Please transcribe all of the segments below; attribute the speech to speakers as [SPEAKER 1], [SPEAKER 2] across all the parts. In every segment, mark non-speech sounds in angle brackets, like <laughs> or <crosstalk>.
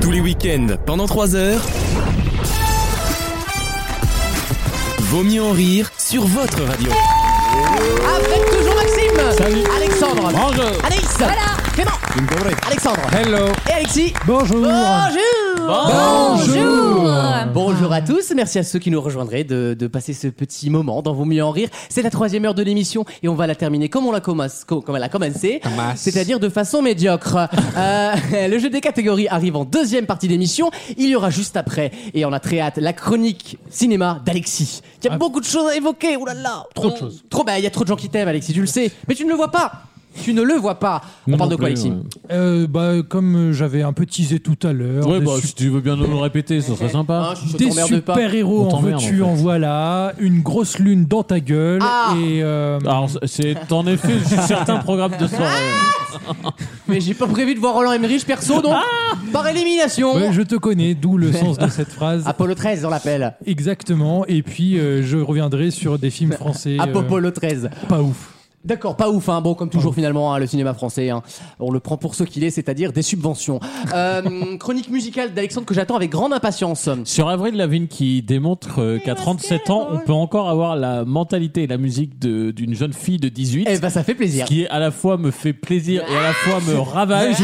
[SPEAKER 1] Tous les week-ends, pendant 3 heures. Vaut mieux en rire sur votre radio.
[SPEAKER 2] Avec toujours Maxime
[SPEAKER 3] Salut.
[SPEAKER 2] Alexandre
[SPEAKER 3] Bonjour.
[SPEAKER 2] Anaïs Clément Alexandre
[SPEAKER 3] Hello.
[SPEAKER 2] Et Alexis
[SPEAKER 3] Bonjour.
[SPEAKER 2] Bonjour à tous, merci à ceux qui nous rejoindraient de, de passer ce petit moment dans Vos mieux en rire. C'est la troisième heure de l'émission et on va la terminer comme on l'a commence- co- comme elle a commencé,
[SPEAKER 3] Commence.
[SPEAKER 2] c'est-à-dire de façon médiocre. Euh, <laughs> le jeu des catégories arrive en deuxième partie d'émission, il y aura juste après, et on a très hâte, la chronique cinéma d'Alexis. Il y a beaucoup de choses à évoquer, oulala
[SPEAKER 3] Ah. Trop de choses.
[SPEAKER 2] Trop, bah il y a trop de gens qui t'aiment Alexis, tu le sais, mais tu ne le vois pas tu ne le vois pas. On parle de quoi, Alexis
[SPEAKER 3] Euh, bah, comme euh, j'avais un peu teasé tout à l'heure,
[SPEAKER 4] Ouais,
[SPEAKER 3] des
[SPEAKER 4] bah,
[SPEAKER 3] su-
[SPEAKER 4] si tu veux bien nous le répéter, ce serait
[SPEAKER 2] Hein,
[SPEAKER 4] sympa.
[SPEAKER 2] je- je
[SPEAKER 3] des
[SPEAKER 2] t'emmerde pas.
[SPEAKER 4] On
[SPEAKER 3] super-héros en
[SPEAKER 4] t'emmerde,
[SPEAKER 3] veux-tu, en,
[SPEAKER 4] en fait.
[SPEAKER 3] voilà, une grosse lune dans ta gueule
[SPEAKER 2] Ah.
[SPEAKER 3] et euh,
[SPEAKER 4] Alors, c'est en effet certains programmes de soirée.
[SPEAKER 2] Ah Mais j'ai pas prévu de voir Roland Emmerich perso, donc
[SPEAKER 4] Ah
[SPEAKER 2] par élimination.
[SPEAKER 3] ouais, je te connais, d'où le sens de cette phrase.
[SPEAKER 2] Apollo 13, on l'appelle.
[SPEAKER 3] Exactement. Et puis euh, je reviendrai sur des
[SPEAKER 2] Bah,
[SPEAKER 3] films français euh,
[SPEAKER 2] Apollo 13.
[SPEAKER 3] pas ouf.
[SPEAKER 2] D'accord, pas ouf, hein. bon, comme
[SPEAKER 4] Ah
[SPEAKER 2] toujours finalement, hein, le cinéma français, hein. on le prend pour ce qu'il est, c'est-à-dire des subventions. Euh, <laughs> chronique musicale d'Alexandre que j'attends avec grande impatience.
[SPEAKER 4] Sur Avril Lavigne qui démontre euh, qu'à 37 ans, on peut encore avoir la mentalité et la musique de- d'une jeune fille de 18.
[SPEAKER 2] Eh ben, ça fait
[SPEAKER 4] Ce
[SPEAKER 2] plaisir.
[SPEAKER 4] qui est à la fois me fait plaisir et à la fois
[SPEAKER 2] Ah
[SPEAKER 4] me ravage.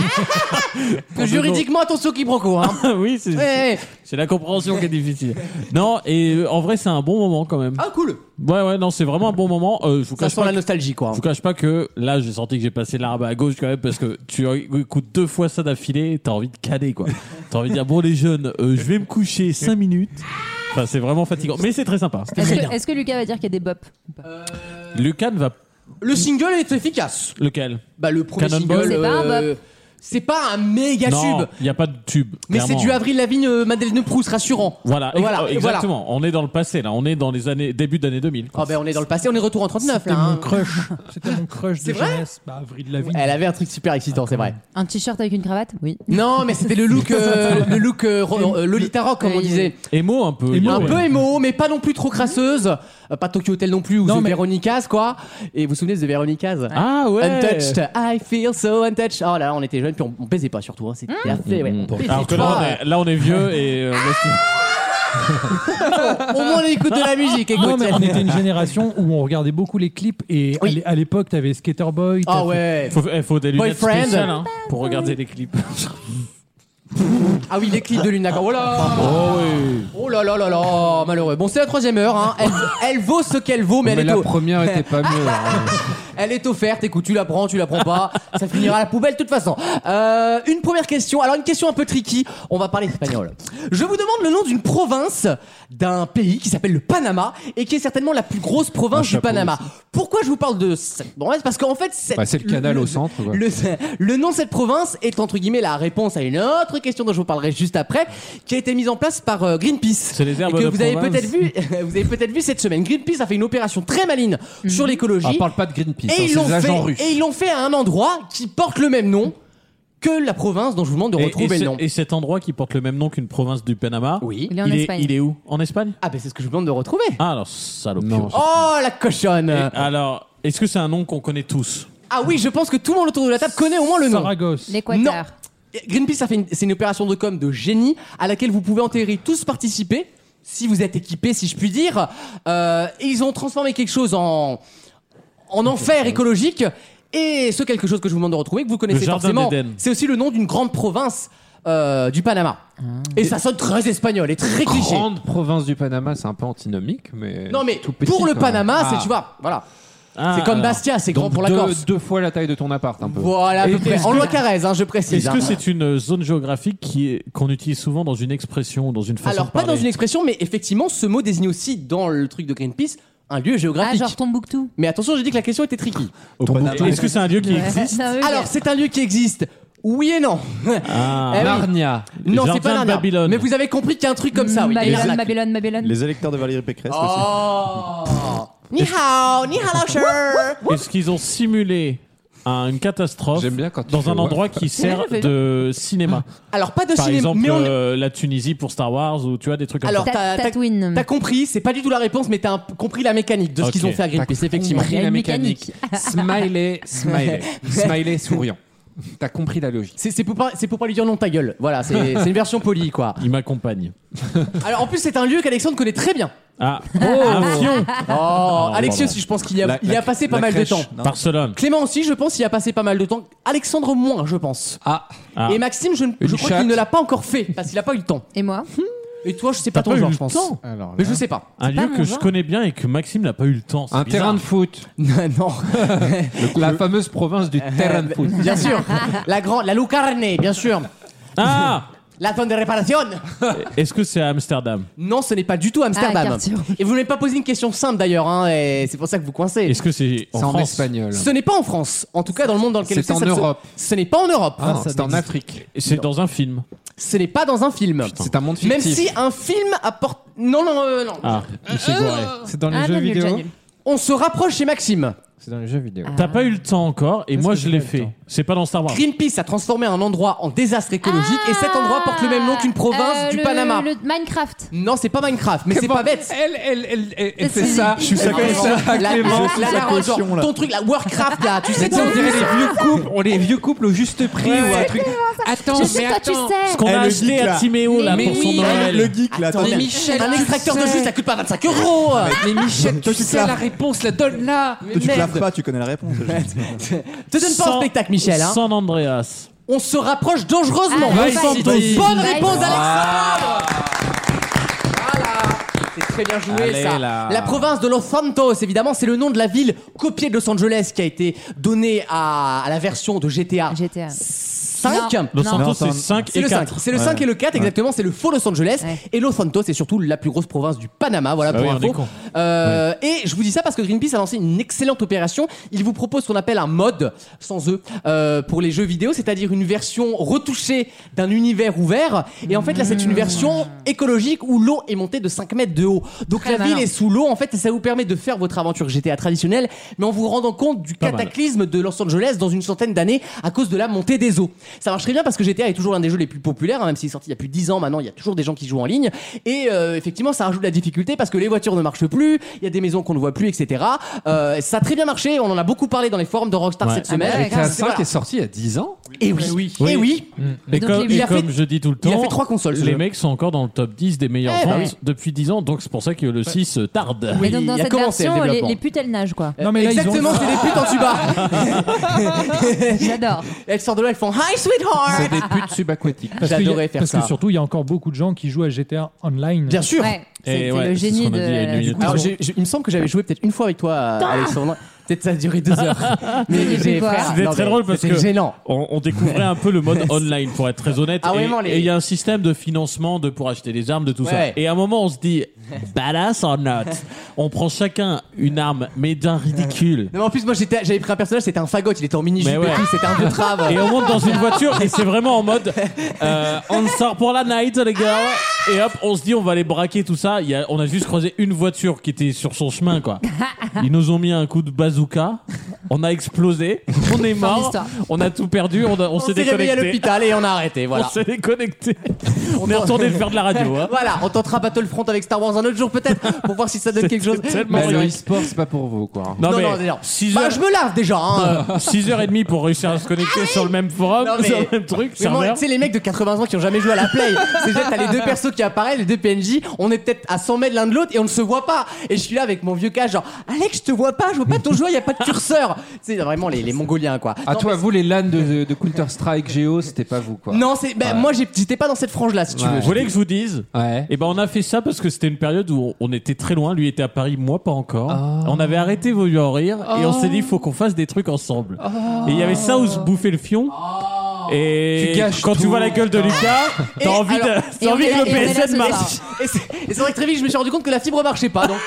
[SPEAKER 2] Que Juridiquement, attention quiproquo. Hein.
[SPEAKER 4] <laughs> oui, c'est
[SPEAKER 2] Ouais, ouais.
[SPEAKER 4] c'est la compréhension qui est difficile. Non, et euh, en vrai, c'est un bon moment quand même.
[SPEAKER 2] Ah, cool.
[SPEAKER 4] Ouais, ouais, non, c'est vraiment un bon moment. Euh, je vous
[SPEAKER 2] Ça
[SPEAKER 4] cache
[SPEAKER 2] sent
[SPEAKER 4] pas
[SPEAKER 2] la
[SPEAKER 4] que-
[SPEAKER 2] nostalgie, quoi.
[SPEAKER 4] Je vous cache pas que là, j'ai senti que j'ai passé l'arbre à gauche quand même parce que tu écoutes deux fois ça d'affilée, t'as envie de caler quoi. T'as envie de dire bon les jeunes, euh, je vais me coucher 5 minutes. Enfin, c'est vraiment fatigant, mais c'est très sympa.
[SPEAKER 5] Est-ce
[SPEAKER 2] Très bien.
[SPEAKER 5] que, est-ce que Lucas va dire qu'il y a des bops ou pas
[SPEAKER 4] Lucas ne va
[SPEAKER 2] Le single est efficace.
[SPEAKER 4] lequel
[SPEAKER 2] Bah, le premier
[SPEAKER 4] Cannonball.
[SPEAKER 2] single.
[SPEAKER 5] C'est pas un
[SPEAKER 2] euh, C'est pas un méga
[SPEAKER 4] Non,
[SPEAKER 2] tube.
[SPEAKER 4] il n'y a pas de tube.
[SPEAKER 2] Mais c'est
[SPEAKER 4] clairement.
[SPEAKER 2] du Avril Lavigne, euh, Madeleine Proust, rassurant.
[SPEAKER 4] Voilà, ex-
[SPEAKER 2] Voilà,
[SPEAKER 4] euh, exactement. On est dans le passé là, on est dans les années début d'année 2000.
[SPEAKER 2] Oh, ben, on est dans le passé, on est retour en 39,
[SPEAKER 3] C'était
[SPEAKER 2] là. hein.
[SPEAKER 3] mon crush. C'était mon crush
[SPEAKER 2] C'est
[SPEAKER 3] de
[SPEAKER 2] vrai
[SPEAKER 3] jeunesse. Bah, Avril Lavigne.
[SPEAKER 2] Elle avait un truc super excitant, c'est vrai.
[SPEAKER 5] Un t-shirt avec une cravate Oui.
[SPEAKER 2] Non, mais c'était le look, euh, le look euh, ro- euh, Lolita Rock, comme on
[SPEAKER 5] Oui,
[SPEAKER 2] disait.
[SPEAKER 4] Émo un peu.
[SPEAKER 3] Emo,
[SPEAKER 2] Un
[SPEAKER 3] Ouais.
[SPEAKER 2] peu émo, mais pas non plus trop crasseuse. Euh, Pas Tokyo Hotel non plus, ou
[SPEAKER 3] Non,
[SPEAKER 2] The
[SPEAKER 3] mais-
[SPEAKER 2] Veronicas, quoi. Et vous vous souvenez de The Veronicas
[SPEAKER 4] Ah ouais.
[SPEAKER 2] Untouched, I feel so untouched. Oh là là, on était jeunes, puis on, on baisait pas surtout. Hein. C'était assez, ouais. On baisait
[SPEAKER 4] Alors que là, on
[SPEAKER 2] pas. Ah.
[SPEAKER 4] est, là, on est vieux et euh,
[SPEAKER 2] Au moins, on écoute de la musique, écoute.
[SPEAKER 3] Non, mais on était une génération où on regardait beaucoup les clips et à
[SPEAKER 2] Oui.
[SPEAKER 3] l'é- à l'époque, t'avais Skater Boy.
[SPEAKER 2] Ah
[SPEAKER 3] t'as-
[SPEAKER 2] ouais.
[SPEAKER 4] faut, eh, faut des lunettes
[SPEAKER 2] Boyfriend.
[SPEAKER 4] spéciales hein, pour regarder les clips.
[SPEAKER 2] Ah oui, les clips de Luna. Oh là
[SPEAKER 6] bah,
[SPEAKER 4] oh oui.
[SPEAKER 2] Oh là là là là, malheureux. Bon, c'est la troisième heure. Hein. Elle, elle vaut ce qu'elle vaut, mais,
[SPEAKER 6] Oh, Mais
[SPEAKER 2] elle, est
[SPEAKER 6] la
[SPEAKER 2] au-
[SPEAKER 6] première
[SPEAKER 2] <laughs>
[SPEAKER 6] était pas mieux. hein.
[SPEAKER 2] elle est offerte. Écoute, tu la prends, tu la prends pas. ça finira à la poubelle de toute façon. Euh, une première question. Alors, une question un peu tricky. On va parler espagnol. Je vous demande le nom d'une province d'un pays qui s'appelle le Panama et qui est certainement la plus grosse province du
[SPEAKER 6] chapeau,
[SPEAKER 2] Panama. Pourquoi je vous parle de cette province Parce qu'en fait, cette-
[SPEAKER 6] Bah, c'est le canal
[SPEAKER 2] le-
[SPEAKER 6] au centre. quoi.
[SPEAKER 2] le, le nom de cette province est entre guillemets la réponse à une autre question dont je vous parlerai juste après, qui a été mise en place par euh, Greenpeace.
[SPEAKER 4] C'est les herbes
[SPEAKER 2] Et que
[SPEAKER 4] de
[SPEAKER 2] vous avez
[SPEAKER 4] province.
[SPEAKER 2] peut-être vu, <laughs> vous avez peut-être vu cette semaine. Greenpeace a fait une opération très maligne sur
[SPEAKER 6] Ah,
[SPEAKER 2] l'écologie.
[SPEAKER 6] parle pas de Greenpeace, hein,
[SPEAKER 2] et ils
[SPEAKER 6] c'est
[SPEAKER 2] l'ont
[SPEAKER 6] des agents
[SPEAKER 2] fait,
[SPEAKER 6] russes.
[SPEAKER 2] et ils l'ont fait à un endroit qui porte le même nom que la province dont je vous demande de
[SPEAKER 4] Et-
[SPEAKER 2] retrouver
[SPEAKER 4] et,
[SPEAKER 2] le
[SPEAKER 4] ce-
[SPEAKER 2] nom.
[SPEAKER 4] et cet endroit qui porte le même nom qu'une province du Panama,
[SPEAKER 2] Oui.
[SPEAKER 5] Il est en
[SPEAKER 4] il, est,
[SPEAKER 5] Espagne.
[SPEAKER 4] il est où En Espagne
[SPEAKER 2] Ah ben c'est ce que je vous demande de retrouver.
[SPEAKER 4] Ah alors, salope.
[SPEAKER 6] Non.
[SPEAKER 2] Oh la cochonne.
[SPEAKER 4] Et alors, est-ce que c'est un nom qu'on connaît tous
[SPEAKER 2] Ah oui, je pense que tout le monde autour de la table connaît au moins le nom.
[SPEAKER 3] Saragosse.
[SPEAKER 5] L'Équateur.
[SPEAKER 2] Greenpeace a fait une, c'est une opération de com de génie à laquelle vous pouvez en théorie tous participer si vous êtes équipés, si je puis dire. Euh, et ils ont transformé quelque chose en en enfer écologique. Et ce quelque chose que je vous demande de retrouver que vous connaissez
[SPEAKER 4] Le jardin
[SPEAKER 2] forcément,
[SPEAKER 4] d'Éden.
[SPEAKER 2] c'est aussi le nom d'une grande province euh, du Panama.
[SPEAKER 4] Ah.
[SPEAKER 2] Et ça sonne très espagnol et très cliché.
[SPEAKER 6] Grande province du Panama, c'est un peu antinomique, mais.
[SPEAKER 2] Non mais
[SPEAKER 6] tout petit,
[SPEAKER 2] pour le
[SPEAKER 6] quand même.
[SPEAKER 2] Panama, c'est
[SPEAKER 6] Ah.
[SPEAKER 2] tu vois, voilà,
[SPEAKER 4] Ah,
[SPEAKER 2] c'est comme
[SPEAKER 4] alors.
[SPEAKER 2] Bastia, c'est grand
[SPEAKER 6] Donc
[SPEAKER 2] pour la
[SPEAKER 6] deux,
[SPEAKER 2] Corse.
[SPEAKER 6] deux fois la taille de ton appart, un peu.
[SPEAKER 2] Voilà, à peu près. En loi Carrez, hein, je précise.
[SPEAKER 4] Est-ce
[SPEAKER 2] hein.
[SPEAKER 4] que c'est une zone géographique qui est- qu'on utilise souvent dans une expression ou dans une façon
[SPEAKER 2] Alors,
[SPEAKER 4] de
[SPEAKER 2] pas
[SPEAKER 4] parler
[SPEAKER 2] dans une expression, mais effectivement, ce mot désigne aussi, dans le truc de Greenpeace, un lieu
[SPEAKER 5] Ah,
[SPEAKER 2] géographique.
[SPEAKER 5] genre Tombouctou.
[SPEAKER 2] mais attention, j'ai dit que la question était tricky.
[SPEAKER 4] Est-ce que c'est un lieu qui existe
[SPEAKER 5] Ça veut
[SPEAKER 2] Alors,
[SPEAKER 5] dire-
[SPEAKER 2] c'est un lieu qui existe. Oui et
[SPEAKER 4] <laughs>
[SPEAKER 2] non.
[SPEAKER 4] Ah.
[SPEAKER 2] Eh oui.
[SPEAKER 6] Narnia.
[SPEAKER 2] Non, c'est
[SPEAKER 4] Jardin
[SPEAKER 2] pas
[SPEAKER 4] de
[SPEAKER 2] Narnia.
[SPEAKER 4] Babylone.
[SPEAKER 2] Mais vous avez compris qu'il Bah, y a un truc comme ça, oui.
[SPEAKER 5] Babylone,
[SPEAKER 2] Arnaque.
[SPEAKER 5] Babylone, Babylone.
[SPEAKER 7] Les électeurs de Valérie Pécresse aussi.
[SPEAKER 2] Oh. Ni hao, ni hao, sir.
[SPEAKER 4] Est-ce qu'ils ont simulé un- une catastrophe
[SPEAKER 6] J'aime bien quand tu
[SPEAKER 4] dans
[SPEAKER 6] fais
[SPEAKER 4] un
[SPEAKER 6] ouais.
[SPEAKER 2] <laughs>
[SPEAKER 4] endroit qui sert de cinéma
[SPEAKER 2] Alors, pas de
[SPEAKER 4] Par
[SPEAKER 2] cinéma,
[SPEAKER 4] exemple,
[SPEAKER 2] mais on.
[SPEAKER 4] euh, la Tunisie pour Star Wars ou tu vois des trucs comme
[SPEAKER 2] Alors,
[SPEAKER 5] Ta-
[SPEAKER 2] t'as- t'as-
[SPEAKER 5] Tatooine.
[SPEAKER 2] T'as compris, c'est pas du tout la réponse, mais t'as un- compris la mécanique de ce
[SPEAKER 6] <laughs>
[SPEAKER 4] Ok.
[SPEAKER 2] qu'ils ont fait à Greenpeace, effectivement.
[SPEAKER 5] Il y a une mécanique.
[SPEAKER 6] Smiley, smiley. smiley souriant. T'as compris la logique.
[SPEAKER 2] C'est c'est pour, pas- c'est pour pas lui dire non ta gueule. Voilà, c'est c'est une version polie quoi.
[SPEAKER 4] Il m'accompagne.
[SPEAKER 2] Alors en plus c'est un lieu qu'Alexandre connaît très bien.
[SPEAKER 4] Ah, un fion.
[SPEAKER 2] Oh,
[SPEAKER 4] non,
[SPEAKER 2] Alexios,
[SPEAKER 4] non.
[SPEAKER 2] je pense qu'il y a,
[SPEAKER 7] La-
[SPEAKER 2] il y
[SPEAKER 7] la-
[SPEAKER 2] a passé pas
[SPEAKER 7] la
[SPEAKER 2] mal
[SPEAKER 7] crèche,
[SPEAKER 2] de temps.
[SPEAKER 7] non
[SPEAKER 4] Barcelone.
[SPEAKER 2] Clément aussi, je pense, il y a passé pas mal de temps. Alexandre moins, je pense.
[SPEAKER 6] Ah,
[SPEAKER 4] Ah.
[SPEAKER 2] Et Maxime, je, ne- je
[SPEAKER 6] Une
[SPEAKER 2] crois
[SPEAKER 6] chatte.
[SPEAKER 2] qu'il ne l'a pas encore fait parce qu'il a pas eu le temps.
[SPEAKER 5] Et moi
[SPEAKER 2] Et toi, je sais pas ton genre, je pense.
[SPEAKER 8] Alors,
[SPEAKER 2] Mais je sais pas.
[SPEAKER 4] Un
[SPEAKER 5] pas
[SPEAKER 4] lieu
[SPEAKER 5] mon
[SPEAKER 4] que je
[SPEAKER 5] genre.
[SPEAKER 4] connais bien et que Maxime n'a pas eu le temps. c'est
[SPEAKER 6] un
[SPEAKER 4] bizarre.
[SPEAKER 6] terrain de foot.
[SPEAKER 2] Non, <laughs> non.
[SPEAKER 6] La fameuse province du terrain de foot.
[SPEAKER 2] bien sûr. La grande, la Lucarne, bien sûr.
[SPEAKER 4] Ah
[SPEAKER 2] La zone de réparation.
[SPEAKER 4] Est-ce que c'est à Amsterdam
[SPEAKER 2] Non, ce n'est pas du tout Amsterdam.
[SPEAKER 5] Ah, quartier.
[SPEAKER 2] et vous ne m'avez pas posé une question simple d'ailleurs, hein, et c'est pour ça que vous coincez.
[SPEAKER 4] Est-ce que c'est en
[SPEAKER 6] C'est en
[SPEAKER 4] France
[SPEAKER 6] espagnol.
[SPEAKER 2] Ce n'est pas en France, en tout cas dans le monde dans lequel
[SPEAKER 6] C'est
[SPEAKER 2] c'est,
[SPEAKER 6] en
[SPEAKER 2] ça ne se-
[SPEAKER 6] Europe.
[SPEAKER 2] Ce n'est pas en Europe.
[SPEAKER 6] Ah,
[SPEAKER 2] Ça
[SPEAKER 6] c'est en
[SPEAKER 2] n'existe-
[SPEAKER 6] Afrique.
[SPEAKER 4] C'est dans un film.
[SPEAKER 2] Ce n'est pas dans un film.
[SPEAKER 6] C'est un monde
[SPEAKER 2] Même
[SPEAKER 6] fictif.
[SPEAKER 2] si un film apporte. Non, non, euh, non.
[SPEAKER 4] Ah, il s'est gouré.
[SPEAKER 8] c'est dans les
[SPEAKER 5] Ah,
[SPEAKER 8] jeux
[SPEAKER 5] non, nul, déjà
[SPEAKER 8] vidéo.
[SPEAKER 5] nul.
[SPEAKER 2] On se rapproche chez Maxime.
[SPEAKER 8] C'est dans les jeux vidéo.
[SPEAKER 4] T'as pas eu le temps encore et moi
[SPEAKER 8] que
[SPEAKER 4] je
[SPEAKER 8] j'ai
[SPEAKER 4] l'ai
[SPEAKER 8] pas
[SPEAKER 4] fait.
[SPEAKER 8] eu le temps
[SPEAKER 4] C'est pas dans Star Wars.
[SPEAKER 2] Greenpeace a transformé un endroit en désastre écologique et cet endroit porte le même nom qu'une province
[SPEAKER 5] Euh,
[SPEAKER 2] du
[SPEAKER 5] le-
[SPEAKER 2] Panama.
[SPEAKER 5] Le Minecraft.
[SPEAKER 2] Non, c'est pas Minecraft, mais c'est pas
[SPEAKER 8] <laughs>
[SPEAKER 2] bête.
[SPEAKER 6] Elle, elle, elle, elle, elle
[SPEAKER 5] C'est-
[SPEAKER 6] fait ça.
[SPEAKER 5] Je suis
[SPEAKER 6] Elle fait ça,
[SPEAKER 2] la,
[SPEAKER 6] Clément.
[SPEAKER 2] la- la- la- genre, ton truc, la Warcraft là, tu sais,
[SPEAKER 6] Mais tu sais, on dirait les vieux couples, on les vieux couples au juste prix ou un truc. Attends,
[SPEAKER 5] je sais, toi, tu
[SPEAKER 4] Ce
[SPEAKER 5] sais.
[SPEAKER 4] qu'on a
[SPEAKER 7] Elle le dit,
[SPEAKER 4] acheté à
[SPEAKER 7] là.
[SPEAKER 4] Timéo là
[SPEAKER 5] Mais
[SPEAKER 4] pour son
[SPEAKER 5] oui,
[SPEAKER 4] Noël.
[SPEAKER 7] Le geek là,
[SPEAKER 2] Attends,
[SPEAKER 7] attendez.
[SPEAKER 2] mais un extracteur de jus, ça coûte pas 25 <laughs> euros.
[SPEAKER 6] Mais Michel,
[SPEAKER 7] Toi, tu te laves.
[SPEAKER 6] réponse, la donne là.
[SPEAKER 7] Toi, tu te laves
[SPEAKER 2] Merde.
[SPEAKER 7] pas, tu connais la réponse.
[SPEAKER 2] <laughs> Te donne pas
[SPEAKER 4] Sans-
[SPEAKER 2] un spectacle, Michel. hein.
[SPEAKER 4] San Andreas.
[SPEAKER 2] On se rapproche dangereusement.
[SPEAKER 5] Ah,
[SPEAKER 2] Vice
[SPEAKER 5] Vice
[SPEAKER 2] City.
[SPEAKER 5] City.
[SPEAKER 2] Bonne
[SPEAKER 5] Vice
[SPEAKER 2] réponse,
[SPEAKER 5] City.
[SPEAKER 2] Alexandre. Voilà. C'est très bien joué
[SPEAKER 6] Allez,
[SPEAKER 2] ça.
[SPEAKER 6] là.
[SPEAKER 2] La province de Los Santos, évidemment, c'est le nom de la ville copiée de Los Angeles qui a été donnée à, à la version de GTA
[SPEAKER 5] GTA.
[SPEAKER 2] 5.
[SPEAKER 5] Non.
[SPEAKER 4] Los Santos,
[SPEAKER 7] Non,
[SPEAKER 4] c'est 5
[SPEAKER 2] C'est
[SPEAKER 4] et
[SPEAKER 2] le 5.
[SPEAKER 4] 4.
[SPEAKER 2] C'est le 5 et le 4, exactement. C'est le faux Los Angeles.
[SPEAKER 5] Ouais.
[SPEAKER 2] Et Los Santos, c'est surtout la plus grosse province du Panama. Voilà
[SPEAKER 4] Bah
[SPEAKER 2] pour
[SPEAKER 4] oui, on est
[SPEAKER 2] info.
[SPEAKER 4] con.
[SPEAKER 2] Euh, Et je vous dis ça parce que Greenpeace a lancé une excellente opération. Il vous propose ce qu'on appelle un mode, sans eux, euh, pour les jeux vidéo, c'est-à-dire une version retouchée d'un univers ouvert. Et en fait, là,
[SPEAKER 5] Hmm.
[SPEAKER 2] c'est une version écologique où l'eau est montée de 5 mètres de haut. Donc
[SPEAKER 5] Très
[SPEAKER 2] la ville
[SPEAKER 5] malin.
[SPEAKER 2] est sous l'eau, en fait, et ça vous permet de faire votre aventure GTA traditionnelle, mais en vous rendant compte du
[SPEAKER 4] Pas mal.
[SPEAKER 2] cataclysme de Los Angeles dans une centaine d'années à cause de la montée des eaux. Ça marche très bien parce que GTA est toujours l'un des jeux les plus populaires, hein, même s'il est sorti il y a plus de 10 ans maintenant, il y a toujours des gens qui jouent en ligne. Et euh, effectivement, ça rajoute de la difficulté parce que les voitures ne marchent plus, il y a des maisons qu'on ne voit plus, etc. Euh, ça a très bien marché, on en a beaucoup parlé dans les forums de Rockstar
[SPEAKER 4] Ouais.
[SPEAKER 2] cette
[SPEAKER 5] Ah bah
[SPEAKER 2] semaine.
[SPEAKER 5] ouais,
[SPEAKER 6] GTA
[SPEAKER 5] grave.
[SPEAKER 6] 5 est sorti il y a 10 ans.
[SPEAKER 2] Et oui, et oui,
[SPEAKER 4] Et
[SPEAKER 5] Donc,
[SPEAKER 4] comme,
[SPEAKER 5] il
[SPEAKER 4] et
[SPEAKER 2] a
[SPEAKER 4] comme
[SPEAKER 2] fait-
[SPEAKER 4] je dis tout le temps,
[SPEAKER 2] il a fait trois consoles, ce
[SPEAKER 4] les
[SPEAKER 2] jeu.
[SPEAKER 4] mecs sont encore dans le top 10 des meilleures
[SPEAKER 2] Eh bah
[SPEAKER 4] ventes
[SPEAKER 2] oui.
[SPEAKER 4] depuis 10 ans, donc c'est pour ça que le 6 euh, tarde.
[SPEAKER 5] Et donc,
[SPEAKER 2] il
[SPEAKER 5] dans
[SPEAKER 2] a
[SPEAKER 5] cette
[SPEAKER 2] commencé le
[SPEAKER 5] version, les,
[SPEAKER 2] développement.
[SPEAKER 5] les putes, elles
[SPEAKER 2] <laughs>
[SPEAKER 5] nagent, quoi.
[SPEAKER 3] Non, mais là, ils ont-
[SPEAKER 2] exactement, c'est des putes en tuba.
[SPEAKER 5] J'adore.
[SPEAKER 2] Elles sortent de là, elles font Hi sweetheart.
[SPEAKER 6] C'est des putes subaquatiques.
[SPEAKER 3] Parce que-
[SPEAKER 2] J'adorais faire
[SPEAKER 3] parce
[SPEAKER 2] ça.
[SPEAKER 3] que surtout, il y a encore beaucoup de gens qui jouent à GTA Online.
[SPEAKER 2] Bien sûr.
[SPEAKER 5] Ouais,
[SPEAKER 4] Et
[SPEAKER 5] c'était
[SPEAKER 4] ouais, c'est
[SPEAKER 5] le
[SPEAKER 4] ce
[SPEAKER 5] génie
[SPEAKER 4] qu'on a dit il y a une
[SPEAKER 5] de.
[SPEAKER 4] minute.
[SPEAKER 2] Alors, j'ai- j'ai- il me semble que j'avais joué peut-être une fois avec toi, euh, Alexandre. Peut-être ça a duré deux heures.
[SPEAKER 5] <laughs> Ah C'était
[SPEAKER 2] j'ai-
[SPEAKER 5] quoi
[SPEAKER 2] frère,
[SPEAKER 4] C'était
[SPEAKER 2] non,
[SPEAKER 4] très
[SPEAKER 2] mais
[SPEAKER 4] drôle parce
[SPEAKER 2] c'était
[SPEAKER 4] que-
[SPEAKER 2] gênant.
[SPEAKER 4] On, on découvrait un peu
[SPEAKER 2] <laughs>
[SPEAKER 4] le mode online, pour être très honnête.
[SPEAKER 2] Ah,
[SPEAKER 4] et-
[SPEAKER 2] vraiment, les-
[SPEAKER 4] et il y a un système de financement de, pour acheter des armes, de tout
[SPEAKER 2] Ouais.
[SPEAKER 4] ça. Et à un moment, on se dit, badass or not On prend chacun une arme, mais d'un ridicule.
[SPEAKER 2] Non, mais en plus, moi j'étais- j'avais pris un personnage, c'était un fagot, il était en mini-jupe
[SPEAKER 4] Mais ouais.
[SPEAKER 2] et tout, c'était un
[SPEAKER 4] <laughs>
[SPEAKER 2] peu trave.
[SPEAKER 4] Et on monte dans une voiture et c'est vraiment en mode euh, on sort pour la night les gars et hop on se dit on va les braquer tout ça. Il y a- on a juste croisé une voiture qui était sur son chemin quoi. Ils nous ont mis un coup de bazooka, on a explosé, on est mort,
[SPEAKER 5] d'histoire.
[SPEAKER 4] on a tout perdu, on, a- on
[SPEAKER 2] on
[SPEAKER 4] s'est
[SPEAKER 2] s'est réveillé à
[SPEAKER 4] déconnecté.
[SPEAKER 2] l'hôpital et on a arrêté,
[SPEAKER 4] On
[SPEAKER 2] voilà. <laughs>
[SPEAKER 4] s'est déconnecté. On est retourné faire de la radio. hein.
[SPEAKER 2] Voilà, on tentera Battlefront avec Star Wars un autre jour peut-être pour voir si ça
[SPEAKER 4] <laughs>
[SPEAKER 2] donne quelque chose.
[SPEAKER 4] C'était tellement
[SPEAKER 6] Mais
[SPEAKER 8] Bah,
[SPEAKER 6] le
[SPEAKER 4] horrible.
[SPEAKER 6] e-sport, c'est pas pour vous, quoi.
[SPEAKER 4] Non,
[SPEAKER 2] Non,
[SPEAKER 4] mais
[SPEAKER 2] non, d'ailleurs.
[SPEAKER 4] 6
[SPEAKER 2] Bah, je me lave déjà, hein. <laughs>
[SPEAKER 4] heures et demie pour réussir à se connecter sur le même forum,
[SPEAKER 2] Ah Non, mais-
[SPEAKER 4] sur le même truc,
[SPEAKER 2] Mais moi,
[SPEAKER 4] serveur.
[SPEAKER 2] tu sais, les mecs de 80 ans qui ont jamais joué à la
[SPEAKER 4] <laughs>
[SPEAKER 2] play, c'est déjà t'as les deux persos qui apparaissent, les deux PNJ, on est peut-être à 100 mètres l'un de l'autre et on ne se voit pas. Et je suis là avec mon vieux cas, genre, Alex, je te vois pas, je vois pas ton joueur, y a pas de curseur. <laughs> C'est vraiment les, les Mongoliens, quoi.
[SPEAKER 6] À
[SPEAKER 2] Non,
[SPEAKER 6] toi, vous, les LAN de, de Counter-Strike Géo, c'était pas vous, quoi.
[SPEAKER 2] Non, c'est, ben, moi, j'ai- j'étais pas dans cette frange-là, si tu
[SPEAKER 6] Ouais.
[SPEAKER 2] veux.
[SPEAKER 4] Vous voulez que je vous dise
[SPEAKER 6] Ouais.
[SPEAKER 4] Eh ben on a fait ça parce que c'était une période où on était très loin. Lui était à Paris, moi pas encore.
[SPEAKER 2] Ah.
[SPEAKER 4] On avait arrêté Vos yeux en rire et on s'est dit faut qu'on fasse des trucs ensemble.
[SPEAKER 2] Ah.
[SPEAKER 4] Et il y avait ça où se bouffait le fion. Et
[SPEAKER 6] Tu gâches
[SPEAKER 4] quand tu
[SPEAKER 6] tout.
[SPEAKER 4] vois la gueule de Lucas, t'as
[SPEAKER 2] Ah. Et
[SPEAKER 4] envie, de-
[SPEAKER 2] alors-
[SPEAKER 4] t'as
[SPEAKER 5] et on
[SPEAKER 4] envie
[SPEAKER 5] est
[SPEAKER 4] que
[SPEAKER 5] là-
[SPEAKER 4] le
[SPEAKER 5] et on est là
[SPEAKER 4] PSN
[SPEAKER 5] ce
[SPEAKER 4] marche.
[SPEAKER 5] soir.
[SPEAKER 2] Et c'est et c'est vrai que très vite, je me suis rendu compte que la fibre marchait pas,
[SPEAKER 4] <laughs>
[SPEAKER 2] donc.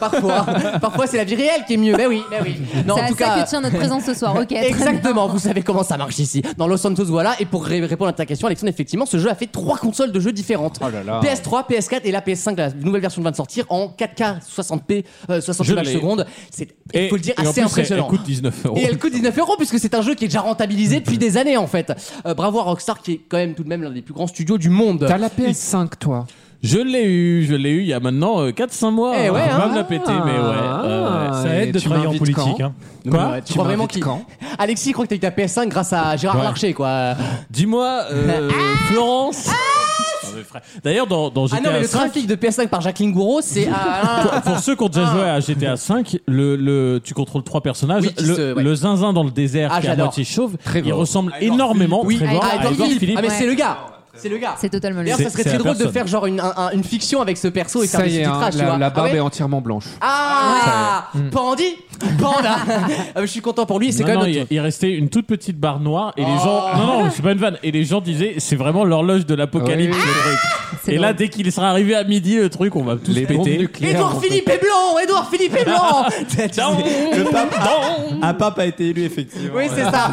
[SPEAKER 2] Parfois, parfois c'est la vie réelle qui est mieux. Mais oui, mais oui. Non,
[SPEAKER 5] C'est
[SPEAKER 2] en
[SPEAKER 5] à
[SPEAKER 2] tout
[SPEAKER 5] ça
[SPEAKER 2] cas,
[SPEAKER 5] que
[SPEAKER 2] <laughs>
[SPEAKER 5] tient notre présence ce soir, ok très bien.
[SPEAKER 2] Exactement, vous savez comment ça marche ici. Dans Los Santos, voilà. Et pour ré- répondre à ta question, Alexandre, effectivement, ce jeu a fait trois consoles de jeux différentes.
[SPEAKER 6] Oh là là.
[SPEAKER 2] PS3, PS4 et la PS5, la nouvelle version vient de sortir en 4K 60p, euh, 60
[SPEAKER 4] Je
[SPEAKER 2] images
[SPEAKER 4] l'ai.
[SPEAKER 2] secondes. C'est, il faut le dire,
[SPEAKER 4] <laughs> et en
[SPEAKER 2] assez
[SPEAKER 4] plus, oh.
[SPEAKER 2] impressionnant.
[SPEAKER 4] Elle, elle coûte 19 euros.
[SPEAKER 2] Et elle coûte 19 euros puisque c'est un jeu qui est déjà rentabilisé depuis des années en fait. Euh, bravo à Rockstar qui est quand même tout de même l'un des plus grands studios du monde.
[SPEAKER 6] T'as la PS5, toi.
[SPEAKER 4] Je l'ai eu, je l'ai eu il y a maintenant euh, 4-5 mois.
[SPEAKER 2] Eh ouais,
[SPEAKER 4] On va
[SPEAKER 2] hein. Ah.
[SPEAKER 4] me la péter, mais ouais. ouais, ouais.
[SPEAKER 3] Ça aide de travailler en politique. hein.
[SPEAKER 2] Quoi Tu crois vraiment
[SPEAKER 8] qu'il
[SPEAKER 2] qu'il- Alexis croit que t'as eu ta PS5 grâce à Gérard
[SPEAKER 4] Ouais.
[SPEAKER 2] Larcher, quoi.
[SPEAKER 4] Dis-moi,
[SPEAKER 2] <laughs>
[SPEAKER 4] euh, Florence. Ah, mais frère. D'ailleurs, dans, dans
[SPEAKER 2] ah
[SPEAKER 4] GTA
[SPEAKER 2] non, mais le
[SPEAKER 4] 5,
[SPEAKER 2] trafic de PS5 par Jacqueline Gouraud, c'est. Ah,
[SPEAKER 4] pour, pour ceux qui ont déjà joué à GTA 5, le, le- tu contrôles trois personnages.
[SPEAKER 2] Oui, qui
[SPEAKER 4] le,
[SPEAKER 2] se- ouais.
[SPEAKER 4] le zinzin dans le désert
[SPEAKER 2] Ah,
[SPEAKER 4] qui est à
[SPEAKER 2] j'adore. Ah,
[SPEAKER 4] moitié chauve, il
[SPEAKER 8] Trevor.
[SPEAKER 4] ressemble énormément
[SPEAKER 2] oui,
[SPEAKER 4] Trevor,
[SPEAKER 2] ah,
[SPEAKER 4] à
[SPEAKER 2] Edward
[SPEAKER 4] Edward
[SPEAKER 2] Philippe.
[SPEAKER 4] Philippe.
[SPEAKER 2] Ah, mais
[SPEAKER 5] Ouais.
[SPEAKER 2] c'est le gars. C'est le gars.
[SPEAKER 5] C'est totalement le
[SPEAKER 2] D'ailleurs,
[SPEAKER 5] jeu.
[SPEAKER 2] ça serait
[SPEAKER 4] c'est
[SPEAKER 2] très
[SPEAKER 4] la
[SPEAKER 2] drôle de
[SPEAKER 4] personne.
[SPEAKER 2] faire genre une, un- un- une fiction avec ce perso et faire
[SPEAKER 8] Ça
[SPEAKER 2] des
[SPEAKER 8] y est, hein,
[SPEAKER 2] sous-titrages, tu
[SPEAKER 8] la,
[SPEAKER 2] vois.
[SPEAKER 8] la
[SPEAKER 2] Ah
[SPEAKER 8] barbe
[SPEAKER 2] ouais
[SPEAKER 8] est entièrement blanche.
[SPEAKER 2] Ah Pandy Panda Ah, Je suis content pour lui, c'est
[SPEAKER 4] Non,
[SPEAKER 2] quand même Oh.
[SPEAKER 4] non,
[SPEAKER 2] notre-
[SPEAKER 4] il, il restait une toute petite barre noire et les gens. Non, non, c'est pas une vanne. Et les gens disaient, c'est vraiment l'horloge de l'apocalypse.
[SPEAKER 8] Ouais,
[SPEAKER 4] le
[SPEAKER 2] Ah,
[SPEAKER 4] truc.
[SPEAKER 5] C'est
[SPEAKER 4] Et là,
[SPEAKER 5] drôle.
[SPEAKER 4] dès qu'il sera arrivé à midi, le truc, on va tous
[SPEAKER 8] Les bombes
[SPEAKER 4] péter.
[SPEAKER 8] nucléaires.
[SPEAKER 2] Édouard
[SPEAKER 8] en fait.
[SPEAKER 2] Philippe est blanc Édouard Philippe est blanc <laughs>
[SPEAKER 7] Le pape a, un pape a été élu, effectivement.
[SPEAKER 2] Oui, c'est ça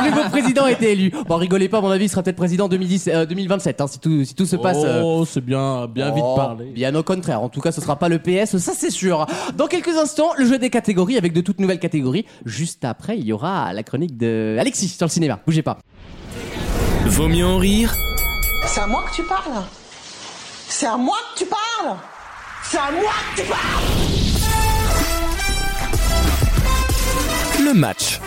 [SPEAKER 2] <laughs> Un nouveau président a été élu. Bon, rigolez pas, à mon avis, il sera peut-être président 2010, euh, 2027, hein, si, tout, si tout se passe... euh,
[SPEAKER 4] Oh, c'est bien, bien vite
[SPEAKER 2] Oh,
[SPEAKER 4] parlé.
[SPEAKER 2] Bien au contraire, en tout cas ce sera pas le PS, ça c'est sûr. Dans quelques instants, le jeu des catégories avec de toutes nouvelles catégories. Juste après, il y aura la chronique de Alexis sur le cinéma. Bougez pas.
[SPEAKER 1] Vaut mieux en rire
[SPEAKER 9] C'est à moi que tu parles C'est à moi que tu parles C'est à moi que tu parles
[SPEAKER 1] le match.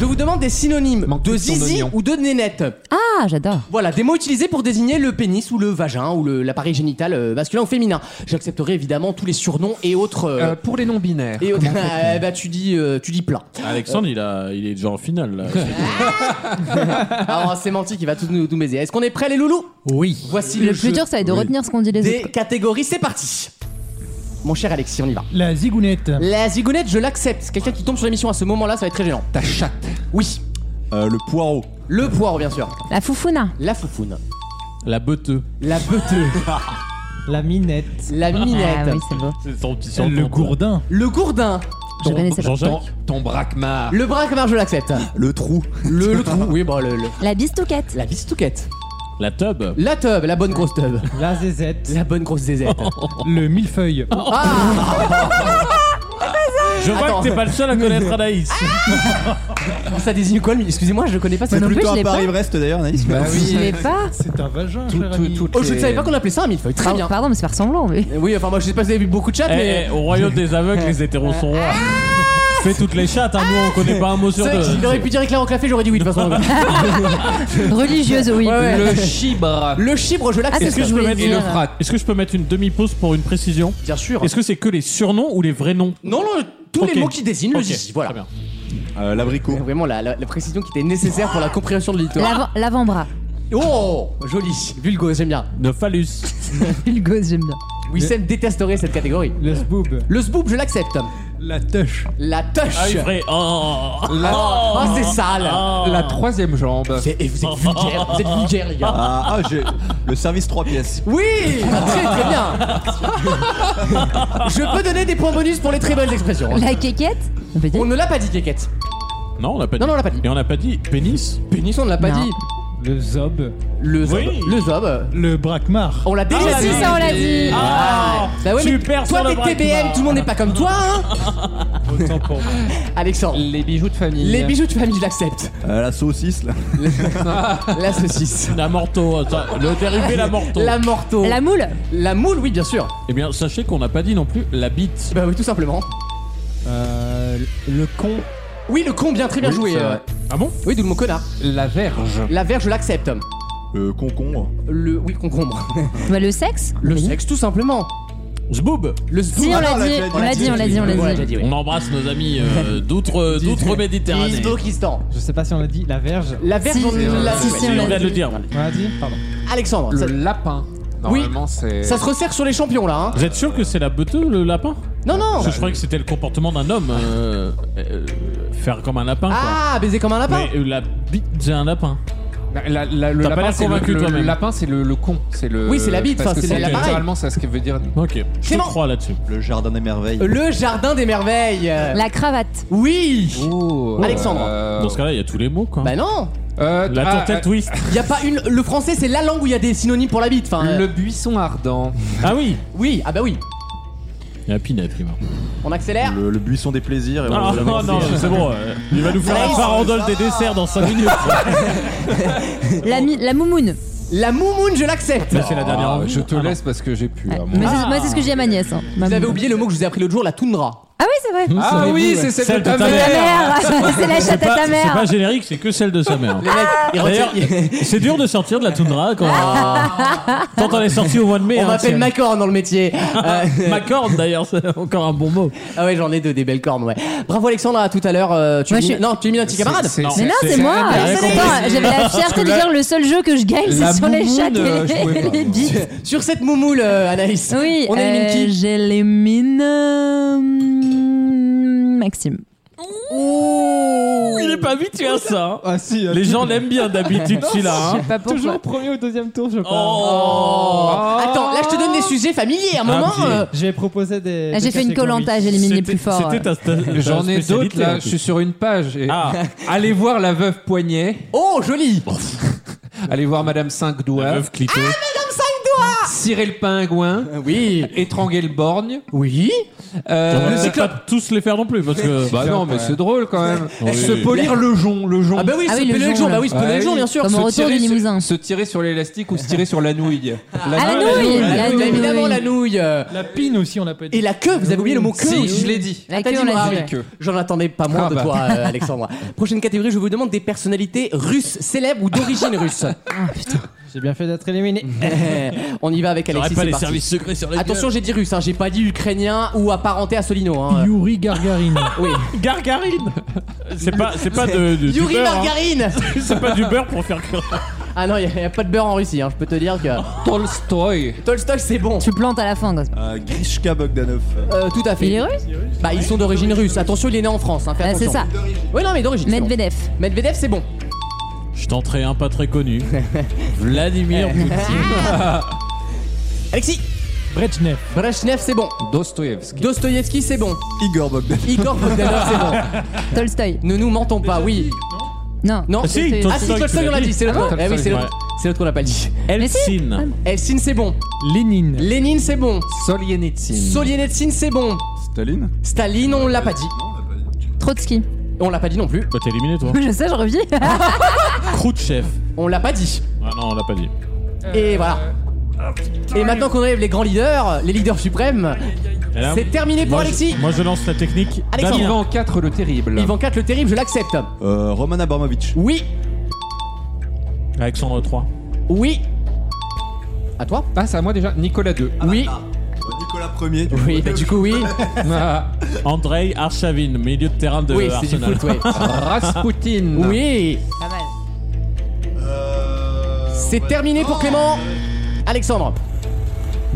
[SPEAKER 2] Je vous demande des synonymes
[SPEAKER 8] Manque
[SPEAKER 2] de
[SPEAKER 8] plus de ton
[SPEAKER 2] zizi
[SPEAKER 8] oignon.
[SPEAKER 2] ou de nénette.
[SPEAKER 5] Ah, j'adore.
[SPEAKER 2] Voilà, des mots utilisés pour désigner le pénis ou le vagin ou le- l'appareil génital euh, masculin ou féminin. J'accepterai évidemment tous les surnoms et autres. euh,
[SPEAKER 8] Euh, pour les non-binaires.
[SPEAKER 2] et autres.
[SPEAKER 8] comment on fait
[SPEAKER 2] <laughs> Eh bah tu dis, euh, tu dis
[SPEAKER 8] <laughs>
[SPEAKER 2] plat.
[SPEAKER 4] Alexandre, il, a, il est déjà en finale. Là.
[SPEAKER 2] Alors en sémantique, il va tout nous, nous baiser. Est-ce qu'on est prêts les loulous
[SPEAKER 3] Oui.
[SPEAKER 2] Voici le,
[SPEAKER 5] Le
[SPEAKER 2] jeu
[SPEAKER 5] plus dur, ça va être de retenir ce qu'on dit les
[SPEAKER 2] des
[SPEAKER 5] autres.
[SPEAKER 2] catégories. C'est parti. Mon cher Alexis, on y va.
[SPEAKER 3] La zigounette.
[SPEAKER 2] La zigounette, je l'accepte. Quelqu'un qui tombe sur l'émission à ce moment-là, ça va être très gênant.
[SPEAKER 8] Ta chatte.
[SPEAKER 2] Oui.
[SPEAKER 7] Euh, le poireau.
[SPEAKER 2] Le poireau, bien sûr.
[SPEAKER 5] La foufouna.
[SPEAKER 2] La foufoune.
[SPEAKER 4] <laughs> La beuteux.
[SPEAKER 2] La
[SPEAKER 5] <laughs>
[SPEAKER 2] beuteuse.
[SPEAKER 6] La minette.
[SPEAKER 2] La
[SPEAKER 5] Ah oui,
[SPEAKER 2] minette.
[SPEAKER 5] c'est beau.
[SPEAKER 4] C'est son petit
[SPEAKER 3] Le gourdin.
[SPEAKER 2] Le gourdin.
[SPEAKER 5] Je connaissais pas.
[SPEAKER 4] Jean-Jacques.
[SPEAKER 8] Ton, ton
[SPEAKER 5] Ah.
[SPEAKER 8] braquemar.
[SPEAKER 2] Le braquemar, je l'accepte.
[SPEAKER 7] Le trou.
[SPEAKER 2] Le, le trou. Oui, bon, le, le-
[SPEAKER 5] La bistouquette.
[SPEAKER 2] La bistouquette.
[SPEAKER 4] La tub.
[SPEAKER 2] La teub, la bonne grosse teub.
[SPEAKER 6] La zézette. Oh,
[SPEAKER 2] La bonne grosse
[SPEAKER 5] <laughs>
[SPEAKER 2] zézette.
[SPEAKER 3] Le millefeuille.
[SPEAKER 2] Ah
[SPEAKER 4] Je vois
[SPEAKER 2] Attends. Ah,
[SPEAKER 4] que t'es pas le seul
[SPEAKER 2] <laughs>
[SPEAKER 4] à connaître Anaïs.
[SPEAKER 2] Ça désigne quoi le- Excusez-moi, je le connais pas.
[SPEAKER 7] C'est
[SPEAKER 2] c'est-
[SPEAKER 5] non plus,
[SPEAKER 7] plutôt
[SPEAKER 5] je
[SPEAKER 7] à
[SPEAKER 5] l'ai pas.
[SPEAKER 7] Paris-Brest d'ailleurs, Naïs.
[SPEAKER 8] Bah
[SPEAKER 5] Je
[SPEAKER 8] oui.
[SPEAKER 5] savais pas.
[SPEAKER 3] C'est un vagin,
[SPEAKER 8] Tout-
[SPEAKER 3] cher
[SPEAKER 8] tout-
[SPEAKER 3] ami.
[SPEAKER 8] toutes
[SPEAKER 2] Oh, je ne
[SPEAKER 8] les-
[SPEAKER 2] savais pas qu'on appelait ça un millefeuille. Très
[SPEAKER 5] Pardon-
[SPEAKER 2] bien.
[SPEAKER 5] Pardon, mais c'est Ah, pas ressemblant. Mais...
[SPEAKER 2] Oui, enfin, moi, je sais pas si vous avez vu beaucoup de chat,
[SPEAKER 4] Eh,
[SPEAKER 2] mais. Ah
[SPEAKER 4] eh, au royaume des aveugles, les hétéros sont rois. Fais toutes les chattes, hein, nous on connaît pas un mot sur
[SPEAKER 2] C'est vrai que
[SPEAKER 4] deux.
[SPEAKER 2] j'aurais pu dire éclair en clafé, j'aurais dit oui de toute
[SPEAKER 5] <laughs>
[SPEAKER 2] façon.
[SPEAKER 5] Religieuse, oui.
[SPEAKER 2] Ouais, ouais. <laughs>
[SPEAKER 8] Le chibre.
[SPEAKER 2] Le chibre, je
[SPEAKER 5] Ah, c'est
[SPEAKER 2] l'accepte.
[SPEAKER 5] ce que je
[SPEAKER 4] peux
[SPEAKER 5] voulais
[SPEAKER 4] mettre-
[SPEAKER 5] dire.
[SPEAKER 4] Est-ce que je peux mettre une demi-pause pour une précision
[SPEAKER 2] Bien sûr.
[SPEAKER 4] Est-ce que c'est que les surnoms ou les vrais noms
[SPEAKER 2] Non, non, tous
[SPEAKER 4] Ok.
[SPEAKER 2] les mots qui désignent le
[SPEAKER 4] Ok,
[SPEAKER 2] zizi, voilà.
[SPEAKER 4] très bien.
[SPEAKER 7] Euh, L'abricot.
[SPEAKER 2] Vraiment la, la- la précision qui était nécessaire pour la compréhension de l'histoire.
[SPEAKER 5] L'avant- L'avant-bras.
[SPEAKER 2] Oh, joli, vulgo, j'aime bien.
[SPEAKER 4] Le phallus.
[SPEAKER 5] Vulgose, j'aime bien.
[SPEAKER 2] Wissem détesterait cette catégorie.
[SPEAKER 6] Le zboob.
[SPEAKER 2] Le sboob, je l'accepte.
[SPEAKER 6] La touche.
[SPEAKER 2] La touche.
[SPEAKER 4] Ah, oui, vrai. Oh.
[SPEAKER 2] Oh,
[SPEAKER 4] Oh.
[SPEAKER 2] c'est sale.
[SPEAKER 4] Oh.
[SPEAKER 8] La troisième jambe.
[SPEAKER 2] C'est- Et vous êtes vulgaire, vous êtes vulgaire, les gars.
[SPEAKER 7] Ah, ah, j'ai le service 3 pièces.
[SPEAKER 2] Oui, très très bien. Je peux donner des points bonus pour les très belles expressions.
[SPEAKER 5] La quéquette. On peut dire.
[SPEAKER 2] On ne l'a pas dit, Kékette.
[SPEAKER 4] Non, on l'a pas dit.
[SPEAKER 2] Non, non, on l'a pas dit.
[SPEAKER 4] Et on n'a pas dit pénis.
[SPEAKER 2] Pénisson, on ne l'a pas
[SPEAKER 5] Non.
[SPEAKER 2] dit.
[SPEAKER 6] Le zob.
[SPEAKER 2] Le zob.
[SPEAKER 4] Oui.
[SPEAKER 2] Le zob. euh,
[SPEAKER 3] Le braquemar.
[SPEAKER 2] On l'a déjà
[SPEAKER 5] Ah,
[SPEAKER 2] dit.
[SPEAKER 5] si, ça, on l'a dit.
[SPEAKER 4] Ah.
[SPEAKER 2] Bah ouais, mais
[SPEAKER 4] Super sur
[SPEAKER 2] toi,
[SPEAKER 4] le
[SPEAKER 2] t'es TBM,
[SPEAKER 4] braquemar.
[SPEAKER 2] tout le monde n'est pas comme toi, hein.
[SPEAKER 3] Autant pour moi.
[SPEAKER 2] Alexandre.
[SPEAKER 8] Les bijoux de famille.
[SPEAKER 2] Les bijoux de famille, je l'accepte.
[SPEAKER 7] Euh, la saucisse, là.
[SPEAKER 2] <laughs> La saucisse.
[SPEAKER 4] La morteau. Attends, le dérivé la morteau.
[SPEAKER 2] La morteau.
[SPEAKER 5] La moule.
[SPEAKER 2] La moule, oui, bien sûr.
[SPEAKER 4] Eh bien, sachez qu'on n'a pas dit non plus la bite.
[SPEAKER 2] Bah oui, tout simplement.
[SPEAKER 6] Euh, le con.
[SPEAKER 2] Oui, le con, bien, très bien
[SPEAKER 8] Oui,
[SPEAKER 2] joué.
[SPEAKER 8] c'est
[SPEAKER 2] euh.
[SPEAKER 8] vrai.
[SPEAKER 4] Ah bon
[SPEAKER 2] Oui, d'où le mot connard.
[SPEAKER 8] La verge.
[SPEAKER 2] La verge, je l'accepte.
[SPEAKER 7] Euh, concombre.
[SPEAKER 2] Le. Oui, concombre.
[SPEAKER 5] Bah, le sexe.
[SPEAKER 2] Le sexe, tout simplement.
[SPEAKER 4] Zboob.
[SPEAKER 2] Le
[SPEAKER 5] Si, on
[SPEAKER 2] Ah,
[SPEAKER 5] l'a
[SPEAKER 2] non,
[SPEAKER 5] dit. On l'a dit, on l'a dit, on
[SPEAKER 2] On
[SPEAKER 5] l'a
[SPEAKER 2] l'a
[SPEAKER 5] dit.
[SPEAKER 2] dit, oui.
[SPEAKER 4] On embrasse nos amis euh, d'outre d'outre Méditerranée.
[SPEAKER 2] Ouzbékistan.
[SPEAKER 6] Je sais pas si on l'a dit. La verge.
[SPEAKER 2] La verge,
[SPEAKER 5] Si,
[SPEAKER 2] on l'a
[SPEAKER 5] si, si, on
[SPEAKER 4] On
[SPEAKER 5] l'a
[SPEAKER 4] vient de
[SPEAKER 5] dit.
[SPEAKER 4] le dire.
[SPEAKER 6] On l'a dit Pardon.
[SPEAKER 2] Alexandre,
[SPEAKER 8] Le
[SPEAKER 2] Ah, ça,
[SPEAKER 8] lapin. Normalement, c'est.
[SPEAKER 2] ça se resserre sur les champions là. Hein.
[SPEAKER 4] Vous êtes sûr que c'est la beuteuse, le lapin
[SPEAKER 2] Non, non.
[SPEAKER 4] Parce que je croyais que c'était le comportement d'un homme. euh, euh, faire comme un lapin, quoi.
[SPEAKER 2] Ah, baiser comme un lapin.
[SPEAKER 4] Mais euh, la bite, j'ai un lapin.
[SPEAKER 8] La- la- la- le
[SPEAKER 4] T'as pas
[SPEAKER 8] lapin,
[SPEAKER 4] l'air
[SPEAKER 8] c'est
[SPEAKER 4] convaincu,
[SPEAKER 8] le, le
[SPEAKER 4] toi-même.
[SPEAKER 8] lapin, c'est le, le con. C'est le.
[SPEAKER 2] Oui, c'est la bite,
[SPEAKER 8] parce
[SPEAKER 2] enfin,
[SPEAKER 8] que
[SPEAKER 2] c'est la- l'appareil.
[SPEAKER 8] littéralement, c'est ce qu'elle veut dire.
[SPEAKER 4] Ok, je te
[SPEAKER 2] Clément.
[SPEAKER 4] crois là-dessus.
[SPEAKER 7] Le jardin des merveilles.
[SPEAKER 2] Le jardin des merveilles.
[SPEAKER 5] La cravate.
[SPEAKER 2] Oui.
[SPEAKER 8] Oh,
[SPEAKER 2] Alexandre.
[SPEAKER 8] euh,
[SPEAKER 4] Dans ce cas-là, il y a tous les mots, quoi.
[SPEAKER 2] Bah non.
[SPEAKER 8] euh,
[SPEAKER 4] la
[SPEAKER 8] ah,
[SPEAKER 4] tourtelle
[SPEAKER 8] euh,
[SPEAKER 4] twist.
[SPEAKER 2] Y a pas une. Le français, c'est la euh, langue où il y a des synonymes pour la bite. Enfin. euh,
[SPEAKER 8] Le buisson ardent.
[SPEAKER 4] Ah oui
[SPEAKER 2] Oui. Ah bah oui.
[SPEAKER 4] Il y a Pinette qui meurt.
[SPEAKER 2] On accélère
[SPEAKER 7] Le, le buisson des plaisirs. Et on
[SPEAKER 4] Ah,
[SPEAKER 7] va
[SPEAKER 4] non,
[SPEAKER 7] vraiment-
[SPEAKER 4] non, c'est bon. euh, il va nous faire la farandole des desserts dans 5 minutes.
[SPEAKER 5] La, mi- la moumoune.
[SPEAKER 2] La moumoune, je l'accepte.
[SPEAKER 4] Là, c'est la dernière.
[SPEAKER 8] Ah,
[SPEAKER 4] envie.
[SPEAKER 8] je te
[SPEAKER 4] Ah, non.
[SPEAKER 8] laisse parce que j'ai pu.
[SPEAKER 5] Ouais.
[SPEAKER 8] à mon-
[SPEAKER 5] Moi, c'est- moi, c'est ce que j'ai à ma nièce. hein. Ma
[SPEAKER 2] Vous avez
[SPEAKER 5] moumoune.
[SPEAKER 2] oublié le mot que je vous ai appris l'autre jour, la toundra.
[SPEAKER 5] Ah oui, c'est vrai.
[SPEAKER 8] Ah oui, c'est
[SPEAKER 4] Celle
[SPEAKER 8] celle
[SPEAKER 4] de
[SPEAKER 8] de ta
[SPEAKER 4] ta
[SPEAKER 5] Ta
[SPEAKER 8] mère.
[SPEAKER 5] mère C'est la
[SPEAKER 4] C'est
[SPEAKER 5] chatte à
[SPEAKER 4] pas,
[SPEAKER 5] ta
[SPEAKER 4] c'est pas
[SPEAKER 5] mère
[SPEAKER 4] générique, c'est que celle de sa mère.
[SPEAKER 2] Les mecs, ils
[SPEAKER 4] D'ailleurs,
[SPEAKER 2] retirent- <laughs>
[SPEAKER 4] c'est dur de sortir de la toundra quand,
[SPEAKER 2] Ah,
[SPEAKER 4] quand on est sorti au mois de mai.
[SPEAKER 2] on
[SPEAKER 4] hein,
[SPEAKER 2] m'appelle
[SPEAKER 4] tiens.
[SPEAKER 2] Macorne dans le métier. Euh,
[SPEAKER 4] Ma corne d'ailleurs, c'est encore un bon mot.
[SPEAKER 2] ah ouais, j'en ai deux, des belles cornes, ouais. Bravo Alexandre, à tout à l'heure. euh, tu
[SPEAKER 5] Moi,
[SPEAKER 2] élimines-
[SPEAKER 5] je-
[SPEAKER 2] Non, tu élimines un petit camarade.
[SPEAKER 8] C'est-
[SPEAKER 5] Mais non, c'est
[SPEAKER 8] c'est-
[SPEAKER 5] moi
[SPEAKER 8] c'est-
[SPEAKER 5] je suis
[SPEAKER 8] c'est-
[SPEAKER 5] contente. J'avais la fierté de
[SPEAKER 8] La-
[SPEAKER 5] dire le seul jeu que je gagne,
[SPEAKER 8] La
[SPEAKER 5] c'est sur les
[SPEAKER 8] moumoune,
[SPEAKER 5] chattes
[SPEAKER 8] euh, je pouvais
[SPEAKER 5] et
[SPEAKER 8] pas,
[SPEAKER 5] les- les <laughs>
[SPEAKER 8] moi.
[SPEAKER 5] bites.
[SPEAKER 2] Sur cette moumoule, euh, Anaïs.
[SPEAKER 5] Oui,
[SPEAKER 2] On élimine qui
[SPEAKER 5] euh, j'élimine euh, Maxime.
[SPEAKER 4] Il est pas habitué à ça. hein.
[SPEAKER 7] Ah si.
[SPEAKER 6] euh,
[SPEAKER 4] Les gens l'aiment bien d'habitude celui-là. hein.
[SPEAKER 5] Pas pourquoi.
[SPEAKER 6] Toujours premier ou deuxième tour, je crois.
[SPEAKER 4] Oh.
[SPEAKER 2] Attends, là je te donne des sujets familiers. À un
[SPEAKER 4] Ah,
[SPEAKER 2] moment,
[SPEAKER 4] ok.
[SPEAKER 2] euh,
[SPEAKER 6] J'ai proposé des.
[SPEAKER 5] Ah,
[SPEAKER 6] des
[SPEAKER 5] J'ai fait une
[SPEAKER 6] catégories.
[SPEAKER 5] colanta, j'élimine les plus
[SPEAKER 4] C'était-
[SPEAKER 5] forts.
[SPEAKER 4] C'était ta, ta- ta
[SPEAKER 8] J'en ai d'autres
[SPEAKER 4] spécialité, en
[SPEAKER 8] là,
[SPEAKER 4] plus.
[SPEAKER 8] je suis sur une page. et-
[SPEAKER 4] Ah,
[SPEAKER 8] Allez voir la veuve Poignet,
[SPEAKER 2] oh joli.
[SPEAKER 8] allez voir Madame 5
[SPEAKER 4] la
[SPEAKER 8] doigts,
[SPEAKER 4] meuf clito.
[SPEAKER 8] cirer le pingouin,
[SPEAKER 2] Oui,
[SPEAKER 8] étrangler le borgne.
[SPEAKER 2] oui.
[SPEAKER 4] On
[SPEAKER 8] euh,
[SPEAKER 4] va pas tous les faire non plus parce que.
[SPEAKER 8] Bah non, mais c'est drôle quand <laughs> même.
[SPEAKER 4] Oui.
[SPEAKER 8] Se polir le jonc, le jonc.
[SPEAKER 2] Ah bah oui,
[SPEAKER 5] Ah
[SPEAKER 2] c'est
[SPEAKER 5] oui, le
[SPEAKER 2] pelé le
[SPEAKER 5] jonc,
[SPEAKER 2] jonc.
[SPEAKER 5] là.
[SPEAKER 2] Bah oui, c'est pelé
[SPEAKER 8] Ouais,
[SPEAKER 2] le jonc,
[SPEAKER 8] oui.
[SPEAKER 2] bien sûr.
[SPEAKER 5] Comme au retour du
[SPEAKER 8] tirer sur-
[SPEAKER 5] limousin.
[SPEAKER 8] se tirer sur l'élastique ou se tirer sur la nouille.
[SPEAKER 5] Ah, la nouille La
[SPEAKER 2] Bah, Évidemment, la
[SPEAKER 5] nouille
[SPEAKER 2] nouille. euh,
[SPEAKER 3] La pine aussi, on l'a pas dit.
[SPEAKER 2] Et la queue, vous avez oublié le mot queue
[SPEAKER 8] Si,
[SPEAKER 2] aussi.
[SPEAKER 8] je l'ai dit. euh,
[SPEAKER 5] La
[SPEAKER 2] T'as
[SPEAKER 5] queue,
[SPEAKER 2] dit
[SPEAKER 5] on l'a
[SPEAKER 2] moi,
[SPEAKER 5] dit.
[SPEAKER 2] oui. J'en attendais pas moins
[SPEAKER 8] Ah
[SPEAKER 2] de
[SPEAKER 8] bah.
[SPEAKER 2] toi, euh, Alexandre. Prochaine catégorie, je vous demande des personnalités russes, célèbres ou d'origine russe.
[SPEAKER 6] J'ai bien fait d'être éliminé.
[SPEAKER 2] Eh, <laughs> On y va avec
[SPEAKER 4] T'aurais
[SPEAKER 2] Alexis.
[SPEAKER 4] pas
[SPEAKER 2] c'est
[SPEAKER 4] les
[SPEAKER 2] parti.
[SPEAKER 4] services secrets sur la
[SPEAKER 2] Attention, j'ai dit russe, hein, j'ai pas dit ukrainien ou apparenté à Solino. hein.
[SPEAKER 3] Yuri
[SPEAKER 4] <laughs>
[SPEAKER 3] Gargarine.
[SPEAKER 2] Oui.
[SPEAKER 4] gueule. Gargarine C'est pas, c'est pas de, de- du
[SPEAKER 2] Yuri
[SPEAKER 4] beurre, hein.
[SPEAKER 2] Margarine
[SPEAKER 4] C'est pas du beurre pour faire que.
[SPEAKER 2] Ah non, il n'y a, pas de beurre en Russie, hein, je peux te dire que.
[SPEAKER 8] Tolstoy.
[SPEAKER 2] Tolstoy, c'est bon.
[SPEAKER 5] Tu plantes à la fin. gosse.
[SPEAKER 7] Euh, Grishka Bogdanov.
[SPEAKER 2] Euh, tout à fait.
[SPEAKER 5] Il est russe
[SPEAKER 2] Bah, ils sont d'origine russe. Attention, il est né en France. Hein, fais
[SPEAKER 5] Ah, C'est
[SPEAKER 2] attention.
[SPEAKER 5] ça,
[SPEAKER 2] Ouais, non, mais d'origine. c'est bon.
[SPEAKER 5] Medvedev.
[SPEAKER 2] Medvedev, c'est bon.
[SPEAKER 4] Je tenterai un pas
[SPEAKER 2] <laughs>
[SPEAKER 4] très connu.
[SPEAKER 2] Ah,
[SPEAKER 4] Vladimir Poutine.
[SPEAKER 2] Alexis
[SPEAKER 3] Brezhnev.
[SPEAKER 2] Brezhnev, c'est bon.
[SPEAKER 8] Dostoevsky.
[SPEAKER 2] Dostoïevski, c'est bon.
[SPEAKER 7] Igor Bogdanov.
[SPEAKER 2] Igor Bogdanov, c'est
[SPEAKER 5] <laughs>
[SPEAKER 2] bon.
[SPEAKER 5] Tolstoy.
[SPEAKER 2] Ne nous mentons pas, oui.
[SPEAKER 5] Non.
[SPEAKER 2] Non
[SPEAKER 4] Ah si,
[SPEAKER 2] c'est- Ah si,
[SPEAKER 4] Tolstoï,
[SPEAKER 2] Tolstoy,
[SPEAKER 4] tu
[SPEAKER 2] on l'a
[SPEAKER 4] l'as
[SPEAKER 2] dit,
[SPEAKER 4] dit.
[SPEAKER 2] c'est l'autre.
[SPEAKER 8] Ah bon
[SPEAKER 2] Eh oui, c'est l'autre. C'est l'autre qu'on l'a pas dit.
[SPEAKER 4] Eltsine.
[SPEAKER 2] Elsin, c'est bon.
[SPEAKER 3] Lénine.
[SPEAKER 2] Lénine, c'est bon.
[SPEAKER 8] Solzhenitsyn.
[SPEAKER 2] Solienitsyn, c'est bon.
[SPEAKER 7] Staline.
[SPEAKER 2] Staline, on l'a pas dit.
[SPEAKER 5] Trotsky. Ah,
[SPEAKER 2] On l'a pas dit non plus.
[SPEAKER 4] Bah t'es éliminé toi.
[SPEAKER 5] <laughs> Je sais, je reviens.
[SPEAKER 2] Ah.
[SPEAKER 4] Khrouchtchev.
[SPEAKER 2] On l'a pas dit.
[SPEAKER 4] Ah non, on l'a pas dit. Euh,
[SPEAKER 2] Et voilà. Et maintenant qu'on enlève les grands leaders, les leaders suprêmes,
[SPEAKER 4] Et là,
[SPEAKER 2] c'est terminé pour
[SPEAKER 4] Ah moi, je-
[SPEAKER 2] Alexis.
[SPEAKER 4] Moi je lance la technique.
[SPEAKER 2] Alexandre.
[SPEAKER 4] Damien.
[SPEAKER 8] Ivan 4 le terrible.
[SPEAKER 2] Yvan 4, le terrible, je l'accepte.
[SPEAKER 7] Euh, Roman Abramovich.
[SPEAKER 2] Oui,
[SPEAKER 4] Alexandre 3.
[SPEAKER 2] oui. À toi
[SPEAKER 8] Ah, c'est à moi déjà. Nicolas 2.
[SPEAKER 2] Oui,
[SPEAKER 7] Euh, Nicolas Ier.
[SPEAKER 2] oui, bah du coup,
[SPEAKER 7] <laughs>
[SPEAKER 2] oui.
[SPEAKER 4] Andrei Arshavin, milieu de terrain de
[SPEAKER 2] oui, c'est du
[SPEAKER 4] Arsenal.
[SPEAKER 2] foot,
[SPEAKER 8] Ah.
[SPEAKER 2] ouais.
[SPEAKER 8] Rasputin.
[SPEAKER 2] Oui,
[SPEAKER 5] Pas mal.
[SPEAKER 7] Euh, on
[SPEAKER 2] c'est
[SPEAKER 7] va-
[SPEAKER 2] terminé pour Clément. Alexandre,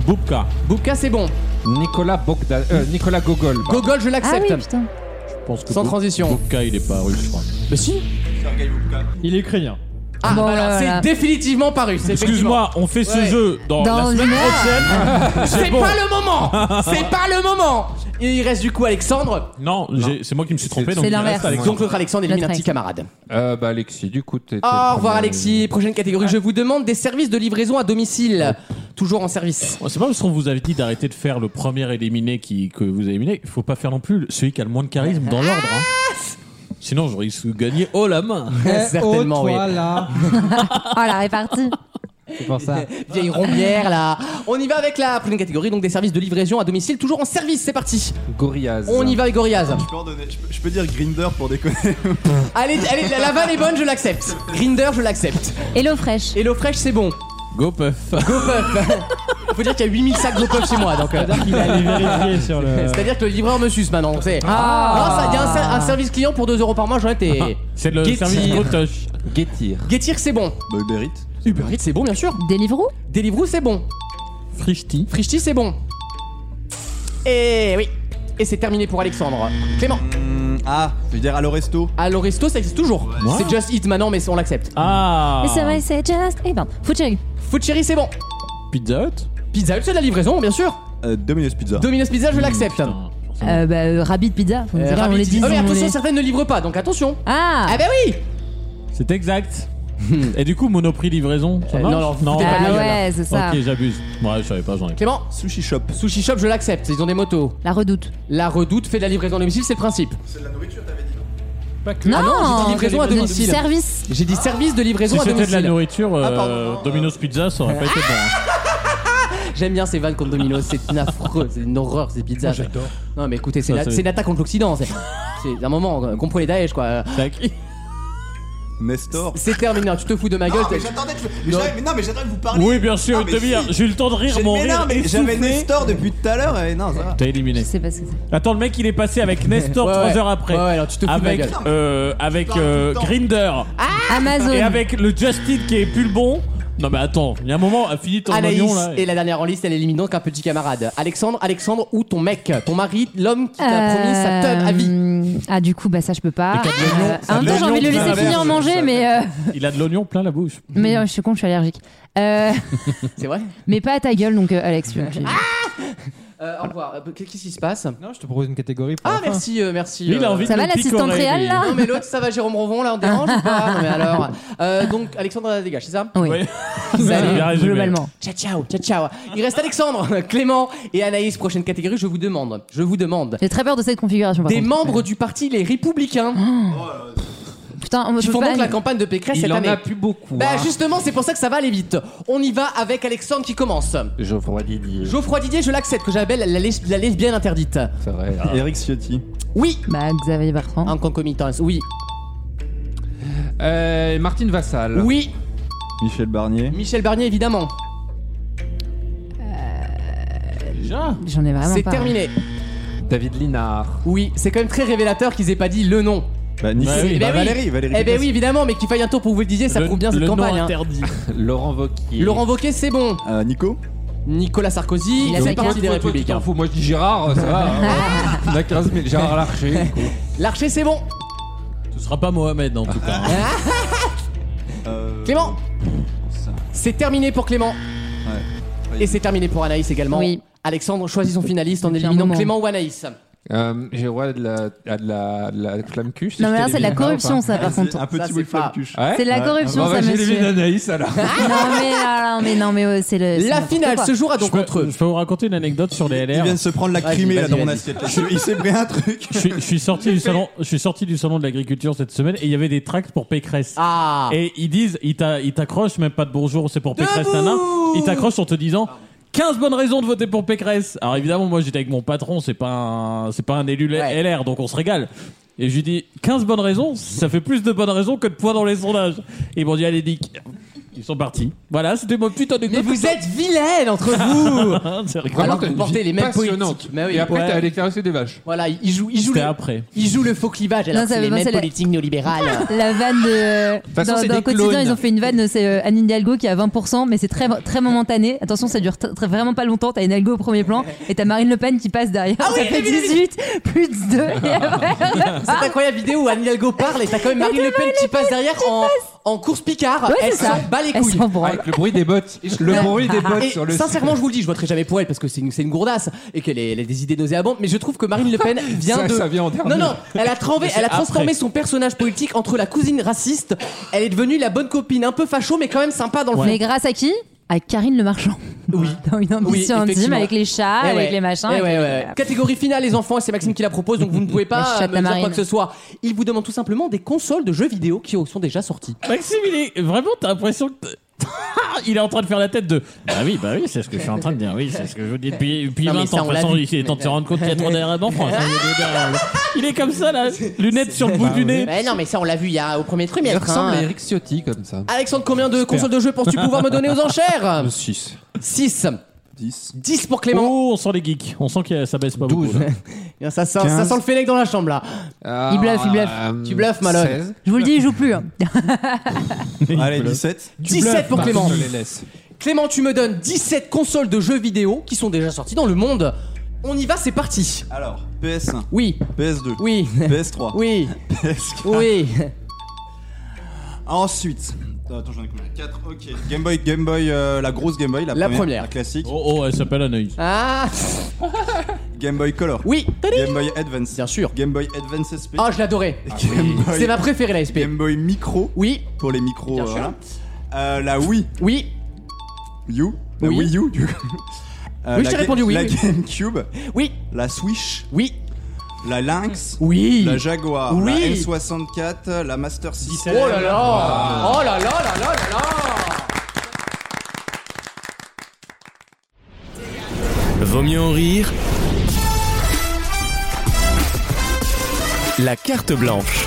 [SPEAKER 4] Boubka.
[SPEAKER 2] Bouka, c'est bon.
[SPEAKER 8] Nicolas Bogdan. euh, Nicolas Gogol. pardon.
[SPEAKER 2] Gogol, je
[SPEAKER 5] Ah oui,
[SPEAKER 2] l'accepte.
[SPEAKER 5] putain.
[SPEAKER 4] Je pense que
[SPEAKER 2] Sans
[SPEAKER 4] Boub-
[SPEAKER 2] transition.
[SPEAKER 4] Boubka il est pas russe, je crois.
[SPEAKER 2] Mais si.
[SPEAKER 7] Sergei Boubka.
[SPEAKER 3] Il est ukrainien.
[SPEAKER 2] Ah,
[SPEAKER 5] Bon,
[SPEAKER 2] bah alors,
[SPEAKER 5] voilà.
[SPEAKER 2] c'est définitivement pas russe. effectivement.
[SPEAKER 4] Excuse-moi, on fait ce
[SPEAKER 2] Ouais. Ah.
[SPEAKER 4] jeu dans,
[SPEAKER 5] Dans
[SPEAKER 4] la semaine
[SPEAKER 5] une heure.
[SPEAKER 4] prochaine.
[SPEAKER 2] C'est
[SPEAKER 4] bon.
[SPEAKER 2] pas le moment. C'est pas le moment. Et il reste du coup Alexandre.
[SPEAKER 4] Non, j'ai- c'est moi qui me suis trompé. donc il
[SPEAKER 5] l'inverse.
[SPEAKER 4] reste Alexandre.
[SPEAKER 2] Donc l'autre Alexandre élimine un
[SPEAKER 5] L'autre
[SPEAKER 2] petit camarade.
[SPEAKER 8] Euh, bah, Alexis, du coup, t'es. t'es
[SPEAKER 2] Au
[SPEAKER 8] le
[SPEAKER 2] revoir
[SPEAKER 8] premier.
[SPEAKER 2] Alexis. Prochaine catégorie, je vous demande des services de livraison à domicile. Toujours en
[SPEAKER 4] <laughs>
[SPEAKER 2] service.
[SPEAKER 4] Oh, C'est pas parce qu'on vous avait dit d'arrêter de faire le premier éliminé qui, que vous éliminez. Il faut pas faire non plus celui qui a le moins de charisme dans l'ordre.
[SPEAKER 5] Ah.
[SPEAKER 4] hein. Sinon, j'aurais risque de gagner haut la main.
[SPEAKER 8] Eh, oh,
[SPEAKER 2] Certainement, oui.
[SPEAKER 6] Voilà.
[SPEAKER 5] Ah, la répartie.
[SPEAKER 6] C'est pour ça.
[SPEAKER 2] Vieille rombière là. On y va avec la prochaine catégorie, donc des services de livraison à domicile. Toujours en service, c'est parti.
[SPEAKER 8] Gorillaz.
[SPEAKER 2] On y va avec Gorillaz.
[SPEAKER 7] Je peux, en donner- je peux- je peux dire Grinder pour déconner.
[SPEAKER 2] <laughs> Allez, allez, la, la vanne est bonne, je l'accepte. Grinder, je l'accepte.
[SPEAKER 5] Hello Fresh.
[SPEAKER 2] Hello Fresh, c'est bon.
[SPEAKER 4] Go puff.
[SPEAKER 2] GoPuff. Faut dire qu'il y a 8000 sacs GoPuff chez moi, donc. euh,
[SPEAKER 3] Il <laughs> allait vérifier sur le.
[SPEAKER 2] <laughs> C'est-à-dire que le livreur me suce maintenant, c'est. Ah Non, ça, y a un, ser- un service client pour 2 euros par mois, j'en
[SPEAKER 7] Ah,
[SPEAKER 2] étais.
[SPEAKER 4] C'est le
[SPEAKER 2] Get-
[SPEAKER 4] service Gotoche.
[SPEAKER 8] Getir.
[SPEAKER 2] Getir, c'est bon.
[SPEAKER 7] Uber Eats.
[SPEAKER 2] Uber Eats, c'est bon, bien sûr.
[SPEAKER 5] Deliveroo
[SPEAKER 2] Deliveroo, c'est bon.
[SPEAKER 4] Frishti.
[SPEAKER 2] Frishti, c'est bon. Et oui. Et c'est terminé pour Alexandre. Clément,
[SPEAKER 7] Hmm, ah, je veux dire Allo Resto.
[SPEAKER 2] alors resto, ça existe toujours. C'est Just Eat maintenant, mais on l'accepte.
[SPEAKER 4] Ah.
[SPEAKER 5] Mais c'est vrai, c'est just. Eh ben, Fuching.
[SPEAKER 2] Food Cherry, c'est bon.
[SPEAKER 4] Pizza Hut.
[SPEAKER 2] Pizza Hut, c'est de la livraison, bien sûr.
[SPEAKER 7] Euh, Domino's Pizza.
[SPEAKER 2] Domino's Pizza, je l'accepte.
[SPEAKER 4] Putain, forcément.
[SPEAKER 5] Euh, bah, euh, Rabbit Pizza. Faut
[SPEAKER 2] Euh,
[SPEAKER 5] dire, on
[SPEAKER 2] Rabbit.
[SPEAKER 5] les Ah. dit.
[SPEAKER 2] Ah oui,
[SPEAKER 5] on
[SPEAKER 2] attention, Eh ben
[SPEAKER 5] les-
[SPEAKER 2] Ah, certaines ne livrent pas, donc attention.
[SPEAKER 5] Ah
[SPEAKER 2] Ah bah oui <laughs>
[SPEAKER 4] C'est exact. Et du coup, Monoprix livraison, ça
[SPEAKER 2] Euh,
[SPEAKER 4] marche
[SPEAKER 2] non, non,
[SPEAKER 4] non.
[SPEAKER 2] foutez la
[SPEAKER 4] pas
[SPEAKER 5] Ah
[SPEAKER 2] gueule,
[SPEAKER 4] bien.
[SPEAKER 5] ouais, c'est ça.
[SPEAKER 4] Ok, j'abuse. Ouais, je savais pas, j'en ai.
[SPEAKER 2] Clément,
[SPEAKER 7] Sushi Shop.
[SPEAKER 2] Sushi Shop, je l'accepte. Ils ont des motos.
[SPEAKER 5] La redoute.
[SPEAKER 2] La redoute fait de la livraison à domicile, c'est le principe.
[SPEAKER 3] Pas que.
[SPEAKER 5] Non,
[SPEAKER 2] j'ai dit livraison à
[SPEAKER 5] le
[SPEAKER 2] domicile.
[SPEAKER 5] Service.
[SPEAKER 2] J'ai dit service de livraison
[SPEAKER 4] Si
[SPEAKER 2] à
[SPEAKER 4] c'était de la
[SPEAKER 2] domicile. Ah,
[SPEAKER 4] nourriture, euh,
[SPEAKER 7] pardon.
[SPEAKER 4] Domino's Pizza, ça aurait pas été bon. hein.
[SPEAKER 2] J'aime bien ces vannes contre Domino's, c'est une affreux, c'est une horreur ces pizzas.
[SPEAKER 3] J'adore.
[SPEAKER 2] Non mais écoutez, c'est
[SPEAKER 4] Non,
[SPEAKER 2] la-
[SPEAKER 4] ça-
[SPEAKER 2] c'est une attaque contre l'Occident. C'est c'est un moment, euh, comprenez Daesh quoi.
[SPEAKER 4] Tac.
[SPEAKER 7] Nestor.
[SPEAKER 2] C'est terminé, non, tu te fous de ma gueule.
[SPEAKER 7] Non, mais
[SPEAKER 2] t'es-
[SPEAKER 7] j'attendais de... mais
[SPEAKER 2] Non.
[SPEAKER 7] j'avais- mais non, mais j'attendais de vous parler.
[SPEAKER 4] Oui, bien sûr,
[SPEAKER 7] Ah,
[SPEAKER 4] une
[SPEAKER 7] mais
[SPEAKER 4] demi-heure.
[SPEAKER 7] si.
[SPEAKER 4] J'ai eu le temps de rire,
[SPEAKER 7] J'ai-
[SPEAKER 4] mon
[SPEAKER 7] mais
[SPEAKER 4] rire.
[SPEAKER 7] non, mais j'avais
[SPEAKER 4] essoufflé.
[SPEAKER 7] Nestor depuis tout à l'heure et non, ça va.
[SPEAKER 4] T'as éliminé.
[SPEAKER 5] Je sais pas ce que c'est.
[SPEAKER 4] Attends, le mec, il est passé avec Nestor
[SPEAKER 2] Ouais,
[SPEAKER 4] 3
[SPEAKER 2] ouais.
[SPEAKER 4] heures après.
[SPEAKER 2] Ouais, ouais, alors tu te fous de ma
[SPEAKER 4] avec
[SPEAKER 2] gueule.
[SPEAKER 4] euh, avec
[SPEAKER 7] parles
[SPEAKER 4] euh,
[SPEAKER 7] tout le temps.
[SPEAKER 4] Grinder
[SPEAKER 2] Ah.
[SPEAKER 5] Amazon.
[SPEAKER 4] et avec le Justin qui est plus le bon. Non mais attends, il y a un moment, fini ton
[SPEAKER 2] Anaïs
[SPEAKER 4] oignon là.
[SPEAKER 2] et la dernière en liste, elle élimine donc un petit camarade. Alexandre, Alexandre ou ton mec, ton mari, l'homme qui t'a promis sa teub à vie.
[SPEAKER 5] Euh, Ah, du coup, bah ça, je peux pas.
[SPEAKER 4] Et quatre
[SPEAKER 5] Euh, en même temps, j'ai envie de le
[SPEAKER 4] l'oignon,
[SPEAKER 5] laisser
[SPEAKER 4] ça
[SPEAKER 5] finir en
[SPEAKER 7] verge,
[SPEAKER 5] manger,
[SPEAKER 7] ça
[SPEAKER 5] mais, euh,
[SPEAKER 4] Il a de l'oignon plein la bouche.
[SPEAKER 5] mais euh, je suis con, je suis allergique. Euh,
[SPEAKER 2] C'est vrai
[SPEAKER 5] mais pas à ta gueule, donc euh, Alex. tu vois, j'ai-
[SPEAKER 2] Euh, Au revoir. Euh, Qu'est-ce qui se passe
[SPEAKER 6] Non, je te propose une catégorie. pour
[SPEAKER 2] Ah
[SPEAKER 6] la fin.
[SPEAKER 2] merci, euh, merci.
[SPEAKER 4] Lui, il a
[SPEAKER 2] euh,
[SPEAKER 4] envie
[SPEAKER 5] Ça
[SPEAKER 4] de
[SPEAKER 5] va,
[SPEAKER 4] le picorer,
[SPEAKER 5] l'assistant réel,
[SPEAKER 4] lui.
[SPEAKER 5] là
[SPEAKER 2] Non mais l'autre ça va Jérôme Ronvon là on dérange ou pas Non mais alors Euh, Donc Alexandre dégage c'est ça
[SPEAKER 5] Oui.
[SPEAKER 4] Ouais.
[SPEAKER 5] Ça,
[SPEAKER 4] bien résumé.
[SPEAKER 5] globalement.
[SPEAKER 2] Ciao ciao ciao ciao Il reste Alexandre, <laughs> Clément et Anaïs prochaine catégorie je vous demande je vous demande
[SPEAKER 5] J'ai très peur de cette configuration. par
[SPEAKER 2] des
[SPEAKER 5] contre.
[SPEAKER 2] membres du parti les Républicains
[SPEAKER 5] Euh, Putain, Hein, on
[SPEAKER 2] qui
[SPEAKER 5] peut
[SPEAKER 2] font
[SPEAKER 5] pas.
[SPEAKER 2] donc la campagne de Pécresse cette
[SPEAKER 8] Il en
[SPEAKER 2] année
[SPEAKER 8] a plus beaucoup.
[SPEAKER 2] Bah
[SPEAKER 8] hein.
[SPEAKER 2] justement c'est pour ça que ça va aller vite On y va avec Alexandre qui commence
[SPEAKER 8] Geoffroy Didier.
[SPEAKER 2] Geoffroy Didier je l'accepte que j'appelle la, les- la lesbienne interdite
[SPEAKER 8] C'est vrai.
[SPEAKER 7] Eric Ciotti.
[SPEAKER 2] Oui
[SPEAKER 5] Bah, Xavier Bertrand.
[SPEAKER 2] En concomitance oui
[SPEAKER 8] Euh, Martine Vassal.
[SPEAKER 2] Oui
[SPEAKER 7] Michel Barnier.
[SPEAKER 2] Michel Barnier évidemment
[SPEAKER 4] Déjà
[SPEAKER 5] J'en ai vraiment
[SPEAKER 2] C'est
[SPEAKER 5] Ah, pas.
[SPEAKER 2] terminé
[SPEAKER 8] David Linard.
[SPEAKER 2] Oui c'est quand même très révélateur qu'ils aient pas dit le nom
[SPEAKER 7] Bah, Nicolas.
[SPEAKER 4] Bah oui,
[SPEAKER 2] bah
[SPEAKER 7] Bah,
[SPEAKER 2] oui.
[SPEAKER 7] Valérie, Valérie.
[SPEAKER 2] Eh ben
[SPEAKER 7] Pécresse.
[SPEAKER 2] oui, évidemment, mais qu'il faille un tour pour vous le disiez, ça
[SPEAKER 4] Le-
[SPEAKER 2] prouve bien cette
[SPEAKER 4] le nom
[SPEAKER 2] campagne. hein.
[SPEAKER 4] interdit.
[SPEAKER 8] Laurent Wauquiez.
[SPEAKER 2] Laurent Wauquiez, c'est bon.
[SPEAKER 7] Euh, Nico.
[SPEAKER 2] Nicolas Sarkozy,
[SPEAKER 5] Il a
[SPEAKER 2] il
[SPEAKER 5] fait
[SPEAKER 2] fait
[SPEAKER 5] quatre
[SPEAKER 2] partie des
[SPEAKER 8] Toi, toi, tu
[SPEAKER 2] Républicains. Ah.
[SPEAKER 8] t'en fous. Moi, je dis Gérard, euh, ça va. hein. On a 15 000. Gérard Larcher.
[SPEAKER 2] Larcher, c'est bon.
[SPEAKER 4] Ce sera pas Mohamed en tout cas.
[SPEAKER 7] Euh,
[SPEAKER 2] Clément,
[SPEAKER 7] ça.
[SPEAKER 2] c'est terminé pour Clément.
[SPEAKER 7] Ouais.
[SPEAKER 2] Et c'est terminé pour Anaïs également.
[SPEAKER 5] Oui.
[SPEAKER 2] Alexandre choisit son finaliste en
[SPEAKER 5] Depuis un
[SPEAKER 2] éliminant
[SPEAKER 5] moment.
[SPEAKER 2] Clément ou Anaïs.
[SPEAKER 8] Euh, J'ai le droit à de la, à de la, à de la flamme cul. si
[SPEAKER 5] Non,
[SPEAKER 8] je
[SPEAKER 5] mais là,
[SPEAKER 8] t'élimine
[SPEAKER 5] c'est de la
[SPEAKER 8] pas ou
[SPEAKER 5] corruption, ça, par contre.
[SPEAKER 7] Un
[SPEAKER 2] Ça,
[SPEAKER 7] petit
[SPEAKER 2] c'est
[SPEAKER 7] Will
[SPEAKER 2] pas-
[SPEAKER 7] Flamcuche.
[SPEAKER 8] pas Ouais.
[SPEAKER 5] C'est de la
[SPEAKER 7] bah, Ah, Ouais.
[SPEAKER 5] corruption,
[SPEAKER 8] Bon,
[SPEAKER 5] ça,
[SPEAKER 8] bah, j'élimine
[SPEAKER 5] monsieur.
[SPEAKER 8] Anaïs alors.
[SPEAKER 5] Non, mais là, mais non, mais euh, c'est le. c'est
[SPEAKER 2] La
[SPEAKER 5] n'importe
[SPEAKER 2] finale
[SPEAKER 5] quoi.
[SPEAKER 2] se jouera Ah, donc
[SPEAKER 4] je,
[SPEAKER 2] entre
[SPEAKER 4] peux,
[SPEAKER 2] eux.
[SPEAKER 4] je peux vous raconter une anecdote sur les
[SPEAKER 7] Il
[SPEAKER 4] LR.
[SPEAKER 7] vient de se prendre la
[SPEAKER 2] Vas-y,
[SPEAKER 7] crimée là
[SPEAKER 2] vas-y,
[SPEAKER 7] dans mon
[SPEAKER 2] vas-y.
[SPEAKER 7] assiette. là. Il s'est pris un <laughs> truc.
[SPEAKER 4] Je suis, je suis sorti du salon, je suis sorti du salon de l'agriculture cette semaine et il y avait des tracts pour Pécresse.
[SPEAKER 2] Ah.
[SPEAKER 4] Et ils disent, ils t'a- ils t'accrochent, même pas de bonjour, c'est pour Pécresse,
[SPEAKER 2] Debout
[SPEAKER 4] nana. Ils t'accrochent en te disant 15 bonnes raisons de voter pour Pécresse. Alors évidemment, moi j'étais avec mon patron, c'est pas un, c'est pas un élu
[SPEAKER 2] Ouais.
[SPEAKER 4] LR, donc on se régale. Et je lui dis 15 bonnes raisons, ça fait plus de bonnes raisons que de points dans les sondages. Et ils m'ont dit, allez, Dick. Ils sont partis. Voilà, c'était mon petite
[SPEAKER 2] Mais
[SPEAKER 4] anecdote. Hein,
[SPEAKER 2] vous êtes vilaine
[SPEAKER 8] <laughs>
[SPEAKER 2] entre vous.
[SPEAKER 4] C'est rigolo.
[SPEAKER 2] Alors
[SPEAKER 8] Vraiment,
[SPEAKER 2] que vous
[SPEAKER 8] t'as une
[SPEAKER 2] portez
[SPEAKER 8] vie
[SPEAKER 2] les mêmes
[SPEAKER 8] passionnante.
[SPEAKER 2] politiques. Mais oui.
[SPEAKER 8] Et après,
[SPEAKER 4] Ouais.
[SPEAKER 8] t'as les carrosses des vaches.
[SPEAKER 2] Voilà, il joue, il joue
[SPEAKER 4] C'était
[SPEAKER 2] le,
[SPEAKER 4] après.
[SPEAKER 2] il joue le faux clivage. Alors
[SPEAKER 5] Non,
[SPEAKER 2] que
[SPEAKER 5] ça
[SPEAKER 2] c'est
[SPEAKER 5] veut
[SPEAKER 2] les
[SPEAKER 5] pas, Ah.
[SPEAKER 2] mêmes
[SPEAKER 5] c'est la-
[SPEAKER 2] politiques néolibérales.
[SPEAKER 5] La vanne de. euh,
[SPEAKER 8] façon,
[SPEAKER 5] dans
[SPEAKER 8] c'est
[SPEAKER 5] dans
[SPEAKER 8] des
[SPEAKER 5] quotidien,
[SPEAKER 8] clones.
[SPEAKER 5] ils ont fait une vanne, c'est euh, Anne Hidalgo qui a 20%, mais c'est très, très momentané. Attention, ça dure t- très- vraiment pas longtemps. T'as Hidalgo au premier plan et t'as Marine Le Pen qui passe derrière. ça fait 18, plus de 2. Et après,
[SPEAKER 2] Cette incroyable vidéo où Anne Hidalgo parle et t'as quand même Marine Le Pen qui passe derrière en, en course Picard.
[SPEAKER 5] Ouais,
[SPEAKER 2] elle
[SPEAKER 5] c'est ça.
[SPEAKER 2] s'en bat les
[SPEAKER 5] elle
[SPEAKER 2] couilles.
[SPEAKER 5] s'en branle.
[SPEAKER 8] Avec le bruit des
[SPEAKER 2] <laughs>
[SPEAKER 8] bottes. Le bruit des bottes
[SPEAKER 2] Et
[SPEAKER 8] sur le.
[SPEAKER 2] sincèrement, je vous le dis, je voterai jamais pour elle parce que c'est une, c'est une gourdasse et qu'elle est- elle a des idées nauséabondes. Mais je trouve que Marine Le <laughs> Pen vient
[SPEAKER 8] Ça,
[SPEAKER 2] de.
[SPEAKER 8] ça vient en dernier.
[SPEAKER 2] Non, non, elle a, tremvé, elle a transformé son personnage politique entre la cousine raciste. Elle est devenue la bonne copine, un peu facho, mais quand même sympa dans le
[SPEAKER 5] Mais grâce à qui À Karine Le Marchand. Oui. <laughs> Dans une ambition intime
[SPEAKER 2] effectivement.
[SPEAKER 5] avec les chats,
[SPEAKER 2] Eh
[SPEAKER 5] avec
[SPEAKER 2] ouais.
[SPEAKER 5] les machins.
[SPEAKER 2] Eh
[SPEAKER 5] avec
[SPEAKER 2] ouais,
[SPEAKER 5] les-
[SPEAKER 2] ouais. Catégorie finale, les enfants, et c'est Maxime qui la propose, donc vous ne pouvez pas
[SPEAKER 5] <laughs> La
[SPEAKER 2] euh,
[SPEAKER 5] chatte
[SPEAKER 2] me
[SPEAKER 5] à
[SPEAKER 2] dire quoi
[SPEAKER 5] Marine.
[SPEAKER 2] que ce soit. Il vous demande tout simplement des consoles de jeux vidéo qui sont déjà sorties.
[SPEAKER 4] Maxime, il est vraiment, t'as <laughs> l'impression que. t'es- il est en train de faire la tête de. Bah oui, bah oui, c'est ce que je suis en train de dire. Oui, c'est ce que je vous dis depuis, depuis
[SPEAKER 2] Non, mais
[SPEAKER 4] 20
[SPEAKER 2] ça, on
[SPEAKER 4] ans. De toute
[SPEAKER 2] l'a
[SPEAKER 4] façon,
[SPEAKER 2] vu.
[SPEAKER 4] il est temps de se rendre compte qu'il y a trois derrière en
[SPEAKER 2] <laughs>
[SPEAKER 4] France. hein, il y a deux derrière la- Il est comme ça, là, lunettes sur le bout du nez.
[SPEAKER 2] Mais Eh ben non, mais ça, on l'a vu il y a, au premier
[SPEAKER 8] Il
[SPEAKER 2] trimestre.
[SPEAKER 8] ressemble
[SPEAKER 2] hein.
[SPEAKER 8] à Eric Ciotti comme ça.
[SPEAKER 2] Alexandre, combien de consoles de jeux penses-tu pouvoir me <laughs> donner aux enchères
[SPEAKER 8] 6.
[SPEAKER 2] 6.
[SPEAKER 7] 10.
[SPEAKER 2] 10 pour Clément.
[SPEAKER 4] Oh, on sent les geeks. On sent que ça baisse pas
[SPEAKER 8] 12.
[SPEAKER 4] beaucoup. là.
[SPEAKER 2] <laughs> Bien, Ça, sent, ça sent le fennec dans la chambre là.
[SPEAKER 5] Il bluffe, il bluffe.
[SPEAKER 2] Tu bluffes, Malone.
[SPEAKER 5] Je vous le dis, il joue plus. hein.
[SPEAKER 7] Allez, 17.
[SPEAKER 2] 17 pour Clément.
[SPEAKER 8] Je les laisse.
[SPEAKER 2] Clément, tu me donnes 17 consoles de jeux vidéo qui sont déjà sorties dans le monde. On y va, c'est parti.
[SPEAKER 7] Alors, PS1,
[SPEAKER 2] Oui,
[SPEAKER 7] PS2,
[SPEAKER 2] oui, <laughs>
[SPEAKER 7] PS3,
[SPEAKER 2] oui,
[SPEAKER 7] PS4.
[SPEAKER 2] oui.
[SPEAKER 7] Ensuite. euh, Attends, j'en ai combien 4, ok. Game Boy, Game Boy, euh, la grosse Game Boy, la,
[SPEAKER 2] La première.
[SPEAKER 7] La classique.
[SPEAKER 4] Oh, oh, elle s'appelle Anaïs.
[SPEAKER 2] Ah,
[SPEAKER 7] Game Boy Color.
[SPEAKER 2] Oui,
[SPEAKER 7] Game Boy Advance.
[SPEAKER 2] bien sûr.
[SPEAKER 7] Game Boy Advance SP.
[SPEAKER 2] Ah, je l'adorais.
[SPEAKER 7] Game, Boy,
[SPEAKER 2] C'est ma préférée, la SP.
[SPEAKER 7] Game Boy Micro.
[SPEAKER 2] Oui,
[SPEAKER 7] Pour les micros.
[SPEAKER 2] Bien
[SPEAKER 7] euh,
[SPEAKER 2] sûr.
[SPEAKER 7] voilà. Euh, la Wii
[SPEAKER 2] oui,
[SPEAKER 7] U. La
[SPEAKER 2] Oui.
[SPEAKER 7] Wii U, du coup. Euh,
[SPEAKER 2] Oui, je
[SPEAKER 7] la
[SPEAKER 2] t'ai
[SPEAKER 7] Ga-
[SPEAKER 2] répondu oui,
[SPEAKER 7] La
[SPEAKER 2] oui.
[SPEAKER 7] GameCube.
[SPEAKER 2] oui,
[SPEAKER 7] La Switch.
[SPEAKER 2] oui,
[SPEAKER 7] La Lynx.
[SPEAKER 2] oui.
[SPEAKER 7] La Jaguar. La
[SPEAKER 2] Oui.
[SPEAKER 7] N64. La Master System.
[SPEAKER 2] Oh là là Oh là là là là là là
[SPEAKER 1] Vaut mieux en rire. La carte blanche.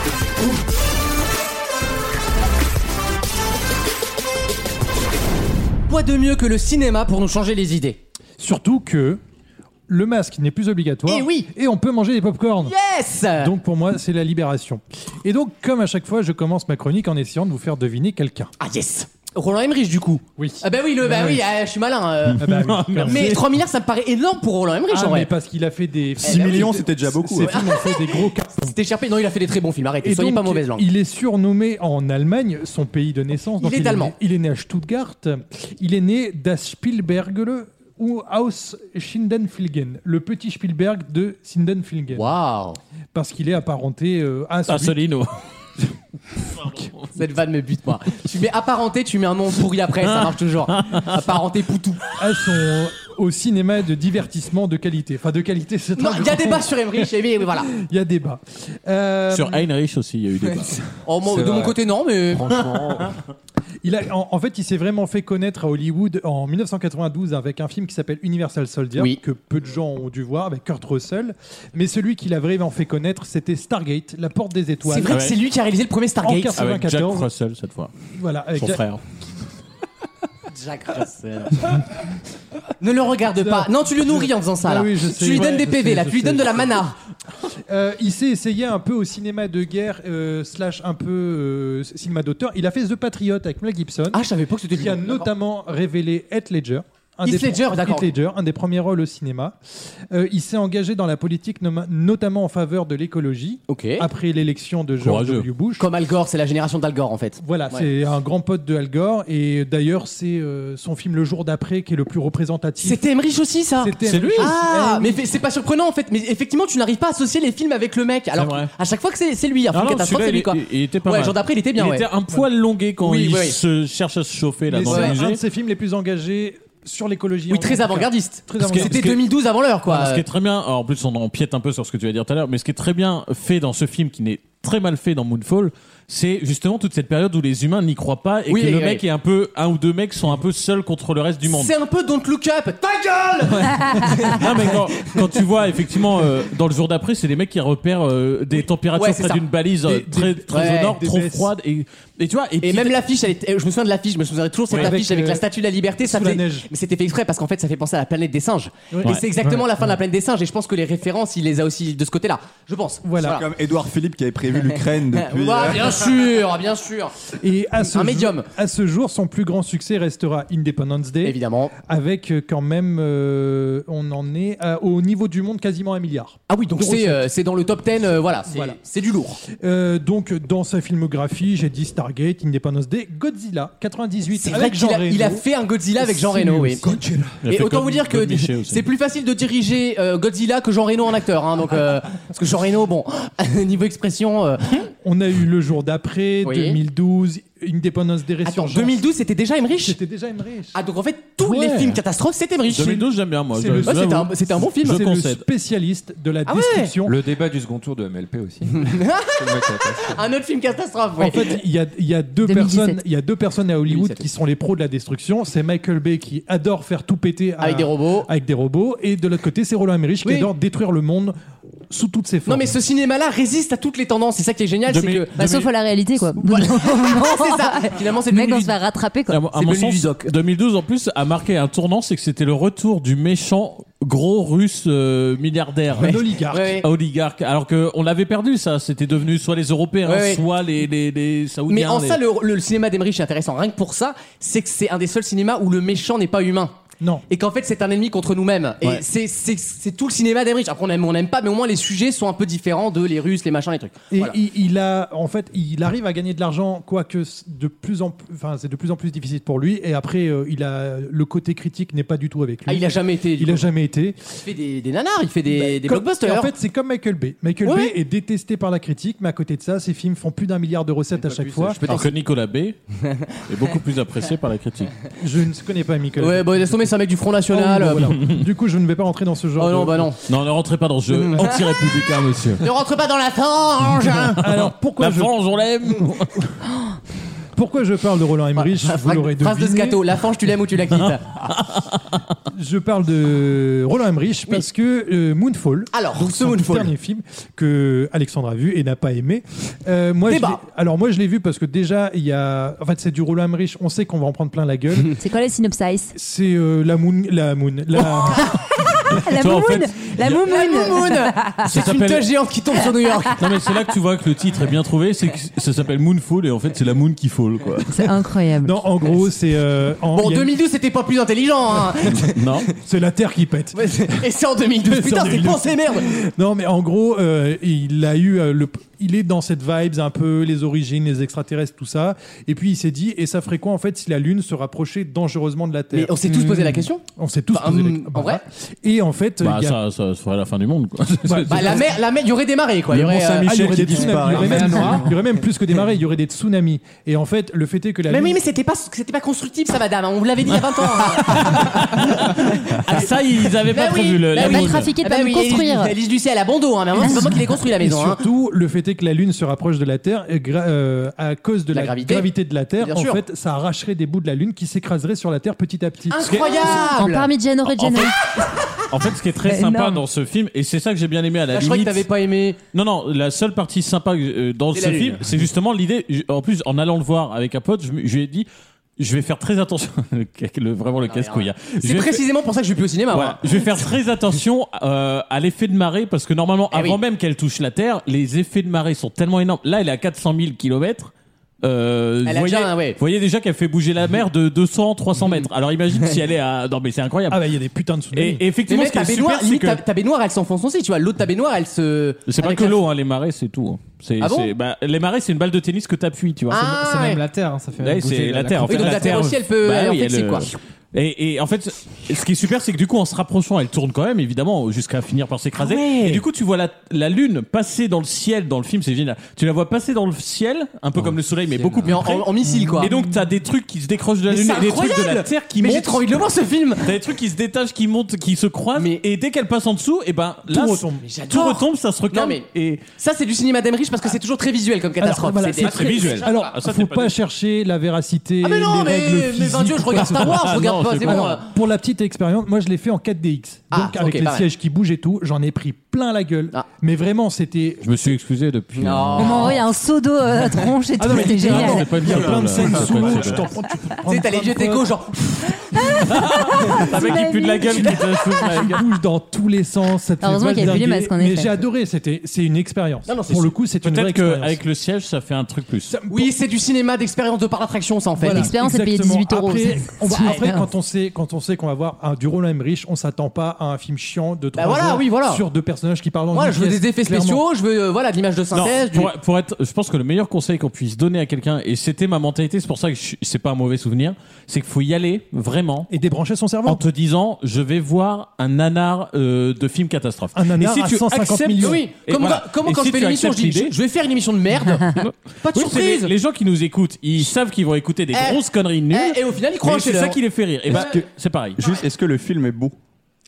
[SPEAKER 2] Quoi de mieux que le cinéma pour nous changer les idées
[SPEAKER 3] Surtout que le masque n'est plus obligatoire.
[SPEAKER 2] Eh oui.
[SPEAKER 3] Et on peut manger des pop-corns.
[SPEAKER 2] Yes
[SPEAKER 3] Donc pour moi, c'est la libération. Et donc, comme à chaque fois, je commence ma chronique en essayant de vous faire deviner quelqu'un.
[SPEAKER 2] Ah yes Roland Emmerich du coup
[SPEAKER 3] Oui.
[SPEAKER 2] Ah bah oui, le, bah
[SPEAKER 3] Ah
[SPEAKER 2] oui,
[SPEAKER 3] oui.
[SPEAKER 2] ah, je suis malin. euh.
[SPEAKER 3] Ah bah
[SPEAKER 2] <laughs>
[SPEAKER 3] oui, merci.
[SPEAKER 2] Mais Eh, 3 milliards, ça me paraît énorme pour Roland Emmerich
[SPEAKER 3] Ah,
[SPEAKER 2] en
[SPEAKER 3] mais
[SPEAKER 2] vrai.
[SPEAKER 3] parce qu'il a fait des.
[SPEAKER 7] 6 millions, c'était déjà beaucoup. hein.
[SPEAKER 3] Ces
[SPEAKER 7] ouais.
[SPEAKER 3] films ont fait
[SPEAKER 2] <laughs>
[SPEAKER 3] des gros cartons.
[SPEAKER 2] C'était écharpé. Non, il a fait des très bons films. Arrêtez, soyez pas
[SPEAKER 3] donc,
[SPEAKER 2] mauvaise langue.
[SPEAKER 3] Il est surnommé en Allemagne son pays de naissance.
[SPEAKER 2] Il
[SPEAKER 3] donc
[SPEAKER 2] est allemand.
[SPEAKER 3] il est né à Stuttgart. Il est né das Spielbergle ou aus Schindenfilgen, le petit Spielberg de Schindenfilgen.
[SPEAKER 2] Waouh
[SPEAKER 3] Parce qu'il est apparenté euh, à
[SPEAKER 2] Ah,
[SPEAKER 3] celui
[SPEAKER 4] Assolino.
[SPEAKER 2] Cette vanne me bute, moi. tu mets apparenté, tu mets un nom pourri après, ça marche toujours. Apparenté Poutou.
[SPEAKER 3] à son- au cinéma de divertissement de qualité. Enfin, de qualité,
[SPEAKER 2] <laughs>
[SPEAKER 3] c'est
[SPEAKER 2] Non,
[SPEAKER 3] un
[SPEAKER 2] il y a
[SPEAKER 3] grand-
[SPEAKER 2] débat sur Emmerich, et oui, oui, voilà.
[SPEAKER 3] Il y a débat. Euh,
[SPEAKER 4] Sur Heinrich aussi, il y a eu des débats.
[SPEAKER 2] Oh, moi, de
[SPEAKER 8] C'est
[SPEAKER 2] mon
[SPEAKER 8] vrai.
[SPEAKER 2] côté, non, mais.
[SPEAKER 8] Franchement,
[SPEAKER 3] il a, en, en fait, il s'est vraiment fait connaître à Hollywood en 1992 avec un film qui s'appelle Universal Soldier,
[SPEAKER 2] Oui.
[SPEAKER 3] que peu de gens ont dû voir, avec Kurt Russell. Mais celui qui l'a vraiment fait connaître, c'était Stargate, la porte des étoiles.
[SPEAKER 2] C'est vrai
[SPEAKER 4] Ah
[SPEAKER 2] que
[SPEAKER 4] ouais.
[SPEAKER 2] c'est lui qui a réalisé le premier
[SPEAKER 3] En
[SPEAKER 2] Stargate.
[SPEAKER 3] quatre-
[SPEAKER 4] Avec Jack
[SPEAKER 3] 94.
[SPEAKER 4] Russell cette fois,
[SPEAKER 3] Voilà, avec
[SPEAKER 4] son
[SPEAKER 3] la-
[SPEAKER 2] Ah,
[SPEAKER 4] frère. Ah
[SPEAKER 2] Jack Russell. ne le regarde pas. Non, tu le nourris en faisant ça.
[SPEAKER 3] Ah
[SPEAKER 2] Là.
[SPEAKER 3] oui, je
[SPEAKER 2] tu
[SPEAKER 3] sais,
[SPEAKER 2] lui
[SPEAKER 3] ouais,
[SPEAKER 2] donnes des
[SPEAKER 3] je
[SPEAKER 2] PV,
[SPEAKER 3] sais,
[SPEAKER 2] là.
[SPEAKER 3] je
[SPEAKER 2] Tu lui
[SPEAKER 3] sais,
[SPEAKER 2] donnes de
[SPEAKER 3] je
[SPEAKER 2] la
[SPEAKER 3] sais.
[SPEAKER 2] mana.
[SPEAKER 3] Euh, il s'est essayé un peu au cinéma de guerre, euh, slash un peu euh, cinéma d'auteur. Il a fait The Patriot avec Mel Gibson.
[SPEAKER 2] Ah, je savais pas que c'était lui.
[SPEAKER 3] qui a notamment révélé Heath Ledger. Un
[SPEAKER 2] Heath
[SPEAKER 3] des-
[SPEAKER 2] Ledger, d'accord.
[SPEAKER 3] Heath Ledger, un des premiers rôles au cinéma. Euh, il s'est engagé dans la politique, nom- notamment en faveur de l'écologie,
[SPEAKER 2] Ok.
[SPEAKER 3] après l'élection de George
[SPEAKER 4] Courageux.
[SPEAKER 3] W. Bush.
[SPEAKER 2] Comme Al Gore, c'est la génération d'Al Gore en fait.
[SPEAKER 3] Voilà,
[SPEAKER 2] Ouais.
[SPEAKER 3] c'est un grand pote de Al Gore, et d'ailleurs, c'est euh, son film Le jour d'après qui est le plus représentatif.
[SPEAKER 2] C'était Emmerich aussi ça
[SPEAKER 3] C'était-
[SPEAKER 4] C'est lui
[SPEAKER 2] Ah,
[SPEAKER 3] Eh oui.
[SPEAKER 2] mais fait- c'est pas surprenant en fait. Mais effectivement, tu n'arrives pas à associer les films avec le mec. Alors
[SPEAKER 4] vrai.
[SPEAKER 2] à chaque fois que c'est c'est lui, un film catastrophe,
[SPEAKER 4] celui-là,
[SPEAKER 2] c'est lui
[SPEAKER 4] il,
[SPEAKER 2] quoi.
[SPEAKER 4] il- il était pas
[SPEAKER 2] Ouais,
[SPEAKER 4] mal.
[SPEAKER 2] genre d'après, il était bien.
[SPEAKER 4] il
[SPEAKER 2] ouais.
[SPEAKER 4] était un poil longué quand
[SPEAKER 2] Oui,
[SPEAKER 4] il
[SPEAKER 2] oui, oui.
[SPEAKER 4] se cherche à se chauffer là
[SPEAKER 3] Mais
[SPEAKER 4] dans
[SPEAKER 3] c'est
[SPEAKER 4] le
[SPEAKER 2] ouais.
[SPEAKER 3] un de
[SPEAKER 4] musée.
[SPEAKER 3] ses films les plus engagés sur l'écologie.
[SPEAKER 2] Oui,
[SPEAKER 3] en
[SPEAKER 2] très
[SPEAKER 3] tout cas.
[SPEAKER 2] avant-gardiste.
[SPEAKER 3] Très
[SPEAKER 4] Parce que-
[SPEAKER 3] avant-gardiste.
[SPEAKER 2] C'était 2012 avant l'heure quoi.
[SPEAKER 4] Ce qui est très bien, alors, en plus on empiète un peu sur ce que tu vas dire tout à l'heure, mais ce qui est très bien fait dans ce film qui n'est très mal fait dans Moonfall, c'est justement toute cette période où les humains n'y croient pas et
[SPEAKER 2] Oui,
[SPEAKER 4] que le
[SPEAKER 2] oui.
[SPEAKER 4] mec est un peu, un ou deux mecs sont un peu seuls contre le reste du monde.
[SPEAKER 2] C'est un peu Don't Look Up. Ta gueule
[SPEAKER 4] Non, mais quand, quand tu vois effectivement euh, dans le jour d'après, c'est des mecs qui repèrent euh, des températures
[SPEAKER 2] Ouais, c'est
[SPEAKER 4] près
[SPEAKER 2] ça.
[SPEAKER 4] d'une balise euh,
[SPEAKER 3] Des-
[SPEAKER 4] très,
[SPEAKER 3] des-
[SPEAKER 4] très
[SPEAKER 2] ouais,
[SPEAKER 4] au nord,
[SPEAKER 3] des
[SPEAKER 4] trop
[SPEAKER 3] baisses.
[SPEAKER 4] froide et, et tu vois et,
[SPEAKER 2] Et
[SPEAKER 4] qui-
[SPEAKER 2] même l'affiche, elle était- je me souviens de l'affiche, je me souviendrai toujours de cette
[SPEAKER 3] Ouais, avec,
[SPEAKER 2] affiche avec,
[SPEAKER 3] euh,
[SPEAKER 2] la statue de la liberté. Ça
[SPEAKER 3] sous la
[SPEAKER 2] faisait-
[SPEAKER 3] neige.
[SPEAKER 2] Mais c'était fait exprès parce qu'en fait, ça fait penser à la planète des singes.
[SPEAKER 3] Ouais.
[SPEAKER 2] Et c'est exactement la fin de la planète des singes. Et je pense que les références, il les a aussi de ce côté-là. Je pense.
[SPEAKER 3] Voilà.
[SPEAKER 7] Comme Edouard Philippe qui avait <laughs> prévu l'Ukraine depuis.
[SPEAKER 2] Ouais,
[SPEAKER 7] euh,
[SPEAKER 2] bien sûr, bien sûr.
[SPEAKER 3] Et à ce,
[SPEAKER 2] Un
[SPEAKER 3] jour-
[SPEAKER 2] médium.
[SPEAKER 3] à ce jour, son plus grand succès restera Independence Day.
[SPEAKER 2] Évidemment.
[SPEAKER 3] avec euh, quand même, euh, on en est euh, au niveau du monde quasiment un milliard.
[SPEAKER 2] Ah oui, donc
[SPEAKER 3] De
[SPEAKER 2] c'est euh, c'est dans le top 10, euh, voilà, c'est
[SPEAKER 3] Voilà.
[SPEAKER 2] c'est du lourd.
[SPEAKER 3] Euh, donc dans sa filmographie, j'ai dit Stargate, Independence Day, Godzilla 98
[SPEAKER 2] C'est vrai
[SPEAKER 3] avec
[SPEAKER 2] qu'il
[SPEAKER 3] Jean
[SPEAKER 2] a,
[SPEAKER 3] Reno.
[SPEAKER 2] il a fait un Godzilla avec Jean
[SPEAKER 3] C'est
[SPEAKER 2] Reno,
[SPEAKER 3] lui
[SPEAKER 2] oui.
[SPEAKER 3] aussi.
[SPEAKER 4] Il a
[SPEAKER 2] Et
[SPEAKER 4] fait
[SPEAKER 2] autant
[SPEAKER 4] comme-
[SPEAKER 2] vous dire que
[SPEAKER 4] comme Miché aussi.
[SPEAKER 2] c'est plus facile de diriger euh, Godzilla que Jean Reno en acteur, hein, donc euh, parce que Jean Reno, bon, <laughs> niveau expression, euh,
[SPEAKER 3] On a eu le jour d'après,
[SPEAKER 2] Oui.
[SPEAKER 3] 2012, Independence Day
[SPEAKER 2] attends,
[SPEAKER 3] Resurgence.
[SPEAKER 2] 2012, c'était déjà Emmerich.
[SPEAKER 3] C'était déjà Emmerich.
[SPEAKER 2] Ah donc en fait tous les
[SPEAKER 4] Ouais.
[SPEAKER 2] films catastrophes c'était Emmerich.
[SPEAKER 4] 2012 j'aime bien moi.
[SPEAKER 3] C'est
[SPEAKER 4] je-
[SPEAKER 3] le-
[SPEAKER 4] je
[SPEAKER 2] Ouais, c'était un-
[SPEAKER 4] l'avoue.
[SPEAKER 2] c'était un bon film.
[SPEAKER 4] Je
[SPEAKER 3] C'est le
[SPEAKER 4] concède.
[SPEAKER 3] spécialiste de la
[SPEAKER 2] Ah ouais
[SPEAKER 3] description.
[SPEAKER 8] le débat du second tour de MLP aussi. C'est le mec qui a passé.
[SPEAKER 2] Un autre film catastrophe, oui.
[SPEAKER 3] En fait, il y a, il y a deux
[SPEAKER 5] 2017.
[SPEAKER 3] personnes, il y a deux personnes à Hollywood
[SPEAKER 2] 2017.
[SPEAKER 3] qui sont les pros de la destruction. C'est Michael Bay qui adore faire tout péter à-
[SPEAKER 2] <laughs> avec des robots.
[SPEAKER 3] euh, avec des robots, et de l'autre côté, c'est Roland Emmerich
[SPEAKER 2] Oui.
[SPEAKER 3] qui adore détruire le monde sous toutes ses
[SPEAKER 2] Non
[SPEAKER 3] formes.
[SPEAKER 2] mais ce cinéma-là résiste à toutes les tendances, c'est ça qui est génial, c'est que... <laughs>
[SPEAKER 5] Bah, sauf à la réalité, quoi.
[SPEAKER 2] c'est ça, finalement c'est
[SPEAKER 5] <laughs> Le mec, on
[SPEAKER 2] devenu
[SPEAKER 5] se fait rattraper,
[SPEAKER 4] À,
[SPEAKER 5] quoi.
[SPEAKER 4] mon- à
[SPEAKER 2] C'est
[SPEAKER 4] mon
[SPEAKER 2] devenu
[SPEAKER 4] sens,
[SPEAKER 2] du doc.
[SPEAKER 4] 2012 en plus a marqué un tournant, c'est que c'était le retour du méchant gros russe euh, milliardaire.
[SPEAKER 3] Un oligarque.
[SPEAKER 2] Ouais, ouais.
[SPEAKER 4] <laughs> Oligarque, alors qu'on l'avait perdu ça, c'était devenu soit les Européens,
[SPEAKER 2] Ouais, ouais.
[SPEAKER 4] soit les, les, les Saoudiens.
[SPEAKER 2] Mais en
[SPEAKER 4] les-
[SPEAKER 2] ça, le, le- le cinéma d'Emmerich est intéressant. Rien que pour ça, c'est que c'est un des seuls cinémas où le méchant n'est pas humain.
[SPEAKER 3] Non.
[SPEAKER 2] et qu'en fait c'est un ennemi contre nous-mêmes. Et
[SPEAKER 4] Ouais.
[SPEAKER 2] c'est- c'est c'est tout le cinéma d'Emmerich. Après on aime ou on n'aime pas, mais au moins les sujets sont un peu différents de les Russes, les machins, les trucs.
[SPEAKER 3] Et
[SPEAKER 2] Voilà.
[SPEAKER 3] il, il a, en fait, il arrive à gagner de l'argent, quoique c'est de plus en, plus- enfin, c'est de plus en plus difficile pour lui. Et après, euh, il a le côté critique n'est pas du tout avec lui.
[SPEAKER 2] Ah, il a jamais été. du
[SPEAKER 3] Il a
[SPEAKER 2] coup.
[SPEAKER 3] jamais été.
[SPEAKER 2] Il fait des, des nanars, il fait des, des
[SPEAKER 3] Comme-
[SPEAKER 2] blockbusters. Hein.
[SPEAKER 3] En fait, c'est comme Michael Bay. Michael
[SPEAKER 2] Ouais,
[SPEAKER 3] Bay est détesté par la critique, mais à côté de ça, ses films font plus d'un milliard de recettes à chaque fois.
[SPEAKER 4] Alors que
[SPEAKER 2] <laughs>
[SPEAKER 4] Nicolas B est beaucoup plus apprécié par la critique.
[SPEAKER 3] Je ne connais pas Michael. Bay.
[SPEAKER 2] ouais, bon, laisse tomber, c'est un mec du Front National.
[SPEAKER 3] Oh, bon, voilà. du coup, je ne vais pas rentrer dans ce genre.
[SPEAKER 2] Oh non,
[SPEAKER 3] de-
[SPEAKER 2] bah
[SPEAKER 3] <laughs>
[SPEAKER 2] non.
[SPEAKER 4] Non, ne rentrez pas dans le jeu anti-républicain, monsieur.
[SPEAKER 2] Ne rentre pas dans la fange
[SPEAKER 3] Alors pourquoi
[SPEAKER 4] La
[SPEAKER 3] je,
[SPEAKER 4] France, on l'aime
[SPEAKER 3] pourquoi je parle de Roland Emmerich Vous l'aurez
[SPEAKER 2] Phrase de ce
[SPEAKER 3] deviné.
[SPEAKER 2] gâteau, la fange tu l'aimes ou tu la quittes.
[SPEAKER 3] <laughs> Je parle de Roland Emmerich parce que euh, Moonfall.
[SPEAKER 2] Alors,
[SPEAKER 3] donc
[SPEAKER 2] ce
[SPEAKER 3] son
[SPEAKER 2] Moonfall.
[SPEAKER 3] dernier film que Alexandre a vu et n'a pas aimé. Euh, moi, je
[SPEAKER 2] Débat.
[SPEAKER 3] l'ai- alors moi je l'ai vu parce que déjà il y a, en fait c'est du Roland Emmerich. On sait qu'on va en prendre plein
[SPEAKER 2] <laughs>
[SPEAKER 3] la gueule.
[SPEAKER 5] C'est quoi les synopsis
[SPEAKER 3] c'est euh, la moon, la moon, la.
[SPEAKER 2] Oh.
[SPEAKER 5] Ah, La
[SPEAKER 4] Toi, en
[SPEAKER 5] moumoune
[SPEAKER 4] fait,
[SPEAKER 5] La
[SPEAKER 2] Ah
[SPEAKER 5] moumoune
[SPEAKER 2] C'est une
[SPEAKER 4] s'appelle-
[SPEAKER 2] teule géante qui tombe sur New York.
[SPEAKER 4] <laughs> Non, mais c'est là que tu vois que le titre est bien trouvé, c'est que ça s'appelle Moonfall et en fait, c'est la moon qui fall,
[SPEAKER 2] <laughs>
[SPEAKER 4] quoi.
[SPEAKER 5] C'est
[SPEAKER 3] <laughs>
[SPEAKER 5] incroyable.
[SPEAKER 3] Non, en gros c'est. euh, en-
[SPEAKER 2] Bon,
[SPEAKER 3] il y a-
[SPEAKER 2] 2012 c'était pas plus intelligent.
[SPEAKER 3] <laughs>
[SPEAKER 2] hein.
[SPEAKER 4] Non
[SPEAKER 3] C'est la terre qui pète.
[SPEAKER 2] Ouais, c'est- Et c'est en 2012. Putain, c'est pensé merde.
[SPEAKER 3] Non, mais en gros, euh, il a eu euh, le, il est dans cette vibes un peu les origines, les extraterrestres, tout ça. Et puis il s'est dit, et ça ferait quoi en fait si la Lune se rapprochait dangereusement de la Terre Hmm.
[SPEAKER 2] Mais on s'est tous posé la question.
[SPEAKER 3] On s'est tous
[SPEAKER 2] Bah,
[SPEAKER 3] posé la
[SPEAKER 2] hum, en vrai
[SPEAKER 3] Et en fait,
[SPEAKER 4] Bah,
[SPEAKER 3] il y a-
[SPEAKER 4] ça, ça serait la fin du monde, quoi.
[SPEAKER 3] bah,
[SPEAKER 2] Bah, la mer, la mer, il y aurait démarré quoi. Il y aurait, euh,
[SPEAKER 3] ah, il y aurait
[SPEAKER 7] qui
[SPEAKER 3] des tsunamis,
[SPEAKER 7] disparaît.
[SPEAKER 3] il y aurait même- il y aurait même plus que des marées, il y aurait des tsunamis. Et en fait, le fait est que la
[SPEAKER 2] Mais
[SPEAKER 3] Lune
[SPEAKER 2] oui, mais c'était pas, c'était pas constructible, ça, madame. hein. On vous l'avait dit il y a 20 ans. hein.
[SPEAKER 5] <laughs>
[SPEAKER 4] Ah, ça, ils avaient
[SPEAKER 2] Bah
[SPEAKER 4] pas
[SPEAKER 2] oui,
[SPEAKER 4] prévu le,
[SPEAKER 2] bah
[SPEAKER 4] la
[SPEAKER 2] oui.
[SPEAKER 4] moon.
[SPEAKER 5] trafiquer, de
[SPEAKER 2] Ah
[SPEAKER 5] pas
[SPEAKER 2] bah
[SPEAKER 5] le
[SPEAKER 2] oui,
[SPEAKER 5] construire.
[SPEAKER 2] Elise du ciel à bandeau, hein, mais vraiment, c'est pas moi qui l'ai construit la
[SPEAKER 3] Et
[SPEAKER 2] maison. hein.
[SPEAKER 3] surtout, le fait est que la Lune se rapproche de la Terre et gra- euh, à cause de
[SPEAKER 2] La
[SPEAKER 3] la,
[SPEAKER 2] gravité.
[SPEAKER 3] gravité. de la Terre.
[SPEAKER 2] Bien
[SPEAKER 3] en
[SPEAKER 2] sûr.
[SPEAKER 3] fait, ça arracherait des bouts de la Lune qui s'écraseraient sur la Terre petit à petit.
[SPEAKER 5] En
[SPEAKER 2] Incroyable!
[SPEAKER 5] parmi Geno Reggiano.
[SPEAKER 4] En fait, ce qui est très
[SPEAKER 5] C'est
[SPEAKER 4] sympa
[SPEAKER 5] énorme.
[SPEAKER 4] dans ce film, et c'est ça que j'ai bien aimé à la
[SPEAKER 2] Ah, je
[SPEAKER 4] limite.
[SPEAKER 2] croyais que t'avais pas aimé.
[SPEAKER 4] Non, non, la seule partie sympa que, euh, dans
[SPEAKER 2] C'est
[SPEAKER 4] ce
[SPEAKER 2] la lune.
[SPEAKER 4] film, c'est justement l'idée. je- En plus, en allant le voir avec un pote, je, me- je lui ai dit, je vais faire très attention. <laughs> Le ca- le- vraiment le casse-couille. hein. Je
[SPEAKER 2] C'est
[SPEAKER 4] vais fa-
[SPEAKER 2] précisément pour ça que je suis plus au cinéma.
[SPEAKER 4] voilà. Je vais faire très attention euh, à l'effet de marée parce que normalement,
[SPEAKER 2] Eh
[SPEAKER 4] avant
[SPEAKER 2] oui.
[SPEAKER 4] même qu'elle touche la Terre, les effets de marée sont tellement énormes. Là, elle est à 400 000 kilomètres. Euh,
[SPEAKER 2] Elle a
[SPEAKER 4] vous voyez,
[SPEAKER 2] déjà un, ouais. Mm.
[SPEAKER 4] vous voyez déjà qu'elle fait bouger la mer de 200, 300 mètres. Alors imagine si elle est à. Non, mais c'est incroyable.
[SPEAKER 3] Ah bah il y a des putains de tsunamis.
[SPEAKER 4] Et, et
[SPEAKER 2] Mais
[SPEAKER 4] effectivement,
[SPEAKER 2] mec,
[SPEAKER 4] ce qui
[SPEAKER 2] ta
[SPEAKER 4] est
[SPEAKER 2] baignoire,
[SPEAKER 4] super, c'est
[SPEAKER 2] limite,
[SPEAKER 4] que
[SPEAKER 2] ta, ta baignoire, elle s'enfonce aussi, tu vois. L'eau de ta baignoire, elle se.
[SPEAKER 4] c'est pas
[SPEAKER 2] avec
[SPEAKER 4] que
[SPEAKER 2] la-
[SPEAKER 4] l'eau, hein, les marées, c'est tout. hein. C'est,
[SPEAKER 2] Ah bon
[SPEAKER 4] c'est- bah, les marées, c'est une balle de tennis que t'appuies, tu vois. C'est-
[SPEAKER 2] Ah,
[SPEAKER 6] C'est
[SPEAKER 2] ouais.
[SPEAKER 6] même la terre, hein, ça fait.
[SPEAKER 4] Ouais,
[SPEAKER 6] bouger
[SPEAKER 4] c'est la, terre. Bah en
[SPEAKER 2] Oui,
[SPEAKER 4] fait,
[SPEAKER 2] donc la terre aussi, elle peut- elle est flexible, quoi.
[SPEAKER 4] Et, et en fait, ce qui est super, c'est que du coup, en se rapprochant, elle tourne quand même, évidemment, jusqu'à finir par s'écraser.
[SPEAKER 2] Ah
[SPEAKER 4] Et du coup, tu vois la, la lune passer dans le ciel, dans le film, c'est génial. Tu la vois passer dans le ciel, un peu comme le soleil, mais
[SPEAKER 3] hein.
[SPEAKER 4] beaucoup
[SPEAKER 2] Mais
[SPEAKER 4] plus
[SPEAKER 2] en,
[SPEAKER 4] près.
[SPEAKER 2] en- en missile, quoi.
[SPEAKER 4] Et donc, t'as des trucs qui se décrochent de la
[SPEAKER 2] Mais
[SPEAKER 4] lune,
[SPEAKER 2] c'est
[SPEAKER 4] et des trucs de la
[SPEAKER 2] incroyable
[SPEAKER 4] terre qui
[SPEAKER 2] mais j'ai
[SPEAKER 4] montent.
[SPEAKER 2] trop envie de le voir ce film!
[SPEAKER 4] T'as des trucs qui se détachent, qui montent, qui se croisent,
[SPEAKER 2] Mais-
[SPEAKER 4] et dès qu'elle passe en dessous, et ben là,
[SPEAKER 3] Tout retombe.
[SPEAKER 4] c-
[SPEAKER 2] Mais j'adore.
[SPEAKER 4] tout retombe, ça se recalme.
[SPEAKER 2] Non, mais-
[SPEAKER 4] Et
[SPEAKER 2] Ça, c'est du cinéma d'Emmerich parce que c'est toujours très visuel comme catastrophe.
[SPEAKER 3] voilà,
[SPEAKER 2] C'est
[SPEAKER 3] c'est
[SPEAKER 2] des-
[SPEAKER 4] très visuel.
[SPEAKER 3] Alors,
[SPEAKER 4] Ah, ça,
[SPEAKER 3] faut
[SPEAKER 4] t'es
[SPEAKER 3] pas,
[SPEAKER 4] pas déçu.
[SPEAKER 3] chercher la véracité,
[SPEAKER 2] Ah, mais non,
[SPEAKER 3] les
[SPEAKER 2] mais,
[SPEAKER 3] règles
[SPEAKER 2] mais
[SPEAKER 3] physiques.
[SPEAKER 2] ben Dieu, je regarde Star Wars, je regarde
[SPEAKER 4] Ah, Non,
[SPEAKER 2] pas,
[SPEAKER 4] c'est
[SPEAKER 2] c'est
[SPEAKER 4] pas
[SPEAKER 2] bon.
[SPEAKER 4] grave.
[SPEAKER 2] euh.
[SPEAKER 3] Pour la petite expérience, moi je l'ai fait en 4DX.
[SPEAKER 2] Ah,
[SPEAKER 3] Donc avec
[SPEAKER 2] ok,
[SPEAKER 3] les
[SPEAKER 2] pareil.
[SPEAKER 3] sièges qui bougent et tout, j'en ai pris plein la gueule.
[SPEAKER 2] Ah.
[SPEAKER 3] Mais vraiment, c'était.
[SPEAKER 4] je me suis excusé depuis.
[SPEAKER 5] On m'a envoyé un seau d'eau
[SPEAKER 2] <laughs>
[SPEAKER 5] euh, à la tronche
[SPEAKER 2] Ah
[SPEAKER 3] Ah
[SPEAKER 5] et tout, c'était génial.
[SPEAKER 4] pas une
[SPEAKER 3] Il y a
[SPEAKER 4] seule,
[SPEAKER 3] plein de
[SPEAKER 4] là.
[SPEAKER 3] scènes
[SPEAKER 4] C'est
[SPEAKER 3] sous
[SPEAKER 4] pas
[SPEAKER 3] l'eau,
[SPEAKER 4] une
[SPEAKER 3] tu
[SPEAKER 4] seule.
[SPEAKER 3] t'en prends, tu peux te prendre
[SPEAKER 2] Tu sais, t'as
[SPEAKER 3] plein
[SPEAKER 2] les
[SPEAKER 3] de
[SPEAKER 2] yeux
[SPEAKER 3] fois.
[SPEAKER 2] d'écho, genre.
[SPEAKER 4] Un mec qui pue de la gueule qui te fout de la
[SPEAKER 3] Elle
[SPEAKER 4] gueule.
[SPEAKER 3] bouge dans tous les sens. ça te fait
[SPEAKER 5] Heureusement qu'il y a
[SPEAKER 3] bazinguer.
[SPEAKER 5] plus les masques, en
[SPEAKER 3] Mais
[SPEAKER 5] effet.
[SPEAKER 3] j'ai adoré, c'était, c'est une expérience.
[SPEAKER 2] Non, non, c'est
[SPEAKER 3] Pour le coup, c'est une vraie
[SPEAKER 4] Peut-être
[SPEAKER 3] expérience.
[SPEAKER 4] qu'avec le siège, ça fait un truc plus.
[SPEAKER 2] Oui, c'est du cinéma d'expérience de par l'attraction, ça en fait.
[SPEAKER 5] Voilà. l'expérience est payée
[SPEAKER 3] Exactement.
[SPEAKER 5] 18 euros.
[SPEAKER 3] Après,
[SPEAKER 5] C'est-
[SPEAKER 3] on va-
[SPEAKER 5] c'est une
[SPEAKER 3] après,
[SPEAKER 5] expérience.
[SPEAKER 3] quand on sait, quand on sait qu'on va voir un, du Roland Emmerich, on s'attend pas à un film chiant de trois
[SPEAKER 2] Bah voilà,
[SPEAKER 3] heures
[SPEAKER 2] oui, voilà.
[SPEAKER 3] sur deux personnages qui parlent en
[SPEAKER 2] Moi, je veux des effets spéciaux, je veux euh, voilà de l'image de
[SPEAKER 4] Non,
[SPEAKER 2] synthèse. du-
[SPEAKER 4] pour, pour être, je pense que le meilleur conseil qu'on puisse donner à quelqu'un, et c'était ma mentalité, c'est pour ça que je suis- c'est pas un mauvais souvenir, c'est qu'il faut y aller vraiment
[SPEAKER 3] et débrancher son cerveau.
[SPEAKER 4] en te disant je vais voir un nanar euh, de film catastrophe.
[SPEAKER 3] Un nanar
[SPEAKER 4] Et si
[SPEAKER 3] à
[SPEAKER 4] tu
[SPEAKER 3] 150
[SPEAKER 4] acceptes-
[SPEAKER 3] millions.
[SPEAKER 2] Oui,
[SPEAKER 4] Et
[SPEAKER 2] comme
[SPEAKER 4] voilà.
[SPEAKER 2] quand- comment
[SPEAKER 4] Et
[SPEAKER 2] quand
[SPEAKER 4] si
[SPEAKER 2] je fais
[SPEAKER 4] tu
[SPEAKER 2] l'émission, je
[SPEAKER 4] acceptes
[SPEAKER 2] dis je
[SPEAKER 4] l'idée-
[SPEAKER 2] je vais faire une émission de
[SPEAKER 5] <laughs>
[SPEAKER 2] merde. <laughs> Pas de
[SPEAKER 4] Oui, c'est les-
[SPEAKER 2] surprise.
[SPEAKER 4] les, gens qui nous écoutent, ils savent qu'ils vont écouter des
[SPEAKER 2] Eh,
[SPEAKER 4] grosses conneries nulles.
[SPEAKER 2] eh, et au final, ils croient
[SPEAKER 4] mais
[SPEAKER 2] en
[SPEAKER 4] C'est
[SPEAKER 2] Schiller.
[SPEAKER 4] ça qui les fait rire. Et ben,
[SPEAKER 7] Parce que-
[SPEAKER 4] c'est pareil.
[SPEAKER 7] Juste, est-ce que le film est beau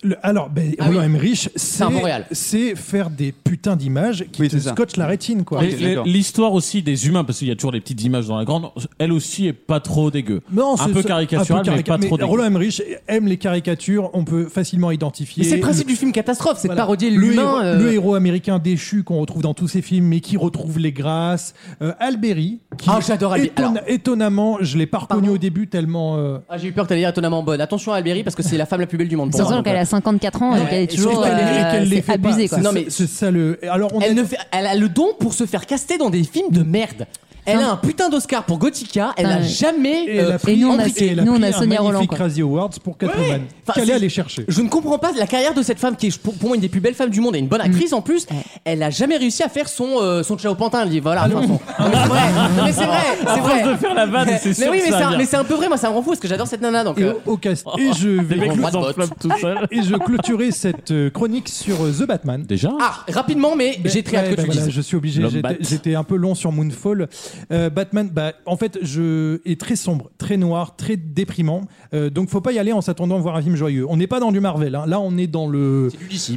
[SPEAKER 3] Le- alors, ben,
[SPEAKER 2] Ah
[SPEAKER 3] Roland
[SPEAKER 2] oui.
[SPEAKER 3] Emmerich,
[SPEAKER 2] un
[SPEAKER 3] c'est,
[SPEAKER 2] Montréal.
[SPEAKER 3] c'est faire des putains d'images qui
[SPEAKER 7] Oui,
[SPEAKER 3] te
[SPEAKER 7] c'est ça.
[SPEAKER 3] scotchent la rétine, quoi.
[SPEAKER 4] Et
[SPEAKER 7] Ok,
[SPEAKER 4] les-
[SPEAKER 7] d'accord.
[SPEAKER 4] L'histoire aussi des humains, parce qu'il y a toujours les petites images dans la grande, elle aussi est pas trop dégueu.
[SPEAKER 3] Non,
[SPEAKER 4] un
[SPEAKER 3] c'est-
[SPEAKER 4] peu
[SPEAKER 3] c'est-
[SPEAKER 4] caricatural,
[SPEAKER 3] un peu
[SPEAKER 4] mais
[SPEAKER 3] carica-
[SPEAKER 4] pas trop dégueu.
[SPEAKER 3] Roland Emmerich aime les caricatures, on peut facilement identifier.
[SPEAKER 2] Mais c'est le principe du film catastrophe, c'est de
[SPEAKER 3] Voilà.
[SPEAKER 2] parodier
[SPEAKER 3] le héros,
[SPEAKER 2] l'humain. euh,
[SPEAKER 3] le héros américain déchu qu'on retrouve dans tous ses films, mais qui retrouve les grâces. Euh, Alberi, qui
[SPEAKER 2] Ah, j'adore Alberi.
[SPEAKER 3] étonne-
[SPEAKER 2] Alors-
[SPEAKER 3] étonnamment, je l'ai pas reconnu
[SPEAKER 2] Pardon
[SPEAKER 3] au début tellement. euh,
[SPEAKER 2] Ah, j'ai eu peur que t'allais dire étonnamment bonne. Attention à Alberi parce que c'est la femme la plus belle du monde. pour moi,
[SPEAKER 5] Surtout
[SPEAKER 2] donc,
[SPEAKER 5] qu'elle a 54 ans, donc elle est
[SPEAKER 2] et surtout
[SPEAKER 5] toujours
[SPEAKER 2] qu'elle est-
[SPEAKER 5] euh,
[SPEAKER 3] qu'elle les
[SPEAKER 5] c'est
[SPEAKER 3] fait pas.
[SPEAKER 5] abusée quoi.
[SPEAKER 3] C'est
[SPEAKER 2] Non,
[SPEAKER 3] ça-
[SPEAKER 2] mais-
[SPEAKER 3] c'est ça le. Alors on
[SPEAKER 2] euh. Elle,
[SPEAKER 3] est-
[SPEAKER 2] ne fait- elle a le don pour se faire caster dans des films de merde. Elle
[SPEAKER 5] Non.
[SPEAKER 2] a un putain d'Oscar pour Gothica. Elle
[SPEAKER 5] Putain,
[SPEAKER 2] n'a
[SPEAKER 5] ouais.
[SPEAKER 2] jamais.
[SPEAKER 3] Et elle
[SPEAKER 2] euh,
[SPEAKER 3] a pris-
[SPEAKER 5] et nous, on a-
[SPEAKER 3] et elle a
[SPEAKER 5] nous, on a
[SPEAKER 3] pris un
[SPEAKER 5] Sonia Roland,
[SPEAKER 3] magnifique
[SPEAKER 5] quoi.
[SPEAKER 3] Razzie Awards pour Catwoman.
[SPEAKER 2] Enfin,
[SPEAKER 3] Qu'elle
[SPEAKER 2] c'est-
[SPEAKER 3] est allée chercher.
[SPEAKER 2] Je ne comprends pas la carrière de cette femme qui est pour, pour moi une des plus belles femmes du monde et une bonne actrice en plus. Elle a jamais réussi à faire son euh, son Chao Pantin. lui, Voilà. enfin, son- Non, mais c'est vrai. Non, mais c'est vrai. C'est vrai.
[SPEAKER 4] de faire la vanne,
[SPEAKER 2] Mais,
[SPEAKER 4] c'est sûr
[SPEAKER 2] oui,
[SPEAKER 4] que
[SPEAKER 2] mais
[SPEAKER 4] ça
[SPEAKER 2] c'est un-
[SPEAKER 4] vient.
[SPEAKER 2] mais c'est un peu vrai. Moi, ça me rend fou parce que j'adore cette nana. Donc.
[SPEAKER 3] Et oh.
[SPEAKER 2] euh,
[SPEAKER 3] au,
[SPEAKER 2] <laughs>
[SPEAKER 3] au cast. Et je vais.
[SPEAKER 4] Les mecs
[SPEAKER 2] Droit
[SPEAKER 4] nous
[SPEAKER 2] de vote.
[SPEAKER 4] enflamment tout
[SPEAKER 3] <laughs>
[SPEAKER 4] seul.
[SPEAKER 3] Et je clôturais cette euh, chronique sur euh, The Batman.
[SPEAKER 4] Déjà
[SPEAKER 2] Ah, rapidement, mais j'ai très
[SPEAKER 3] Ouais,
[SPEAKER 2] hâte que
[SPEAKER 3] bah
[SPEAKER 2] tu
[SPEAKER 3] voilà,
[SPEAKER 2] dises.
[SPEAKER 3] Je suis obligé.
[SPEAKER 4] L'homme
[SPEAKER 3] j'étais-
[SPEAKER 4] bat.
[SPEAKER 3] J'étais un peu long sur Moonfall. Euh, Batman, bah, en fait, je est très sombre, très noir, très déprimant. Euh, donc, faut pas y aller en s'attendant à voir un film joyeux. On n'est pas dans du Marvel. hein. Là, on est dans le.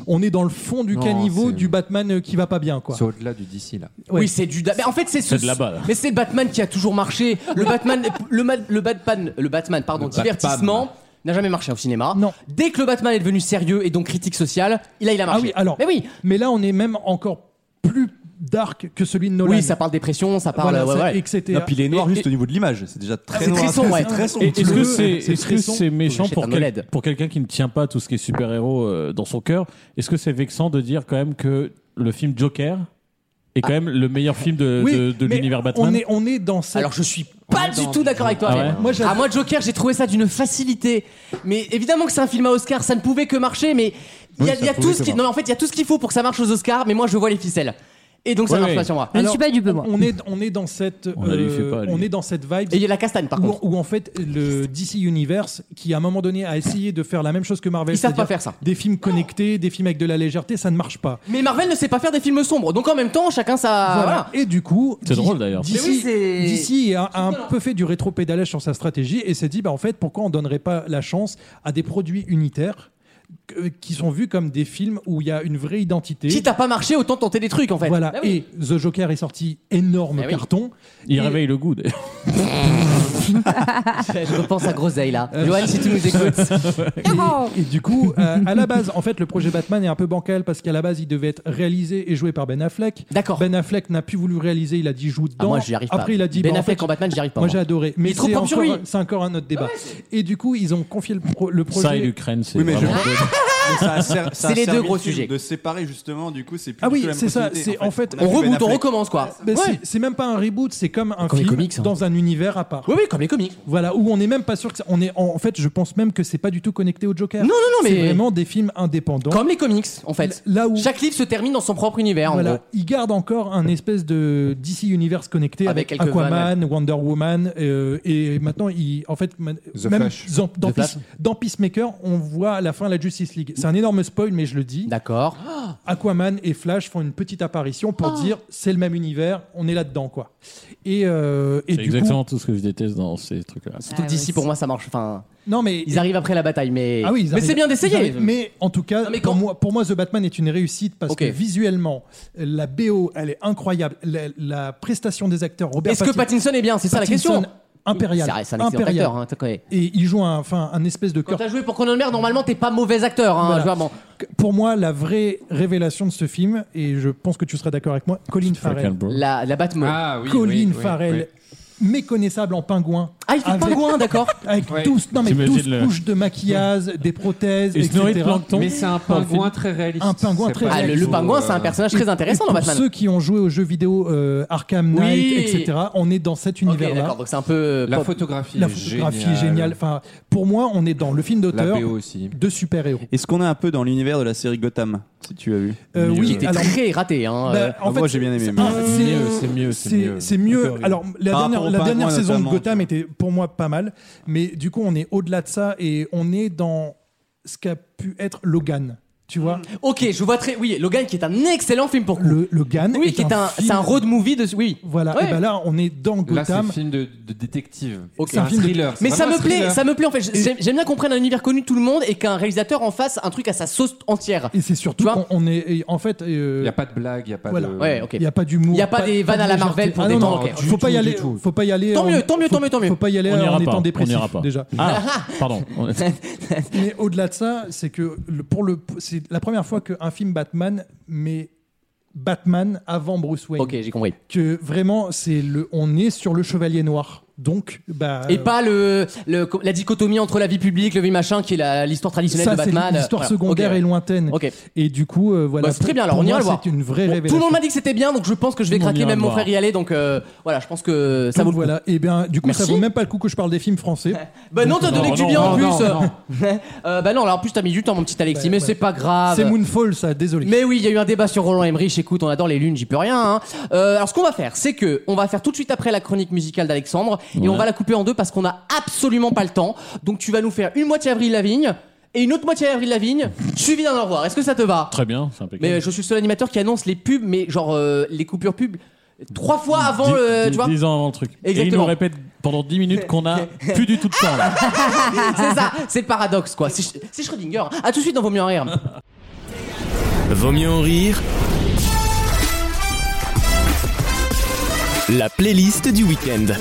[SPEAKER 3] On est dans le fond du
[SPEAKER 8] Non,
[SPEAKER 3] caniveau
[SPEAKER 8] c'est-
[SPEAKER 3] du Batman euh, qui va pas bien, quoi.
[SPEAKER 8] C'est au-delà du DC là.
[SPEAKER 3] Ouais.
[SPEAKER 2] Oui, c'est du. da- Mais en fait, c'est ce-
[SPEAKER 4] C'est de là-bas, là.
[SPEAKER 2] Mais c'est le Batman qui a toujours marché. Le Batman, le, ma- le Batman, le Batman, pardon,
[SPEAKER 8] Le
[SPEAKER 2] divertissement.
[SPEAKER 8] Batman.
[SPEAKER 2] N'a jamais marché au cinéma.
[SPEAKER 3] Non.
[SPEAKER 2] Dès que le Batman est devenu sérieux et donc critique sociale, il a, il a marché.
[SPEAKER 3] Ah oui, alors.
[SPEAKER 2] Mais oui.
[SPEAKER 3] Mais là, on est même encore plus dark que celui de Nolan.
[SPEAKER 2] Oui, ça parle dépression, ça parle. euh,
[SPEAKER 3] Voilà,
[SPEAKER 2] ouais,
[SPEAKER 3] ça-
[SPEAKER 2] ouais.
[SPEAKER 3] etc.
[SPEAKER 7] Non, puis il est noir
[SPEAKER 2] Et- Ah,
[SPEAKER 7] juste au niveau de l'image. C'est déjà très
[SPEAKER 2] c'est
[SPEAKER 7] noir.
[SPEAKER 2] très sombre, ouais.
[SPEAKER 7] C'est très sombre.
[SPEAKER 4] Et Est-ce
[SPEAKER 3] bleu,
[SPEAKER 4] que c'est
[SPEAKER 3] c'est
[SPEAKER 4] est-ce
[SPEAKER 3] très
[SPEAKER 4] que
[SPEAKER 3] sombre.
[SPEAKER 4] c'est méchant
[SPEAKER 2] J'achète
[SPEAKER 4] pour,
[SPEAKER 2] un
[SPEAKER 4] quel-
[SPEAKER 2] OLED.
[SPEAKER 4] pour quelqu'un qui ne tient pas tout ce qui est super-héros euh, dans son cœur Est-ce que c'est vexant de dire quand même que le film Joker est
[SPEAKER 2] Ah.
[SPEAKER 4] quand même le meilleur film de,
[SPEAKER 3] Oui,
[SPEAKER 4] euh, de- de
[SPEAKER 3] mais
[SPEAKER 4] l'univers
[SPEAKER 3] On
[SPEAKER 4] Batman
[SPEAKER 3] est, on est dans cette.
[SPEAKER 2] Alors je suis pas du tout d'accord avec toi.
[SPEAKER 4] Ah
[SPEAKER 2] Red.
[SPEAKER 4] ouais
[SPEAKER 3] Moi, j'avoue-
[SPEAKER 2] à moi Joker, j'ai trouvé ça d'une facilité. Mais évidemment que c'est un film à Oscar, ça ne pouvait que marcher. Mais il y a,
[SPEAKER 8] Oui, ça
[SPEAKER 2] il y a
[SPEAKER 8] pouvait
[SPEAKER 2] tout ce
[SPEAKER 8] que
[SPEAKER 2] qui, non, en fait, il y a tout ce qu'il faut pour que ça marche aux Oscars. Mais moi, je vois les ficelles. Et donc ça
[SPEAKER 4] Ouais,
[SPEAKER 2] marche
[SPEAKER 4] ouais.
[SPEAKER 2] pas sur moi.
[SPEAKER 5] Je ne
[SPEAKER 3] Alors,
[SPEAKER 5] suis pas du peu, moi.
[SPEAKER 3] On est, on est dans cette. euh,
[SPEAKER 4] On la lui fait pas, lui.
[SPEAKER 3] on est dans cette vibe.
[SPEAKER 2] Et il y a la castagne par
[SPEAKER 3] Où,
[SPEAKER 2] contre.
[SPEAKER 3] où en fait le DC Universe, qui à un moment donné a essayé de faire la même chose que Marvel,
[SPEAKER 2] Ils savent pas
[SPEAKER 3] c'est-à-dire
[SPEAKER 2] faire ça.
[SPEAKER 3] Des films connectés, des films avec de la légèreté, ça ne marche pas.
[SPEAKER 2] Mais Marvel ne sait pas faire des films sombres, donc en même temps, chacun sa. Ah, Voilà.
[SPEAKER 3] Et du coup,
[SPEAKER 4] C'est
[SPEAKER 3] D-
[SPEAKER 4] drôle, d'ailleurs.
[SPEAKER 3] DC,
[SPEAKER 2] Mais oui, c'est-
[SPEAKER 3] DC a, a un peu fait du rétropédalage sur sa stratégie et s'est dit bah en fait pourquoi on donnerait pas la chance à des produits unitaires que- qui sont vus comme des films où il y a une vraie identité.
[SPEAKER 2] Si t'as pas marché, autant tenter des trucs en fait.
[SPEAKER 3] Voilà.
[SPEAKER 2] Bah oui.
[SPEAKER 3] Et The Joker est sorti énorme
[SPEAKER 2] Eh oui.
[SPEAKER 3] carton.
[SPEAKER 4] Il
[SPEAKER 3] Et-
[SPEAKER 4] réveille le goût. d'ailleurs.
[SPEAKER 2] Je repense à Groseille là. Euh, Johan, si tu nous écoutes.
[SPEAKER 3] Et du coup, euh, à la base, en fait, le projet Batman est un peu bancal parce qu'à la base, il devait être réalisé et joué par Ben Affleck.
[SPEAKER 2] D'accord.
[SPEAKER 3] Ben Affleck n'a plus voulu réaliser, il a dit joue
[SPEAKER 2] Oh. Ah,
[SPEAKER 3] dedans.
[SPEAKER 2] moi, j'y arrive pas.
[SPEAKER 3] Après, il a dit
[SPEAKER 2] Ben
[SPEAKER 3] bah, en
[SPEAKER 2] Affleck
[SPEAKER 3] fait,
[SPEAKER 2] en Batman, j'y arrive pas.
[SPEAKER 3] Moi,
[SPEAKER 2] moi.
[SPEAKER 3] j'ai adoré. Mais
[SPEAKER 2] est trop
[SPEAKER 3] c'est
[SPEAKER 2] propre sur
[SPEAKER 3] encore,
[SPEAKER 2] lui.
[SPEAKER 3] c'est encore un autre débat. et du coup, ils ont confié le, pro- le projet.
[SPEAKER 4] Ça et l'Ukraine, c'est
[SPEAKER 7] Oui, mais je-
[SPEAKER 4] vraiment-
[SPEAKER 7] Mais ça a ser- ça a
[SPEAKER 2] Ah. C'est les deux
[SPEAKER 7] servi
[SPEAKER 2] gros
[SPEAKER 7] de-
[SPEAKER 2] sujets.
[SPEAKER 7] De séparer justement, du coup, c'est plus.
[SPEAKER 3] Ah oui,
[SPEAKER 7] du tout la même
[SPEAKER 3] c'est ça,
[SPEAKER 7] continuité,
[SPEAKER 3] c'est- en fait,
[SPEAKER 2] on
[SPEAKER 7] a plus Ben
[SPEAKER 2] reboot, on
[SPEAKER 7] Affleck.
[SPEAKER 2] recommence quoi.
[SPEAKER 3] Mais
[SPEAKER 2] Ouais.
[SPEAKER 3] Ben, c'est- C'est même pas un reboot, c'est comme un
[SPEAKER 2] Comme les
[SPEAKER 3] film
[SPEAKER 2] comics, hein.
[SPEAKER 3] dans un univers à part.
[SPEAKER 2] Oui, oui, comme les comics.
[SPEAKER 3] Voilà, où on n'est même pas sûr que ça- on est en, en fait, je pense même que c'est pas du tout connecté au Joker.
[SPEAKER 2] Non, non, non,
[SPEAKER 3] c'est
[SPEAKER 2] mais-
[SPEAKER 3] vraiment des films indépendants.
[SPEAKER 2] Comme les comics en fait.
[SPEAKER 3] Là où-
[SPEAKER 2] Chaque livre se termine dans son propre univers en
[SPEAKER 3] Voilà,
[SPEAKER 2] gros.
[SPEAKER 3] il garde encore un espèce de DC Universe connecté
[SPEAKER 2] Avec
[SPEAKER 3] avec,
[SPEAKER 2] quelques
[SPEAKER 3] Aquaman, Wonder Woman euh, et maintenant il en fait ma-
[SPEAKER 8] The
[SPEAKER 3] même
[SPEAKER 8] Flash.
[SPEAKER 3] zan- dans,
[SPEAKER 2] The Flash.
[SPEAKER 3] Peace- dans Peacemaker, on voit à la fin la Justice League. C'est un énorme spoil mais je le dis.
[SPEAKER 2] D'accord.
[SPEAKER 3] Ah, Aquaman et Flash font une petite apparition pour dire c'est le même univers, on est là-dedans quoi. Et euh, et
[SPEAKER 4] C'est
[SPEAKER 3] du
[SPEAKER 4] exactement tout ce que je déteste dans ces trucs-là.
[SPEAKER 2] Surtout que d'ici pour moi ça marche. Enfin,
[SPEAKER 3] coup, non mais
[SPEAKER 2] ils arrivent après la bataille, mais.
[SPEAKER 3] Ah oui, ils
[SPEAKER 2] mais
[SPEAKER 3] arrivent-
[SPEAKER 2] c'est bien
[SPEAKER 3] ils
[SPEAKER 2] d'essayer.
[SPEAKER 3] arrivent. Mais en tout cas,
[SPEAKER 2] Non, mais
[SPEAKER 3] pour,
[SPEAKER 2] quand-
[SPEAKER 3] moi, pour moi, The Batman est une réussite parce
[SPEAKER 2] Ok.
[SPEAKER 3] que visuellement, la BO, elle est incroyable. La, la prestation des acteurs, Robert
[SPEAKER 2] Est-ce que
[SPEAKER 3] Pattinson-
[SPEAKER 2] Pattinson est bien C'est ça la question.
[SPEAKER 3] Pattinson, Impérial.
[SPEAKER 2] C'est c'est un excellent
[SPEAKER 3] Impérial.
[SPEAKER 2] acteur. hein, t'as- ouais.
[SPEAKER 3] Et il joue un, enfin, un espèce de
[SPEAKER 2] Quand
[SPEAKER 3] cœur.
[SPEAKER 2] t'as joué pour Conan Mer, normalement t'es pas mauvais acteur. hein,
[SPEAKER 3] Voilà.
[SPEAKER 2] je vois, bon.
[SPEAKER 3] Pour moi, la vraie révélation de ce film, et je pense que tu seras d'accord avec moi, Colin
[SPEAKER 4] Freaking
[SPEAKER 2] <laughs>
[SPEAKER 3] Farrell.
[SPEAKER 4] bro.
[SPEAKER 2] La, la Batman. Ah,
[SPEAKER 8] Ah oui.
[SPEAKER 3] Colin
[SPEAKER 8] oui, oui,
[SPEAKER 3] Farrell, méconnaissable en pingouin.
[SPEAKER 2] Ah, il fait
[SPEAKER 3] Avec-
[SPEAKER 2] pingouin,
[SPEAKER 3] <laughs>
[SPEAKER 2] d'accord.
[SPEAKER 3] Avec
[SPEAKER 8] Ouais.
[SPEAKER 3] 12, non, mais
[SPEAKER 4] T'imagines
[SPEAKER 3] 12
[SPEAKER 4] le-
[SPEAKER 3] couches de maquillage, des prothèses,
[SPEAKER 4] Et se nourrit de
[SPEAKER 3] etc.
[SPEAKER 4] plancton.
[SPEAKER 8] Mais c'est un pingouin très réaliste.
[SPEAKER 3] Un pingouin
[SPEAKER 8] C'est
[SPEAKER 3] très
[SPEAKER 8] pas
[SPEAKER 2] Ah,
[SPEAKER 3] réaliste.
[SPEAKER 2] le,
[SPEAKER 8] du
[SPEAKER 2] le
[SPEAKER 8] tout,
[SPEAKER 2] pingouin, c'est
[SPEAKER 8] euh,
[SPEAKER 2] un personnage très intéressant
[SPEAKER 3] Et
[SPEAKER 2] dans
[SPEAKER 3] pour
[SPEAKER 2] Batman.
[SPEAKER 3] ceux qui ont joué aux jeux vidéo euh, Arkham
[SPEAKER 2] Oui.
[SPEAKER 3] Knight, etc., on est dans cet
[SPEAKER 2] Ok,
[SPEAKER 3] univers-là.
[SPEAKER 2] d'accord, donc c'est un peu. euh,
[SPEAKER 8] La
[SPEAKER 2] pop.
[SPEAKER 8] photographie.
[SPEAKER 3] la
[SPEAKER 8] est
[SPEAKER 3] photographie est géniale. Enfin, pour moi, on est dans le film
[SPEAKER 8] La
[SPEAKER 3] d'auteur
[SPEAKER 8] BO aussi.
[SPEAKER 3] de super-héros.
[SPEAKER 7] Est-ce qu'on est un peu dans l'univers de la série Gotham, si tu as vu
[SPEAKER 3] Euh,
[SPEAKER 2] Qui
[SPEAKER 3] oui,
[SPEAKER 2] était
[SPEAKER 3] alors.
[SPEAKER 2] très raté, hein.
[SPEAKER 3] bah,
[SPEAKER 2] euh.
[SPEAKER 3] en
[SPEAKER 7] Moi,
[SPEAKER 3] fait,
[SPEAKER 7] j'ai bien aimé,
[SPEAKER 3] c'est-
[SPEAKER 7] mais-
[SPEAKER 3] ah,
[SPEAKER 8] C'est mieux, c'est mieux, c'est
[SPEAKER 3] C'est
[SPEAKER 8] mieux.
[SPEAKER 3] c'est mieux.
[SPEAKER 8] Encore mieux.
[SPEAKER 3] Alors, la
[SPEAKER 7] Par
[SPEAKER 3] dernière,
[SPEAKER 7] rapport au
[SPEAKER 3] la dernière
[SPEAKER 7] pingouin,
[SPEAKER 3] saison de
[SPEAKER 7] notamment,
[SPEAKER 3] Gotham
[SPEAKER 7] tu
[SPEAKER 3] était pour moi pas mal, mais du coup, on est au-delà de ça et on est dans ce qu'a pu être Logan. Tu vois,
[SPEAKER 2] Ok, je vois très. Oui, Logan qui est un excellent film pour.
[SPEAKER 3] le Logan.
[SPEAKER 2] oui, qui est un,
[SPEAKER 3] film-
[SPEAKER 2] c'est un road movie de. Oui.
[SPEAKER 3] Voilà,
[SPEAKER 2] Ouais.
[SPEAKER 3] et ben là, on est dans
[SPEAKER 8] Là, c'est un
[SPEAKER 3] Gotham.
[SPEAKER 8] film de, de détective.
[SPEAKER 3] Ok.
[SPEAKER 8] C'est un
[SPEAKER 3] C'est un film de-
[SPEAKER 8] thriller. c'est
[SPEAKER 2] Mais ça
[SPEAKER 8] vraiment
[SPEAKER 2] me
[SPEAKER 8] un
[SPEAKER 2] plaît,
[SPEAKER 8] thriller.
[SPEAKER 2] ça me plaît en fait. J'aime j'aime bien qu'on prenne un univers connu de tout le monde et qu'un réalisateur en fasse un truc à sa sauce entière.
[SPEAKER 3] Et c'est surtout
[SPEAKER 2] Tu vois
[SPEAKER 3] qu'on on est. et en fait, euh,
[SPEAKER 8] Il n'y a pas de blague, il n'y a pas
[SPEAKER 3] Voilà.
[SPEAKER 8] de.
[SPEAKER 2] Ouais, ok.
[SPEAKER 3] Il n'y a pas d'humour.
[SPEAKER 2] Il y a pas des vannes
[SPEAKER 3] de
[SPEAKER 2] à la
[SPEAKER 3] légèreté.
[SPEAKER 2] Marvel pour
[SPEAKER 3] Ah non,
[SPEAKER 2] des
[SPEAKER 3] non,
[SPEAKER 2] gens, ok.
[SPEAKER 3] Faut pas y
[SPEAKER 8] Du tout,
[SPEAKER 3] aller.
[SPEAKER 8] du tout.
[SPEAKER 3] Faut pas y aller.
[SPEAKER 2] Tant
[SPEAKER 3] en-
[SPEAKER 2] mieux, tant mieux, tant mieux, tant mieux.
[SPEAKER 3] Faut pas y aller
[SPEAKER 4] On
[SPEAKER 3] en
[SPEAKER 4] n'ira
[SPEAKER 3] étant
[SPEAKER 4] pas. On
[SPEAKER 3] dépressif
[SPEAKER 4] n'ira pas.
[SPEAKER 3] déjà.
[SPEAKER 4] Ah,
[SPEAKER 2] <laughs>
[SPEAKER 4] pardon.
[SPEAKER 3] Mais au-delà de ça, c'est que le- pour le, c'est la première fois qu'un film Batman met Batman avant Bruce Wayne.
[SPEAKER 2] Ok, j'ai compris.
[SPEAKER 3] Que vraiment, c'est le, on est sur le Chevalier Noir. Donc, bah.
[SPEAKER 2] Et pas le, le- la dichotomie entre la vie publique, le vie machin, qui est la- l'histoire traditionnelle
[SPEAKER 3] ça,
[SPEAKER 2] de
[SPEAKER 3] c'est
[SPEAKER 2] Batman. euh,
[SPEAKER 3] l'histoire
[SPEAKER 2] Voilà.
[SPEAKER 3] secondaire
[SPEAKER 2] Ok.
[SPEAKER 3] et lointaine.
[SPEAKER 2] Ok.
[SPEAKER 3] Et du coup, euh, voilà.
[SPEAKER 2] Bah, c'est
[SPEAKER 3] pour-
[SPEAKER 2] très bien, alors
[SPEAKER 3] pour
[SPEAKER 2] on ira
[SPEAKER 3] moi,
[SPEAKER 2] le voir.
[SPEAKER 3] C'est une vraie
[SPEAKER 2] Bon, tout
[SPEAKER 3] révélation.
[SPEAKER 2] le monde m'a dit que c'était bien, donc je pense que je vais
[SPEAKER 4] Tout le monde
[SPEAKER 2] craquer.
[SPEAKER 4] ira
[SPEAKER 2] Même
[SPEAKER 4] le
[SPEAKER 2] mon
[SPEAKER 4] voir.
[SPEAKER 2] frère y allait, donc euh, voilà, je pense que ça
[SPEAKER 3] Donc,
[SPEAKER 2] vaut le coup.
[SPEAKER 3] voilà. Et bien, du coup, ça
[SPEAKER 2] Merci.
[SPEAKER 3] vaut même pas le coup que je parle des
[SPEAKER 2] <laughs>
[SPEAKER 3] films français.
[SPEAKER 2] Bah non, t'as donné
[SPEAKER 4] Non,
[SPEAKER 2] que du
[SPEAKER 4] non,
[SPEAKER 2] bien en
[SPEAKER 4] non,
[SPEAKER 2] plus.
[SPEAKER 4] non,
[SPEAKER 2] <laughs> Euh, bah non, alors en plus t'as mis du temps, mon petit Alexis,
[SPEAKER 3] Bah,
[SPEAKER 2] mais
[SPEAKER 3] ouais.
[SPEAKER 2] c'est pas grave.
[SPEAKER 3] c'est Moonfall, ça, désolé.
[SPEAKER 2] Ah, Mais oui, il y a eu un débat sur Roland Emmerich. Écoute, on adore les lunes, j'y peux rien. hein. Euh, alors, ce qu'on va faire, c'est que on va faire tout de suite après la chronique musicale d'Alexandre et on va la couper en deux parce qu'on a absolument pas le temps. Donc, tu vas nous faire une moitié Avril Lavigne et une autre moitié Avril Lavigne suivie d'un au revoir. Est-ce que ça te va
[SPEAKER 4] Très bien, c'est impeccable.
[SPEAKER 2] Mais euh, je suis le seul animateur qui annonce les pubs, mais genre euh, les coupures pubs trois fois avant
[SPEAKER 4] Dix-
[SPEAKER 2] le. euh,
[SPEAKER 4] dix-
[SPEAKER 2] Tu vois
[SPEAKER 4] dix ans avant le truc. Et il
[SPEAKER 2] Exactement.
[SPEAKER 4] nous répète pendant 10 minutes qu'on a plus du tout de temps là.
[SPEAKER 2] <laughs> C'est ça, c'est le paradoxe quoi. C'est Sch- c'est Schrödinger. À tout de suite dans Vaut mieux en rire.
[SPEAKER 1] Vaut mieux en rire. La playlist du week-end.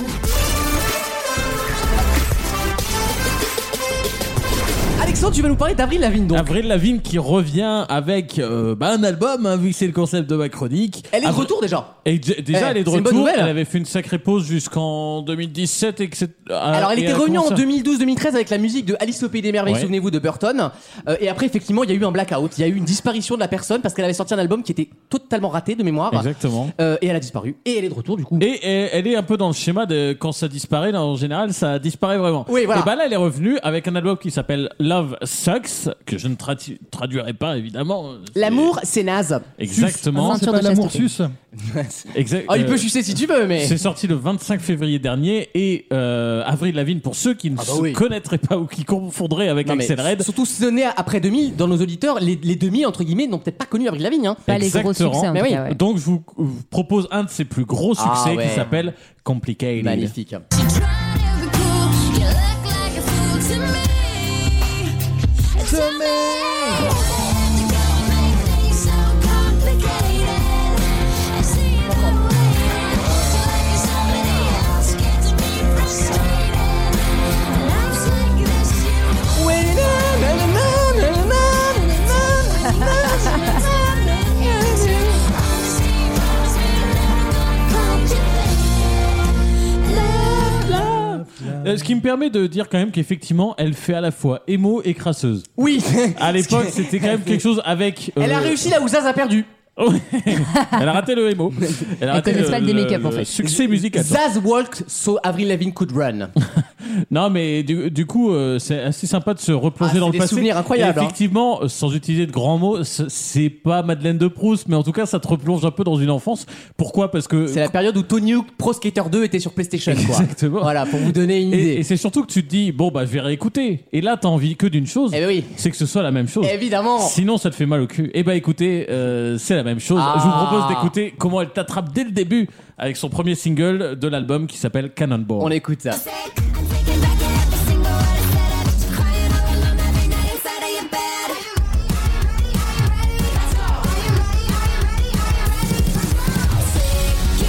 [SPEAKER 2] Alexandre, tu vas nous parler d'Avril Lavigne donc.
[SPEAKER 4] Avril Lavigne qui revient avec euh, bah, un album, hein, vu que c'est le concept de ma chronique.
[SPEAKER 2] Elle est de
[SPEAKER 4] Avril-
[SPEAKER 2] retour déjà.
[SPEAKER 4] Et dé- déjà,
[SPEAKER 2] Eh,
[SPEAKER 4] elle est de
[SPEAKER 2] c'est une bonne
[SPEAKER 4] retour.
[SPEAKER 2] nouvelle.
[SPEAKER 4] Elle avait fait une sacrée pause jusqu'en 2017. Et que c'est- ah,
[SPEAKER 2] Alors, elle
[SPEAKER 4] et
[SPEAKER 2] était revenue en
[SPEAKER 4] commence à-
[SPEAKER 2] 2012-2013 avec la musique de Alice au Pays des Merveilles,
[SPEAKER 4] Ouais.
[SPEAKER 2] souvenez-vous, de Burton. Euh, et après, effectivement, il y a eu un blackout, il y a eu une disparition de la personne parce qu'elle avait sorti un album qui était totalement raté de mémoire.
[SPEAKER 4] Exactement.
[SPEAKER 2] Euh, et elle a disparu. Et elle est de retour, du coup.
[SPEAKER 4] Et, et elle est un peu dans le schéma de quand ça disparaît, là, en général, ça disparaît vraiment.
[SPEAKER 2] Oui, voilà.
[SPEAKER 4] Et bah là, elle est revenue avec un album qui s'appelle Love Sucks, que je ne tradu- traduirai pas évidemment.
[SPEAKER 2] L'amour, c'est naze.
[SPEAKER 4] Exactement.
[SPEAKER 3] C'est
[SPEAKER 5] Sus. Ceinture
[SPEAKER 3] pas
[SPEAKER 5] de
[SPEAKER 3] l'amour
[SPEAKER 5] chasteté.
[SPEAKER 3] sus.
[SPEAKER 4] Exact-
[SPEAKER 2] Oh, il
[SPEAKER 4] euh,
[SPEAKER 2] peut sucer si tu veux, mais.
[SPEAKER 4] C'est sorti le 25 février dernier et euh, Avril Lavigne, pour ceux qui ne
[SPEAKER 2] Ah bah
[SPEAKER 4] se
[SPEAKER 2] oui.
[SPEAKER 4] connaîtraient pas ou qui confondraient avec
[SPEAKER 2] Non, mais
[SPEAKER 4] Axel Red,
[SPEAKER 2] Surtout sonné après 2000, dans nos auditeurs, les, les demi, entre guillemets, n'ont peut-être pas connu Avril Lavigne. Hein.
[SPEAKER 5] Pas les gros
[SPEAKER 4] Exactement.
[SPEAKER 5] succès, en
[SPEAKER 2] Mais
[SPEAKER 5] tout
[SPEAKER 2] oui.
[SPEAKER 5] cas, ouais.
[SPEAKER 4] donc je vous, vous propose un de ses plus gros succès
[SPEAKER 2] Ah ouais.
[SPEAKER 4] qui s'appelle Complicated.
[SPEAKER 2] Magnifique.
[SPEAKER 4] Euh, ce qui me permet de dire quand même qu'effectivement, elle fait à la fois émo et crasseuse.
[SPEAKER 2] Oui.
[SPEAKER 4] À l'époque, c'était quand même quelque chose avec. euh,
[SPEAKER 2] Elle a réussi là où Zaz a perdu.
[SPEAKER 4] elle a raté le émo. Elle a raté
[SPEAKER 5] connaissent pas le démake-up, en fait.
[SPEAKER 4] Succès musical.
[SPEAKER 2] Zaz walked so Avril Lavigne could run.
[SPEAKER 4] Non, mais du, du coup, euh, c'est assez sympa de se replonger
[SPEAKER 2] Ah, c'est
[SPEAKER 4] dans le
[SPEAKER 2] des
[SPEAKER 4] passé.
[SPEAKER 2] souvenirs incroyables, hein.
[SPEAKER 4] Et effectivement, euh, sans utiliser de grands mots, c- c'est pas Madeleine de Proust, mais en tout cas, ça te replonge un peu dans une enfance. Pourquoi Parce que
[SPEAKER 2] C'est la période où Tony Hawk Pro Skater 2 était sur PlayStation. Quoi.
[SPEAKER 4] Exactement.
[SPEAKER 2] Voilà, pour vous donner une
[SPEAKER 4] et, et
[SPEAKER 2] idée.
[SPEAKER 4] c'est surtout que tu te dis bon bah je vais réécouter. Et là, t'as envie que d'une chose,
[SPEAKER 2] Eh ben oui.
[SPEAKER 4] c'est que ce soit la même chose.
[SPEAKER 2] Évidemment.
[SPEAKER 4] Sinon, ça te fait mal au cul. Et bah écoutez, euh, c'est la même chose.
[SPEAKER 2] Ah.
[SPEAKER 4] Je vous propose d'écouter comment elle t'attrape dès le début avec son premier single de l'album qui s'appelle Cannonball.
[SPEAKER 2] On écoute ça.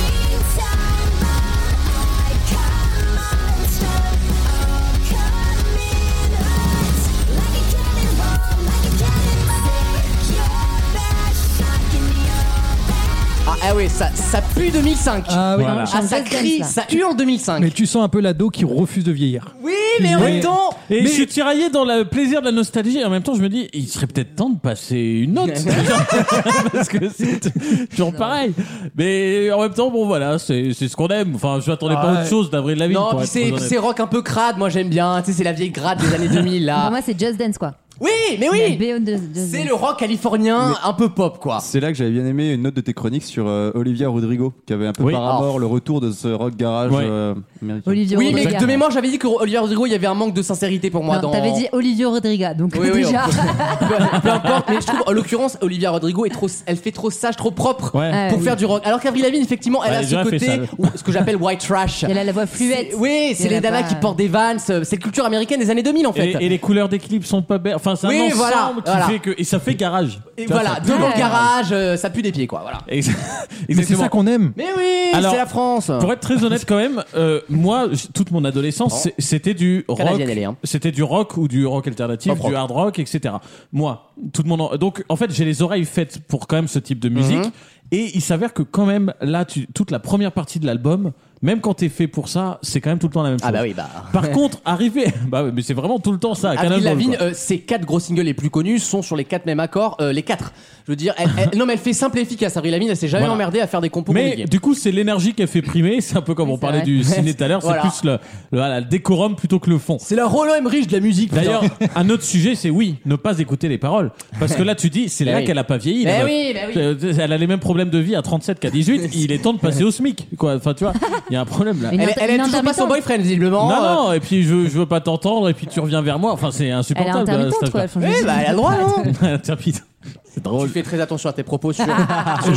[SPEAKER 7] Oh,
[SPEAKER 2] Ah, ah oui, ça, ça pue 2005. Ah,
[SPEAKER 3] Ah oui.
[SPEAKER 4] Voilà.
[SPEAKER 2] ça crie,
[SPEAKER 5] Chantal,
[SPEAKER 2] ça
[SPEAKER 5] ça.
[SPEAKER 2] hurle 2005.
[SPEAKER 3] Mais tu sens un peu l'ado qui refuse de vieillir.
[SPEAKER 2] Oui, mais en
[SPEAKER 3] Oui.
[SPEAKER 2] même temps.
[SPEAKER 4] Et je suis tiraillé dans le plaisir de la nostalgie et en même temps je me dis il serait peut-être temps de passer une
[SPEAKER 2] <laughs>
[SPEAKER 4] autre parce que c'est toujours pareil mais en même temps bon voilà c'est c'est ce qu'on aime enfin je n'attendais pas
[SPEAKER 3] Ouais.
[SPEAKER 4] autre chose d'Avril Lavigne
[SPEAKER 2] Non,
[SPEAKER 4] pour
[SPEAKER 2] puis
[SPEAKER 4] être
[SPEAKER 2] c'est
[SPEAKER 4] honnête.
[SPEAKER 2] c'est rock un peu crade, moi j'aime bien. Tu sais, c'est la vieille grade des années 2000
[SPEAKER 5] Pour <laughs>
[SPEAKER 2] là.
[SPEAKER 5] moi, c'est Just Dance, quoi.
[SPEAKER 2] Oui, mais
[SPEAKER 5] La
[SPEAKER 2] ah. oui.
[SPEAKER 5] BO de Just Dance.
[SPEAKER 2] C'est le rock californien un peu pop quoi.
[SPEAKER 7] C'est là que j'avais bien aimé une note de tes chroniques sur euh, Olivia Rodrigo, qui avait un peu
[SPEAKER 4] Oui. Oh.
[SPEAKER 7] par rapport le retour de ce rock garage
[SPEAKER 4] Ouais.
[SPEAKER 7] euh, américain.
[SPEAKER 5] Olivier
[SPEAKER 2] Oui, mais
[SPEAKER 5] Rodriga.
[SPEAKER 2] de mémoire, j'avais dit que Olivier Rodrigo, il y avait un manque de sincérité pour moi
[SPEAKER 5] Non,
[SPEAKER 2] dans.
[SPEAKER 5] T'avais dit Olivier Rodriga, donc
[SPEAKER 2] Oui, oui,
[SPEAKER 5] <laughs> déjà.
[SPEAKER 2] peu, peu importe, mais je trouve en l'occurrence Olivia Rodrigo est trop, elle fait trop sage, trop propre
[SPEAKER 4] Ouais.
[SPEAKER 5] Ah,
[SPEAKER 2] pour
[SPEAKER 5] oui.
[SPEAKER 2] faire du rock. Alors qu'Avril Lavigne effectivement, elle
[SPEAKER 4] Ouais,
[SPEAKER 2] a
[SPEAKER 4] j'aurais
[SPEAKER 2] ce
[SPEAKER 4] fait
[SPEAKER 2] côté
[SPEAKER 4] ça.
[SPEAKER 2] ou ce que j'appelle white trash.
[SPEAKER 5] Elle a la voix fluette.
[SPEAKER 2] C'est- Oui, c'est
[SPEAKER 5] Elle
[SPEAKER 2] les
[SPEAKER 5] a
[SPEAKER 2] damas
[SPEAKER 5] pas-
[SPEAKER 2] qui portent des vans. euh, C'est la culture américaine des années 2000 en fait.
[SPEAKER 4] et, et les couleurs des clips sont pas belles enfin c'est un
[SPEAKER 2] Oui,
[SPEAKER 4] ensemble
[SPEAKER 2] voilà,
[SPEAKER 4] qui
[SPEAKER 2] voilà.
[SPEAKER 4] fait que et ça fait garage
[SPEAKER 2] Et
[SPEAKER 4] Tu vois,
[SPEAKER 2] voilà,
[SPEAKER 4] ça-
[SPEAKER 2] devant le
[SPEAKER 5] Ouais.
[SPEAKER 2] garage, euh, ça pue des pieds quoi. Voilà.
[SPEAKER 4] <laughs> Ex-
[SPEAKER 3] Mais c'est ça
[SPEAKER 4] exactement
[SPEAKER 3] qu'on aime.
[SPEAKER 2] Mais oui,
[SPEAKER 4] Alors,
[SPEAKER 2] c'est la France.
[SPEAKER 4] pour être très honnête quand même, euh, moi j- toute mon adolescence c'est- c'était du rock,
[SPEAKER 2] Canadienne, elle est, hein.
[SPEAKER 4] c'était du rock ou du rock alternatif,
[SPEAKER 2] Pop rock.
[SPEAKER 4] du hard rock, etc. Moi, toute mon en- donc en fait j'ai les oreilles faites
[SPEAKER 2] Mm-hmm.
[SPEAKER 4] pour quand même ce type de musique et il s'avère que quand même là tu- toute la première partie de l'album même quand t'es fait pour ça, c'est quand même tout le temps la même chose.
[SPEAKER 2] Ah bah oui, bah.
[SPEAKER 4] <laughs> Par contre, arriver. <laughs> Bah oui, mais c'est vraiment tout le temps ça. à Cannonball,
[SPEAKER 2] Avril Lavigne,
[SPEAKER 4] quoi.
[SPEAKER 2] euh, ses quatre gros singles les plus connus sont sur les quatre mêmes accords, euh, les quatre. Je veux dire, elle- elle- non mais elle fait simple et efficace. Avril Lavigne, elle s'est jamais
[SPEAKER 4] Voilà.
[SPEAKER 2] emmerdée à faire des compos
[SPEAKER 4] Mais
[SPEAKER 2] compliqués.
[SPEAKER 4] du coup, c'est l'énergie qui a fait primer. C'est un peu comme
[SPEAKER 5] Oui,
[SPEAKER 4] on
[SPEAKER 5] c'est
[SPEAKER 4] parlait
[SPEAKER 5] vrai.
[SPEAKER 2] <laughs>
[SPEAKER 4] du ciné tout à l'heure. C'est
[SPEAKER 2] Voilà.
[SPEAKER 4] plus le, le, voilà, le décorum plutôt que le fond.
[SPEAKER 2] C'est la Roland Emmerich de la musique. putain.
[SPEAKER 4] D'ailleurs, un autre sujet, c'est oui, ne pas écouter les paroles. Parce que là, tu dis,
[SPEAKER 2] <laughs>
[SPEAKER 4] c'est
[SPEAKER 2] Bah
[SPEAKER 4] là
[SPEAKER 2] oui.
[SPEAKER 4] qu'elle a pas vieilli. la
[SPEAKER 2] Bah
[SPEAKER 4] meuf.
[SPEAKER 2] oui, bah oui.
[SPEAKER 4] Euh, Elle a les mêmes problèmes de vie à 37
[SPEAKER 2] <laughs>
[SPEAKER 4] qu'à 18. Il est temps de passer au SMIC. Quoi. Enfin, tu vois, il y a un problème là.
[SPEAKER 5] Une
[SPEAKER 2] elle,
[SPEAKER 5] inter-
[SPEAKER 2] elle
[SPEAKER 5] une
[SPEAKER 2] a toujours pas son
[SPEAKER 5] intermittente.
[SPEAKER 2] boyfriend visiblement.
[SPEAKER 4] non,
[SPEAKER 2] Euh,
[SPEAKER 4] non, et puis je, je veux pas t'entendre, et puis tu reviens vers moi. Enfin, c'est
[SPEAKER 5] Elle est
[SPEAKER 4] insupportable. à cet
[SPEAKER 5] intermittente,
[SPEAKER 4] âge-là.
[SPEAKER 5] quoi. Enfin, je
[SPEAKER 2] eh,
[SPEAKER 5] dis-
[SPEAKER 2] bah, elle a le droit, non
[SPEAKER 4] <laughs> Intermittente.
[SPEAKER 2] C'est <laughs> drôle. Ah, Tu fais très attention à tes propos <laughs> sur.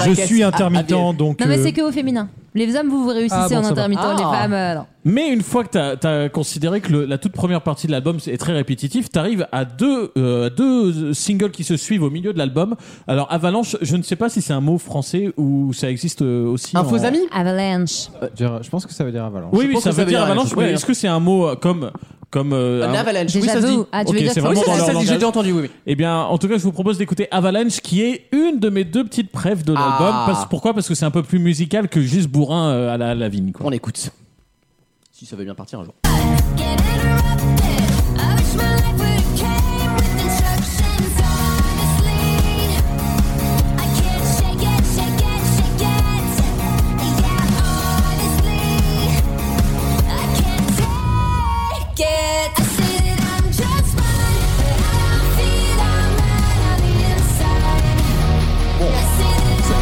[SPEAKER 3] Je suis intermittent, donc.
[SPEAKER 5] Non, mais
[SPEAKER 3] euh,
[SPEAKER 5] c'est que au féminin. Les hommes, vous, vous réussissez
[SPEAKER 3] Ah, bon,
[SPEAKER 5] en
[SPEAKER 3] ça va.
[SPEAKER 5] intermittent, les
[SPEAKER 2] Ah.
[SPEAKER 5] femmes, euh, non.
[SPEAKER 4] Mais une fois que t'as- t'as considéré que le- la toute première partie de l'album est très répétitive, t'arrives à deux, euh, deux singles qui se suivent au milieu de l'album. Alors, Avalanche, je ne sais pas si c'est un maux français ou ça existe euh, aussi.
[SPEAKER 2] Un
[SPEAKER 4] en-
[SPEAKER 2] faux ami
[SPEAKER 5] Avalanche.
[SPEAKER 2] Euh,
[SPEAKER 8] Dire- Je pense que ça veut dire avalanche.
[SPEAKER 4] Oui,
[SPEAKER 2] Je
[SPEAKER 4] oui,
[SPEAKER 2] pense
[SPEAKER 4] ça
[SPEAKER 2] que
[SPEAKER 4] veut dire avalanche,
[SPEAKER 2] ouais.
[SPEAKER 4] mais est-ce que c'est un mot euh, comme. comme euh,
[SPEAKER 2] Un
[SPEAKER 4] un-
[SPEAKER 2] avalanche.
[SPEAKER 5] Déjà
[SPEAKER 2] Oui, ça se
[SPEAKER 5] vu.
[SPEAKER 2] dit.
[SPEAKER 5] Ah, tu veux
[SPEAKER 4] Ok,
[SPEAKER 5] dire
[SPEAKER 4] c'est
[SPEAKER 5] que
[SPEAKER 4] vraiment
[SPEAKER 2] Oui,
[SPEAKER 4] dans
[SPEAKER 2] ça,
[SPEAKER 4] leur
[SPEAKER 2] ça se dit, j'ai
[SPEAKER 4] langage.
[SPEAKER 2] déjà entendu, oui, oui.
[SPEAKER 4] Eh bien, en tout cas, je vous propose d'écouter Avalanche, qui est une de mes deux petites preuves de
[SPEAKER 2] Ah.
[SPEAKER 4] l'album. Parce- pourquoi Parce que c'est un peu plus musical que juste bourrin euh, à la la vigne. Quoi.
[SPEAKER 2] On écoute. Si ça veut bien partir un jour.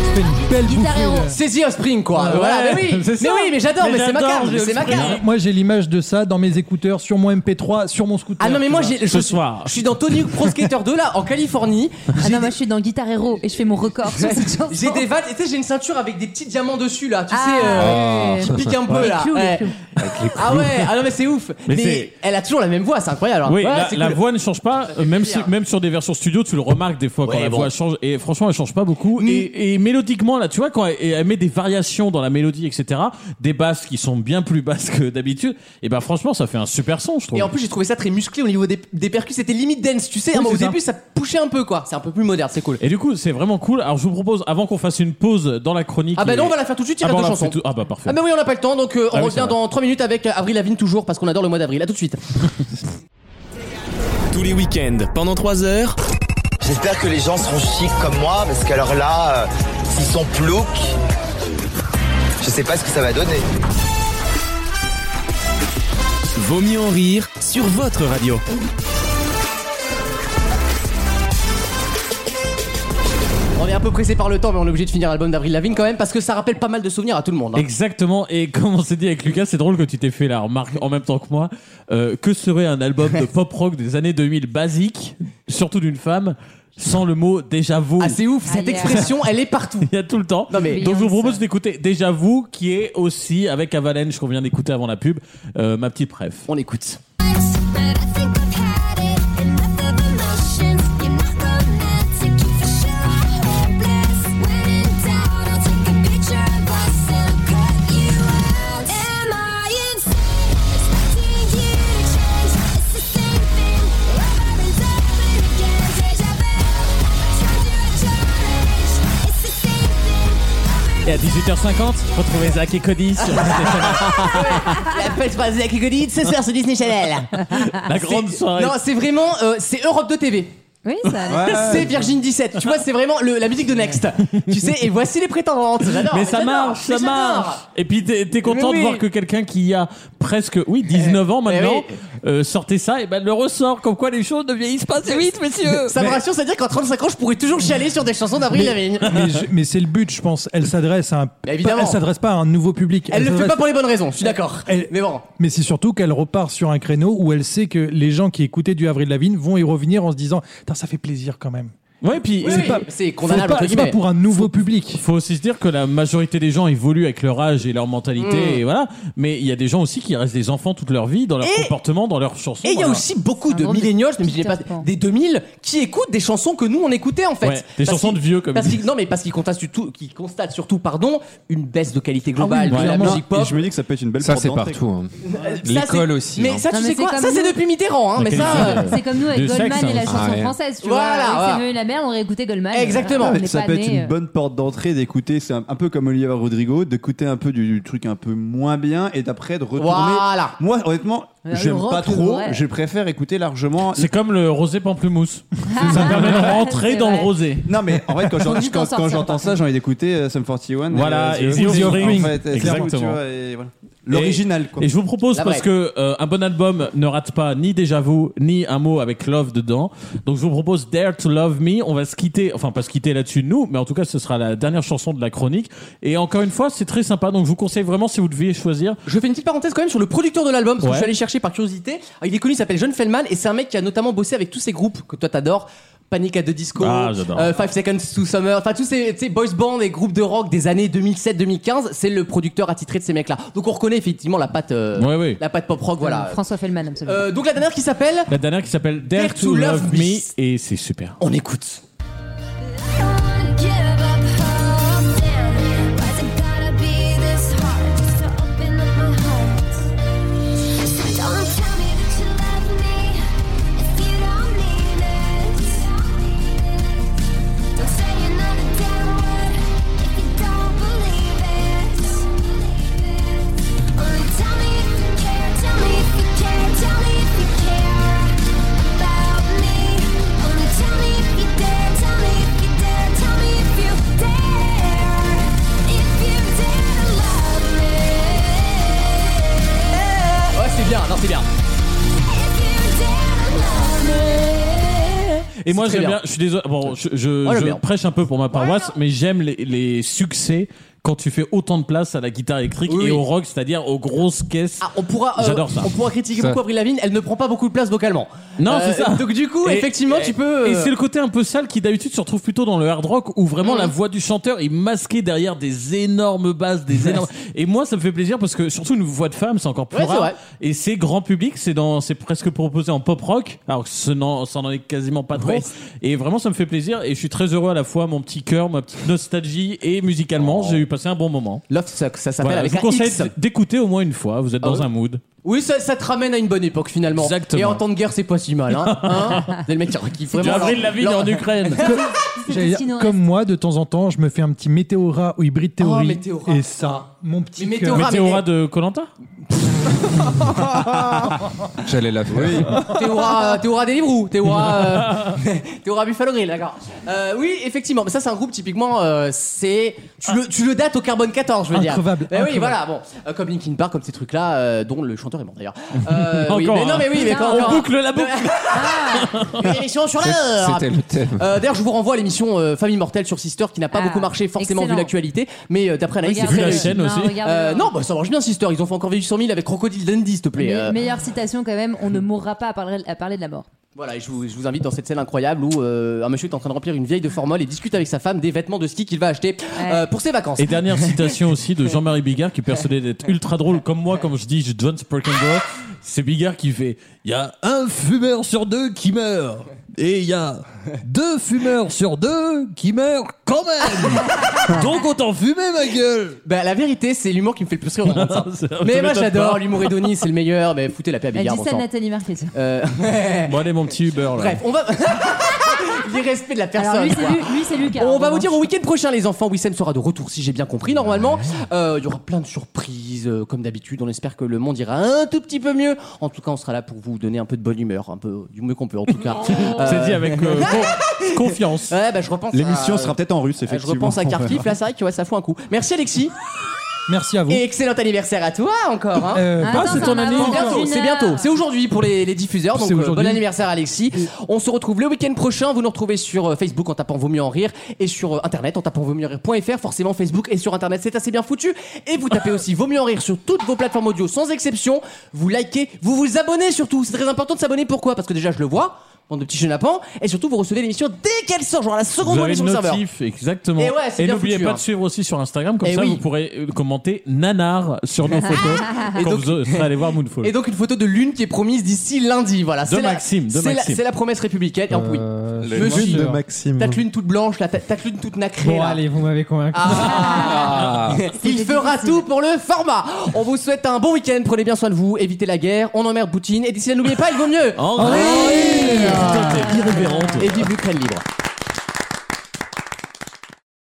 [SPEAKER 3] C'était une belle
[SPEAKER 5] Guitar
[SPEAKER 3] bouffée,
[SPEAKER 5] Hero.
[SPEAKER 3] euh,
[SPEAKER 2] C'est The Offspring, quoi.
[SPEAKER 4] Ouais,
[SPEAKER 2] voilà, mais oui.
[SPEAKER 4] <laughs> c'est
[SPEAKER 2] Mais
[SPEAKER 4] ça.
[SPEAKER 2] oui, mais j'adore,
[SPEAKER 4] Mais
[SPEAKER 2] mais c'est
[SPEAKER 4] j'adore
[SPEAKER 2] macabre.
[SPEAKER 4] The
[SPEAKER 2] C'est
[SPEAKER 4] Offspring.
[SPEAKER 2] macabre.
[SPEAKER 3] Moi j'ai l'image de ça dans mes écouteurs, sur mon MP3, sur mon scooter.
[SPEAKER 2] Ah non mais
[SPEAKER 3] tu
[SPEAKER 2] moi
[SPEAKER 3] vois.
[SPEAKER 2] j'ai
[SPEAKER 4] Ce
[SPEAKER 2] je,
[SPEAKER 4] soir.
[SPEAKER 2] je suis dans Tony Hawk Pro Skater 2 là en
[SPEAKER 4] <laughs>
[SPEAKER 2] Californie.
[SPEAKER 5] Ah non, moi, je suis dans Guitar Hero et je fais mon record sur cette chanson.
[SPEAKER 2] J'ai des vannes, et tu sais j'ai une ceinture avec des petits diamants dessus là, tu
[SPEAKER 5] Ah,
[SPEAKER 2] sais euh,
[SPEAKER 4] Oh.
[SPEAKER 5] ouais.
[SPEAKER 2] qui piquent un peu
[SPEAKER 5] <laughs> Les
[SPEAKER 2] là.
[SPEAKER 5] clous, les
[SPEAKER 2] Ouais.
[SPEAKER 5] clous.
[SPEAKER 2] Ah ouais, ah non mais c'est ouf. Mais,
[SPEAKER 4] Mais c'est-
[SPEAKER 2] elle a toujours la même voix, c'est incroyable. hein.
[SPEAKER 4] Oui,
[SPEAKER 2] Ouais,
[SPEAKER 4] la,
[SPEAKER 2] c'est
[SPEAKER 4] la
[SPEAKER 2] cool.
[SPEAKER 4] voix ne change pas, euh, même, si,
[SPEAKER 2] plaisir.
[SPEAKER 4] même sur des versions studio, tu le remarques des fois quand
[SPEAKER 2] Ouais,
[SPEAKER 4] la
[SPEAKER 2] bon.
[SPEAKER 4] voix change. Et franchement, elle change pas beaucoup.
[SPEAKER 2] Mm.
[SPEAKER 4] Et, et mélodiquement, là, tu vois, quand elle, elle met des variations dans la mélodie, etc., des basses qui sont bien plus basses que d'habitude, et ben franchement, ça fait un super son, je trouve.
[SPEAKER 2] Et en plus j'ai trouvé ça très musclé au niveau des, des percus, c'était limite dance, tu sais.
[SPEAKER 4] Oui,
[SPEAKER 2] Moi, au
[SPEAKER 4] c'est ça.
[SPEAKER 2] début ça poussait un peu quoi, c'est un peu plus moderne, c'est cool.
[SPEAKER 4] Et du coup, c'est vraiment cool. Alors, je vous propose, avant qu'on fasse une pause dans la chronique.
[SPEAKER 2] Ah bah
[SPEAKER 4] et-
[SPEAKER 2] non, on va la faire tout de suite, il
[SPEAKER 4] Ah
[SPEAKER 2] y a
[SPEAKER 4] bah, on
[SPEAKER 2] deux
[SPEAKER 4] la fait
[SPEAKER 2] chansons.
[SPEAKER 4] tout- Ah bah parfait.
[SPEAKER 2] Ah bah oui, on n'a pas le temps donc euh, on
[SPEAKER 4] Ah oui, c'est
[SPEAKER 2] revient
[SPEAKER 4] vrai.
[SPEAKER 2] dans 3 minutes avec euh, Avril Lavigne toujours parce qu'on adore le mois d'avril. À tout de suite.
[SPEAKER 1] Tous les week-ends, pendant 3 heures,
[SPEAKER 10] J'espère que les gens seront chics comme moi, parce qu'alors là, euh, s'ils sont ploucs, je sais pas ce que ça va donner.
[SPEAKER 1] Vaut mieux en rire sur votre radio.
[SPEAKER 2] On est un peu pressé par le temps mais on est obligé de finir l'album d'Avril Lavigne quand même parce que ça rappelle pas mal de souvenirs à tout le monde. hein.
[SPEAKER 4] Exactement, et <laughs> comme on s'est dit avec Lucas, c'est drôle que tu t'es fait la remarque en même temps que moi. Euh, que serait un album
[SPEAKER 2] <laughs>
[SPEAKER 4] de pop rock des années 2000 basique, surtout d'une femme, sans le mot déjà vous
[SPEAKER 2] Ah c'est ouf, cette
[SPEAKER 5] Allez,
[SPEAKER 2] expression elle est partout.
[SPEAKER 4] <laughs> Il y a tout le temps.
[SPEAKER 2] Non, mais-
[SPEAKER 4] Donc je vous propose d'écouter déjà vous, qui est aussi avec Avalanche qu'on vient d'écouter avant la pub, euh, ma petite préf.
[SPEAKER 2] On écoute.
[SPEAKER 4] Et à 18h50, retrouvez Zach et Cody <laughs> sur
[SPEAKER 2] La fête passe à Kikolit ce soir sur Disney Channel.
[SPEAKER 4] la grande
[SPEAKER 2] C'est-
[SPEAKER 4] soirée.
[SPEAKER 2] Non, c'est vraiment euh, c'est Europe de TV.
[SPEAKER 5] Oui, ça a l'air.
[SPEAKER 2] c'est Virgin 17. Tu vois, c'est vraiment le- la musique de Next. tu sais, et voici les prétendantes. J'adore.
[SPEAKER 4] mais ça
[SPEAKER 2] j'adore,
[SPEAKER 4] marche, ça
[SPEAKER 2] mais j'adore.
[SPEAKER 4] marche. Et puis t'es t'es content
[SPEAKER 2] Mais
[SPEAKER 4] de
[SPEAKER 2] oui.
[SPEAKER 4] voir que quelqu'un qui a presque, oui, 19 ans maintenant,
[SPEAKER 2] eh oui.
[SPEAKER 4] euh, sortait ça et ben le ressort. Comme quoi les choses ne vieillissent pas assez vite, messieurs.
[SPEAKER 2] Ça me rassure, c'est-à-dire qu'en 35 ans, je pourrais toujours chialer sur des chansons d'Avril Lavigne.
[SPEAKER 3] Mais, je- mais c'est le but, je pense. Elle s'adresse à un.
[SPEAKER 2] Mais Bah, évidemment.
[SPEAKER 3] Elle s'adresse pas à un nouveau public.
[SPEAKER 2] Elle le fait
[SPEAKER 3] s'adresse-
[SPEAKER 2] pas pour les bonnes raisons, je suis d'accord.
[SPEAKER 3] Elle-
[SPEAKER 2] Mais bon.
[SPEAKER 3] Mais c'est surtout qu'elle repart sur un créneau où elle sait que les gens qui écoutaient du Avril Lavigne vont y revenir en se disant Putain, ça fait plaisir quand même.
[SPEAKER 4] Ouais, puis
[SPEAKER 2] Oui,
[SPEAKER 4] c'est
[SPEAKER 2] oui,
[SPEAKER 4] pas-
[SPEAKER 2] c'est
[SPEAKER 3] Faut
[SPEAKER 2] condamnable.
[SPEAKER 3] pas-
[SPEAKER 2] entre
[SPEAKER 3] C'est pas
[SPEAKER 2] guillemets.
[SPEAKER 3] pour un nouveau public.
[SPEAKER 4] Faut aussi se dire que la majorité des gens évoluent avec leur âge et leur mentalité,
[SPEAKER 2] Mm.
[SPEAKER 4] et voilà. Mais il y a des gens aussi qui restent des enfants toute leur vie, dans leur
[SPEAKER 2] Et-
[SPEAKER 4] comportement, dans leurs chansons.
[SPEAKER 2] Et il y a
[SPEAKER 4] voilà.
[SPEAKER 2] aussi beaucoup
[SPEAKER 5] C'est un
[SPEAKER 2] de
[SPEAKER 5] drôle de
[SPEAKER 2] milléniaux, je ne me dis
[SPEAKER 5] Peter
[SPEAKER 2] pas
[SPEAKER 5] Pan.
[SPEAKER 2] des 2000, qui écoutent des chansons que nous on écoutait en fait.
[SPEAKER 4] Ouais, des
[SPEAKER 2] Parce
[SPEAKER 4] chansons
[SPEAKER 2] qu'ils-
[SPEAKER 4] de vieux, comme
[SPEAKER 2] parce
[SPEAKER 4] ils
[SPEAKER 2] qu'ils- Non mais parce qu'ils constatent surtout, qu'ils constatent surtout pardon, une baisse de qualité globale de la
[SPEAKER 3] clairement.
[SPEAKER 2] musique pop.
[SPEAKER 7] Et je me dis que ça peut être une belle
[SPEAKER 8] Ça,
[SPEAKER 7] porte
[SPEAKER 8] c'est
[SPEAKER 7] d'entrée,
[SPEAKER 8] partout. hein.
[SPEAKER 2] Euh, ça,
[SPEAKER 8] L'école
[SPEAKER 2] c'est-
[SPEAKER 8] aussi,
[SPEAKER 2] Mais
[SPEAKER 8] hein.
[SPEAKER 2] ça tu
[SPEAKER 5] Non, mais
[SPEAKER 2] sais
[SPEAKER 5] c'est
[SPEAKER 2] quoi
[SPEAKER 5] comme
[SPEAKER 2] Ça c'est
[SPEAKER 5] nous.
[SPEAKER 2] depuis Mitterrand, hein, mais ça. euh,
[SPEAKER 5] C'est comme nous avec
[SPEAKER 4] Du
[SPEAKER 5] Goldman
[SPEAKER 4] sexe,
[SPEAKER 5] et la
[SPEAKER 4] hein.
[SPEAKER 5] chanson
[SPEAKER 8] Ah ouais.
[SPEAKER 5] française, tu
[SPEAKER 2] Voilà,
[SPEAKER 5] vois.
[SPEAKER 2] voilà.
[SPEAKER 5] C'est venu la merde, on aurait écouté Goldman. euh,
[SPEAKER 2] Exactement.
[SPEAKER 5] On n'est
[SPEAKER 7] Ah, ça
[SPEAKER 5] pas
[SPEAKER 7] peut être
[SPEAKER 5] né,
[SPEAKER 7] une
[SPEAKER 5] euh,
[SPEAKER 7] bonne porte d'entrée d'écouter, c'est un, un peu comme Oliver Rodrigo, d'écouter un peu du, du truc un peu moins bien et d'après de retourner.
[SPEAKER 2] Voilà.
[SPEAKER 7] Moi, honnêtement,
[SPEAKER 5] Euh,
[SPEAKER 7] j'aime
[SPEAKER 5] le
[SPEAKER 7] pas
[SPEAKER 5] retour,
[SPEAKER 7] trop,
[SPEAKER 5] ouais.
[SPEAKER 7] je préfère
[SPEAKER 5] <laughs>
[SPEAKER 7] écouter largement.
[SPEAKER 4] C'est comme le rosé pamplemousse.
[SPEAKER 2] Ah.
[SPEAKER 4] ça permet de rentrer
[SPEAKER 5] euh. C'est
[SPEAKER 4] dans
[SPEAKER 5] vrai.
[SPEAKER 4] le rosé.
[SPEAKER 7] Non, mais
[SPEAKER 5] <laughs>
[SPEAKER 7] en fait, quand j'en-
[SPEAKER 5] Faut vite en
[SPEAKER 7] quand-
[SPEAKER 5] sortir,
[SPEAKER 7] quand j'entends
[SPEAKER 5] par
[SPEAKER 7] ça, j'ai envie d'écouter euh, Sum 41.
[SPEAKER 4] Voilà,
[SPEAKER 7] et, euh,
[SPEAKER 4] et
[SPEAKER 7] The
[SPEAKER 4] The
[SPEAKER 7] Offspring,
[SPEAKER 4] Offspring.
[SPEAKER 7] en fait, et c'est tout, tu
[SPEAKER 4] Exactement.
[SPEAKER 7] vois, et voilà. L'original, quoi.
[SPEAKER 4] Et je vous propose,
[SPEAKER 2] La
[SPEAKER 4] parce
[SPEAKER 2] vraie.
[SPEAKER 4] que euh, un bon album ne rate pas ni Déjà Vu, ni un mot avec Love dedans. Donc je vous propose Dare to Love Me. On va se quitter, enfin pas se quitter là-dessus nous, mais en tout cas ce sera la dernière chanson de la chronique. Et encore une fois, c'est très sympa. Donc je vous conseille vraiment, si vous deviez choisir,
[SPEAKER 2] Je fais une petite parenthèse quand même sur le producteur de l'album, parce que
[SPEAKER 4] Ouais.
[SPEAKER 2] je suis allé chercher par curiosité. Ah, Il est connu, il s'appelle John Fellman, et c'est un mec qui a notamment bossé avec tous ces groupes que toi t'adores. Panic at the Disco,
[SPEAKER 4] Ah, j'adore.
[SPEAKER 2] euh, Five Seconds to Summer, enfin tous ces tu sais, boys bands et groupes de rock des années 2007-2015, c'est le producteur attitré de ces mecs-là. Donc on reconnaît effectivement la patte, euh,
[SPEAKER 4] Ouais, ouais.
[SPEAKER 2] la patte pop rock, voilà.
[SPEAKER 5] François Fellman, absolument.
[SPEAKER 2] Euh, donc la dernière qui s'appelle,
[SPEAKER 4] la dernière qui s'appelle Dare, to, Love, Me. Et c'est super.
[SPEAKER 2] on écoute.
[SPEAKER 11] Tell me if you care about me. Only tell me if you dare. Tell me if you dare. Tell me if you dare. If you dare to love me.
[SPEAKER 2] Ouais, c'est bien, non, c'est bien.
[SPEAKER 11] If you dare to love me.
[SPEAKER 4] Et moi,
[SPEAKER 2] très
[SPEAKER 4] j'aime
[SPEAKER 2] bien. Oh,
[SPEAKER 4] bien. Je suis désolé. Bon, je, je-
[SPEAKER 2] Ouais,
[SPEAKER 4] je
[SPEAKER 2] bien.
[SPEAKER 4] prêche un peu pour ma paroisse, mais j'aime les, les succès quand tu fais autant de place à la guitare électrique
[SPEAKER 2] Oui, oui.
[SPEAKER 4] et au rock, c'est-à-dire aux grosses caisses.
[SPEAKER 2] Ah, on pourra, euh,
[SPEAKER 4] J'adore ça.
[SPEAKER 2] on pourra critiquer
[SPEAKER 8] Ça.
[SPEAKER 2] beaucoup Avril Lavigne, elle ne prend pas beaucoup de place vocalement.
[SPEAKER 4] Non,
[SPEAKER 2] Euh,
[SPEAKER 4] c'est ça.
[SPEAKER 2] Donc du coup,
[SPEAKER 4] Et-
[SPEAKER 2] effectivement,
[SPEAKER 4] et-
[SPEAKER 2] tu peux.
[SPEAKER 4] Et
[SPEAKER 2] euh,
[SPEAKER 4] c'est le côté un peu sale qui d'habitude se retrouve plutôt dans le hard rock où vraiment
[SPEAKER 2] Mhm.
[SPEAKER 4] la voix du chanteur est masquée derrière des énormes basses, des énormes. Et moi, ça me fait plaisir parce que surtout une voix de femme, c'est encore plus
[SPEAKER 2] Ouais, c'est
[SPEAKER 4] rare.
[SPEAKER 2] vrai.
[SPEAKER 4] Et c'est grand public, c'est dans, c'est presque proposé en pop rock. Alors que ce n'en- ça n'en est quasiment pas trop.
[SPEAKER 2] Ouais.
[SPEAKER 4] Et vraiment, ça me fait plaisir et je suis très heureux à la fois mon petit cœur, ma petite nostalgie et musicalement, j'ai eu passé un bon moment.
[SPEAKER 2] Love Sucks, Oh. ça s'appelle
[SPEAKER 4] Voilà,
[SPEAKER 2] avec
[SPEAKER 4] je vous
[SPEAKER 2] un
[SPEAKER 4] conseille
[SPEAKER 2] X.
[SPEAKER 4] d'écouter au moins une fois. Vous êtes
[SPEAKER 2] Ah
[SPEAKER 4] dans
[SPEAKER 2] ouais.
[SPEAKER 4] un mood.
[SPEAKER 2] Oui, ça, ça te ramène à une bonne époque finalement.
[SPEAKER 4] Exactement.
[SPEAKER 2] Et en temps de guerre, c'est pas si mal. Hein
[SPEAKER 4] <laughs>
[SPEAKER 2] Hein c'est le mec qui- qui
[SPEAKER 4] Du
[SPEAKER 2] vraiment.
[SPEAKER 4] Avril
[SPEAKER 2] leur-
[SPEAKER 4] Lavigne
[SPEAKER 2] leur- <laughs>
[SPEAKER 4] en Ukraine.
[SPEAKER 5] C'est
[SPEAKER 3] J'allais dire,
[SPEAKER 5] ce qui nous
[SPEAKER 3] comme moi, de temps en temps, je me fais un petit météora ou hybride théorie.
[SPEAKER 2] Oh, Météora.
[SPEAKER 3] Et ça, mon petit
[SPEAKER 2] Mais
[SPEAKER 3] cœur.
[SPEAKER 2] Météora-
[SPEAKER 4] Météora de Colanta.
[SPEAKER 8] J'allais la faire.
[SPEAKER 2] Théora, euh, Théora Deliveroo, Théora,
[SPEAKER 4] <laughs>
[SPEAKER 2] euh, Théora Buffalo Grill, d'accord. Euh, oui, effectivement, mais ça c'est un groupe typiquement, euh, c'est tu le, tu le dates au carbone 14, je veux dire.
[SPEAKER 3] Increvable,
[SPEAKER 2] Eh oui,
[SPEAKER 3] increvable.
[SPEAKER 2] voilà, bon, Euh, comme Linkin Park, comme ces trucs-là, euh, dont le chanteur est mort d'ailleurs.
[SPEAKER 4] <laughs>
[SPEAKER 2] Euh, oui,
[SPEAKER 4] Encore,
[SPEAKER 2] mais non,
[SPEAKER 4] hein.
[SPEAKER 2] mais oui, mais quand
[SPEAKER 5] On
[SPEAKER 2] encore, hein.
[SPEAKER 4] Boucle la
[SPEAKER 2] <laughs>
[SPEAKER 4] boucle.
[SPEAKER 2] Une émission sur l'heure.
[SPEAKER 8] C'était le thème.
[SPEAKER 2] Euh, D'ailleurs, je vous renvoie à l'émission euh, Famille Mortelle sur Sister qui n'a pas
[SPEAKER 5] Ah,
[SPEAKER 2] beaucoup marché forcément
[SPEAKER 5] excellent.
[SPEAKER 2] vu l'actualité, mais euh, d'après Anaïs, c'est
[SPEAKER 5] Regarde-
[SPEAKER 4] Vu la
[SPEAKER 2] très
[SPEAKER 4] chaîne
[SPEAKER 5] Non,
[SPEAKER 4] aussi.
[SPEAKER 5] regarde-
[SPEAKER 2] Euh, non, bah ça marche bien Sister. Ils ont fait encore vivre 100 000 avec Crocodile Dundee, s'il te plaît.
[SPEAKER 5] Mais-
[SPEAKER 2] Euh,
[SPEAKER 5] Meilleure citation quand même, on ne mourra pas à parler, à parler de la mort.
[SPEAKER 2] Voilà, et je vous, je vous invite dans cette scène incroyable où euh, un monsieur est en train de remplir une vieille de formol et discute avec sa femme des vêtements de ski qu'il va acheter euh, pour ses vacances.
[SPEAKER 4] Et dernière citation aussi de Jean-Marie Bigard qui est persuadé d'être ultra drôle comme moi comme je dis je- John Sperkenbrough. C'est Bigard qui fait il y a un fumeur sur deux qui meurt et il y a deux
[SPEAKER 2] <laughs>
[SPEAKER 4] fumeurs sur deux qui meurent quand même. Donc autant fumer ma gueule.
[SPEAKER 2] Bah, la vérité, c'est l'humour qui me fait le plus rire. au moment de
[SPEAKER 4] <laughs>
[SPEAKER 2] ça. mais moi, j'adore l'humour hédoniste, c'est le meilleur. Mais foutez la paix à
[SPEAKER 5] Elle
[SPEAKER 2] Bigard,
[SPEAKER 5] dit
[SPEAKER 2] bon
[SPEAKER 5] ça
[SPEAKER 2] sang.
[SPEAKER 5] Nathalie Marquez.
[SPEAKER 2] Euh, <laughs>
[SPEAKER 4] Bon allez mon petit Uber là.
[SPEAKER 2] Bref, on va. <laughs> L'irrespect de la personne.
[SPEAKER 5] Alors lui
[SPEAKER 2] quoi.
[SPEAKER 5] c'est lui, lui, c'est Lucas. hein,
[SPEAKER 2] On va vous
[SPEAKER 5] vraiment.
[SPEAKER 2] dire au week-end prochain, les enfants. Wissem sera de retour, si j'ai bien compris, normalement. Euh, Il y aura plein de surprises, euh, comme d'habitude. On espère que le monde ira un tout petit peu mieux. En tout cas, on sera là pour vous donner un peu de bonne humeur, un peu du mieux qu'on peut, en tout
[SPEAKER 5] Oh.
[SPEAKER 2] cas. Euh,
[SPEAKER 4] C'est dit avec
[SPEAKER 2] <laughs>
[SPEAKER 4] euh, con- confiance.
[SPEAKER 2] Ouais, bah, je repense
[SPEAKER 7] L'émission
[SPEAKER 2] à-
[SPEAKER 7] sera peut-être en russe,
[SPEAKER 2] euh, Je
[SPEAKER 7] effectivement.
[SPEAKER 2] repense à
[SPEAKER 7] <laughs>
[SPEAKER 2] Kharkiv, là, c'est vrai que ouais, ça fout un coup. Merci, Alexis.
[SPEAKER 3] Merci à vous.
[SPEAKER 2] Et excellent anniversaire à toi, encore. hein.
[SPEAKER 3] Euh,
[SPEAKER 5] Attends,
[SPEAKER 4] c'est
[SPEAKER 5] ça
[SPEAKER 4] ton
[SPEAKER 5] en
[SPEAKER 4] année.
[SPEAKER 5] avance
[SPEAKER 2] C'est bientôt,
[SPEAKER 5] d'une
[SPEAKER 2] c'est
[SPEAKER 4] euh,
[SPEAKER 5] heure.
[SPEAKER 2] bientôt. C'est aujourd'hui pour les, les diffuseurs. Donc
[SPEAKER 3] C'est
[SPEAKER 2] euh,
[SPEAKER 3] aujourd'hui.
[SPEAKER 2] bon anniversaire Alexis.
[SPEAKER 4] Mm.
[SPEAKER 2] On se retrouve le week-end prochain. Vous nous retrouvez sur euh, Facebook en tapant Vaut mieux en rire et sur euh, internet en tapant Vaut mieux en rire.fr. Forcément Facebook et sur internet c'est assez bien foutu. Et vous tapez aussi Vaut mieux en rire sur toutes vos plateformes audio sans exception. Vous likez, vous vous abonnez surtout. C'est très important de s'abonner. Pourquoi Parce que déjà je le vois. Dans de petits chenapans. Et surtout vous recevez l'émission dès qu'elle sort. Genre à la seconde
[SPEAKER 4] Vous
[SPEAKER 2] où elle
[SPEAKER 4] avez
[SPEAKER 2] est
[SPEAKER 4] une
[SPEAKER 2] sur le serveur.
[SPEAKER 4] notif, exactement.
[SPEAKER 2] Et ouais, c'est bien
[SPEAKER 4] n'oubliez
[SPEAKER 2] foutu,
[SPEAKER 4] pas
[SPEAKER 2] hein.
[SPEAKER 4] de suivre aussi sur Instagram, comme
[SPEAKER 2] Et
[SPEAKER 4] ça
[SPEAKER 2] oui.
[SPEAKER 4] vous pourrez euh, commenter nanar
[SPEAKER 2] <laughs>
[SPEAKER 4] sur nos photos
[SPEAKER 2] Et
[SPEAKER 4] quand
[SPEAKER 2] donc-
[SPEAKER 4] vous serez allé voir Moonfall.
[SPEAKER 2] Et donc une photo de lune qui est promise d'ici lundi, voilà.
[SPEAKER 4] euh. De
[SPEAKER 2] C'est la-
[SPEAKER 4] Maxime, de
[SPEAKER 2] c'est la-
[SPEAKER 4] Maxime. Euh,
[SPEAKER 2] C'est la promesse républicaine. Et en- oui. Monsieur.
[SPEAKER 3] Lune de
[SPEAKER 7] Maxime.
[SPEAKER 2] T'as que lune toute blanche, là, t'as- t'as que lune toute nacrée.
[SPEAKER 6] Mm. Bon,
[SPEAKER 2] là.
[SPEAKER 6] allez, vous m'avez convaincu. <laughs>
[SPEAKER 2] Ah. Il fera tout pour le format. On vous souhaite un bon week-end. Prenez bien soin de vous. Évitez la guerre. On
[SPEAKER 6] Oh.
[SPEAKER 2] emmerde Poutine. Et d'ici là, n'oubliez pas, il vaut mieux.
[SPEAKER 4] En vrai,
[SPEAKER 2] rire.
[SPEAKER 4] Putain, t'es irrévérente.
[SPEAKER 2] Et vive l'Ukraine libre.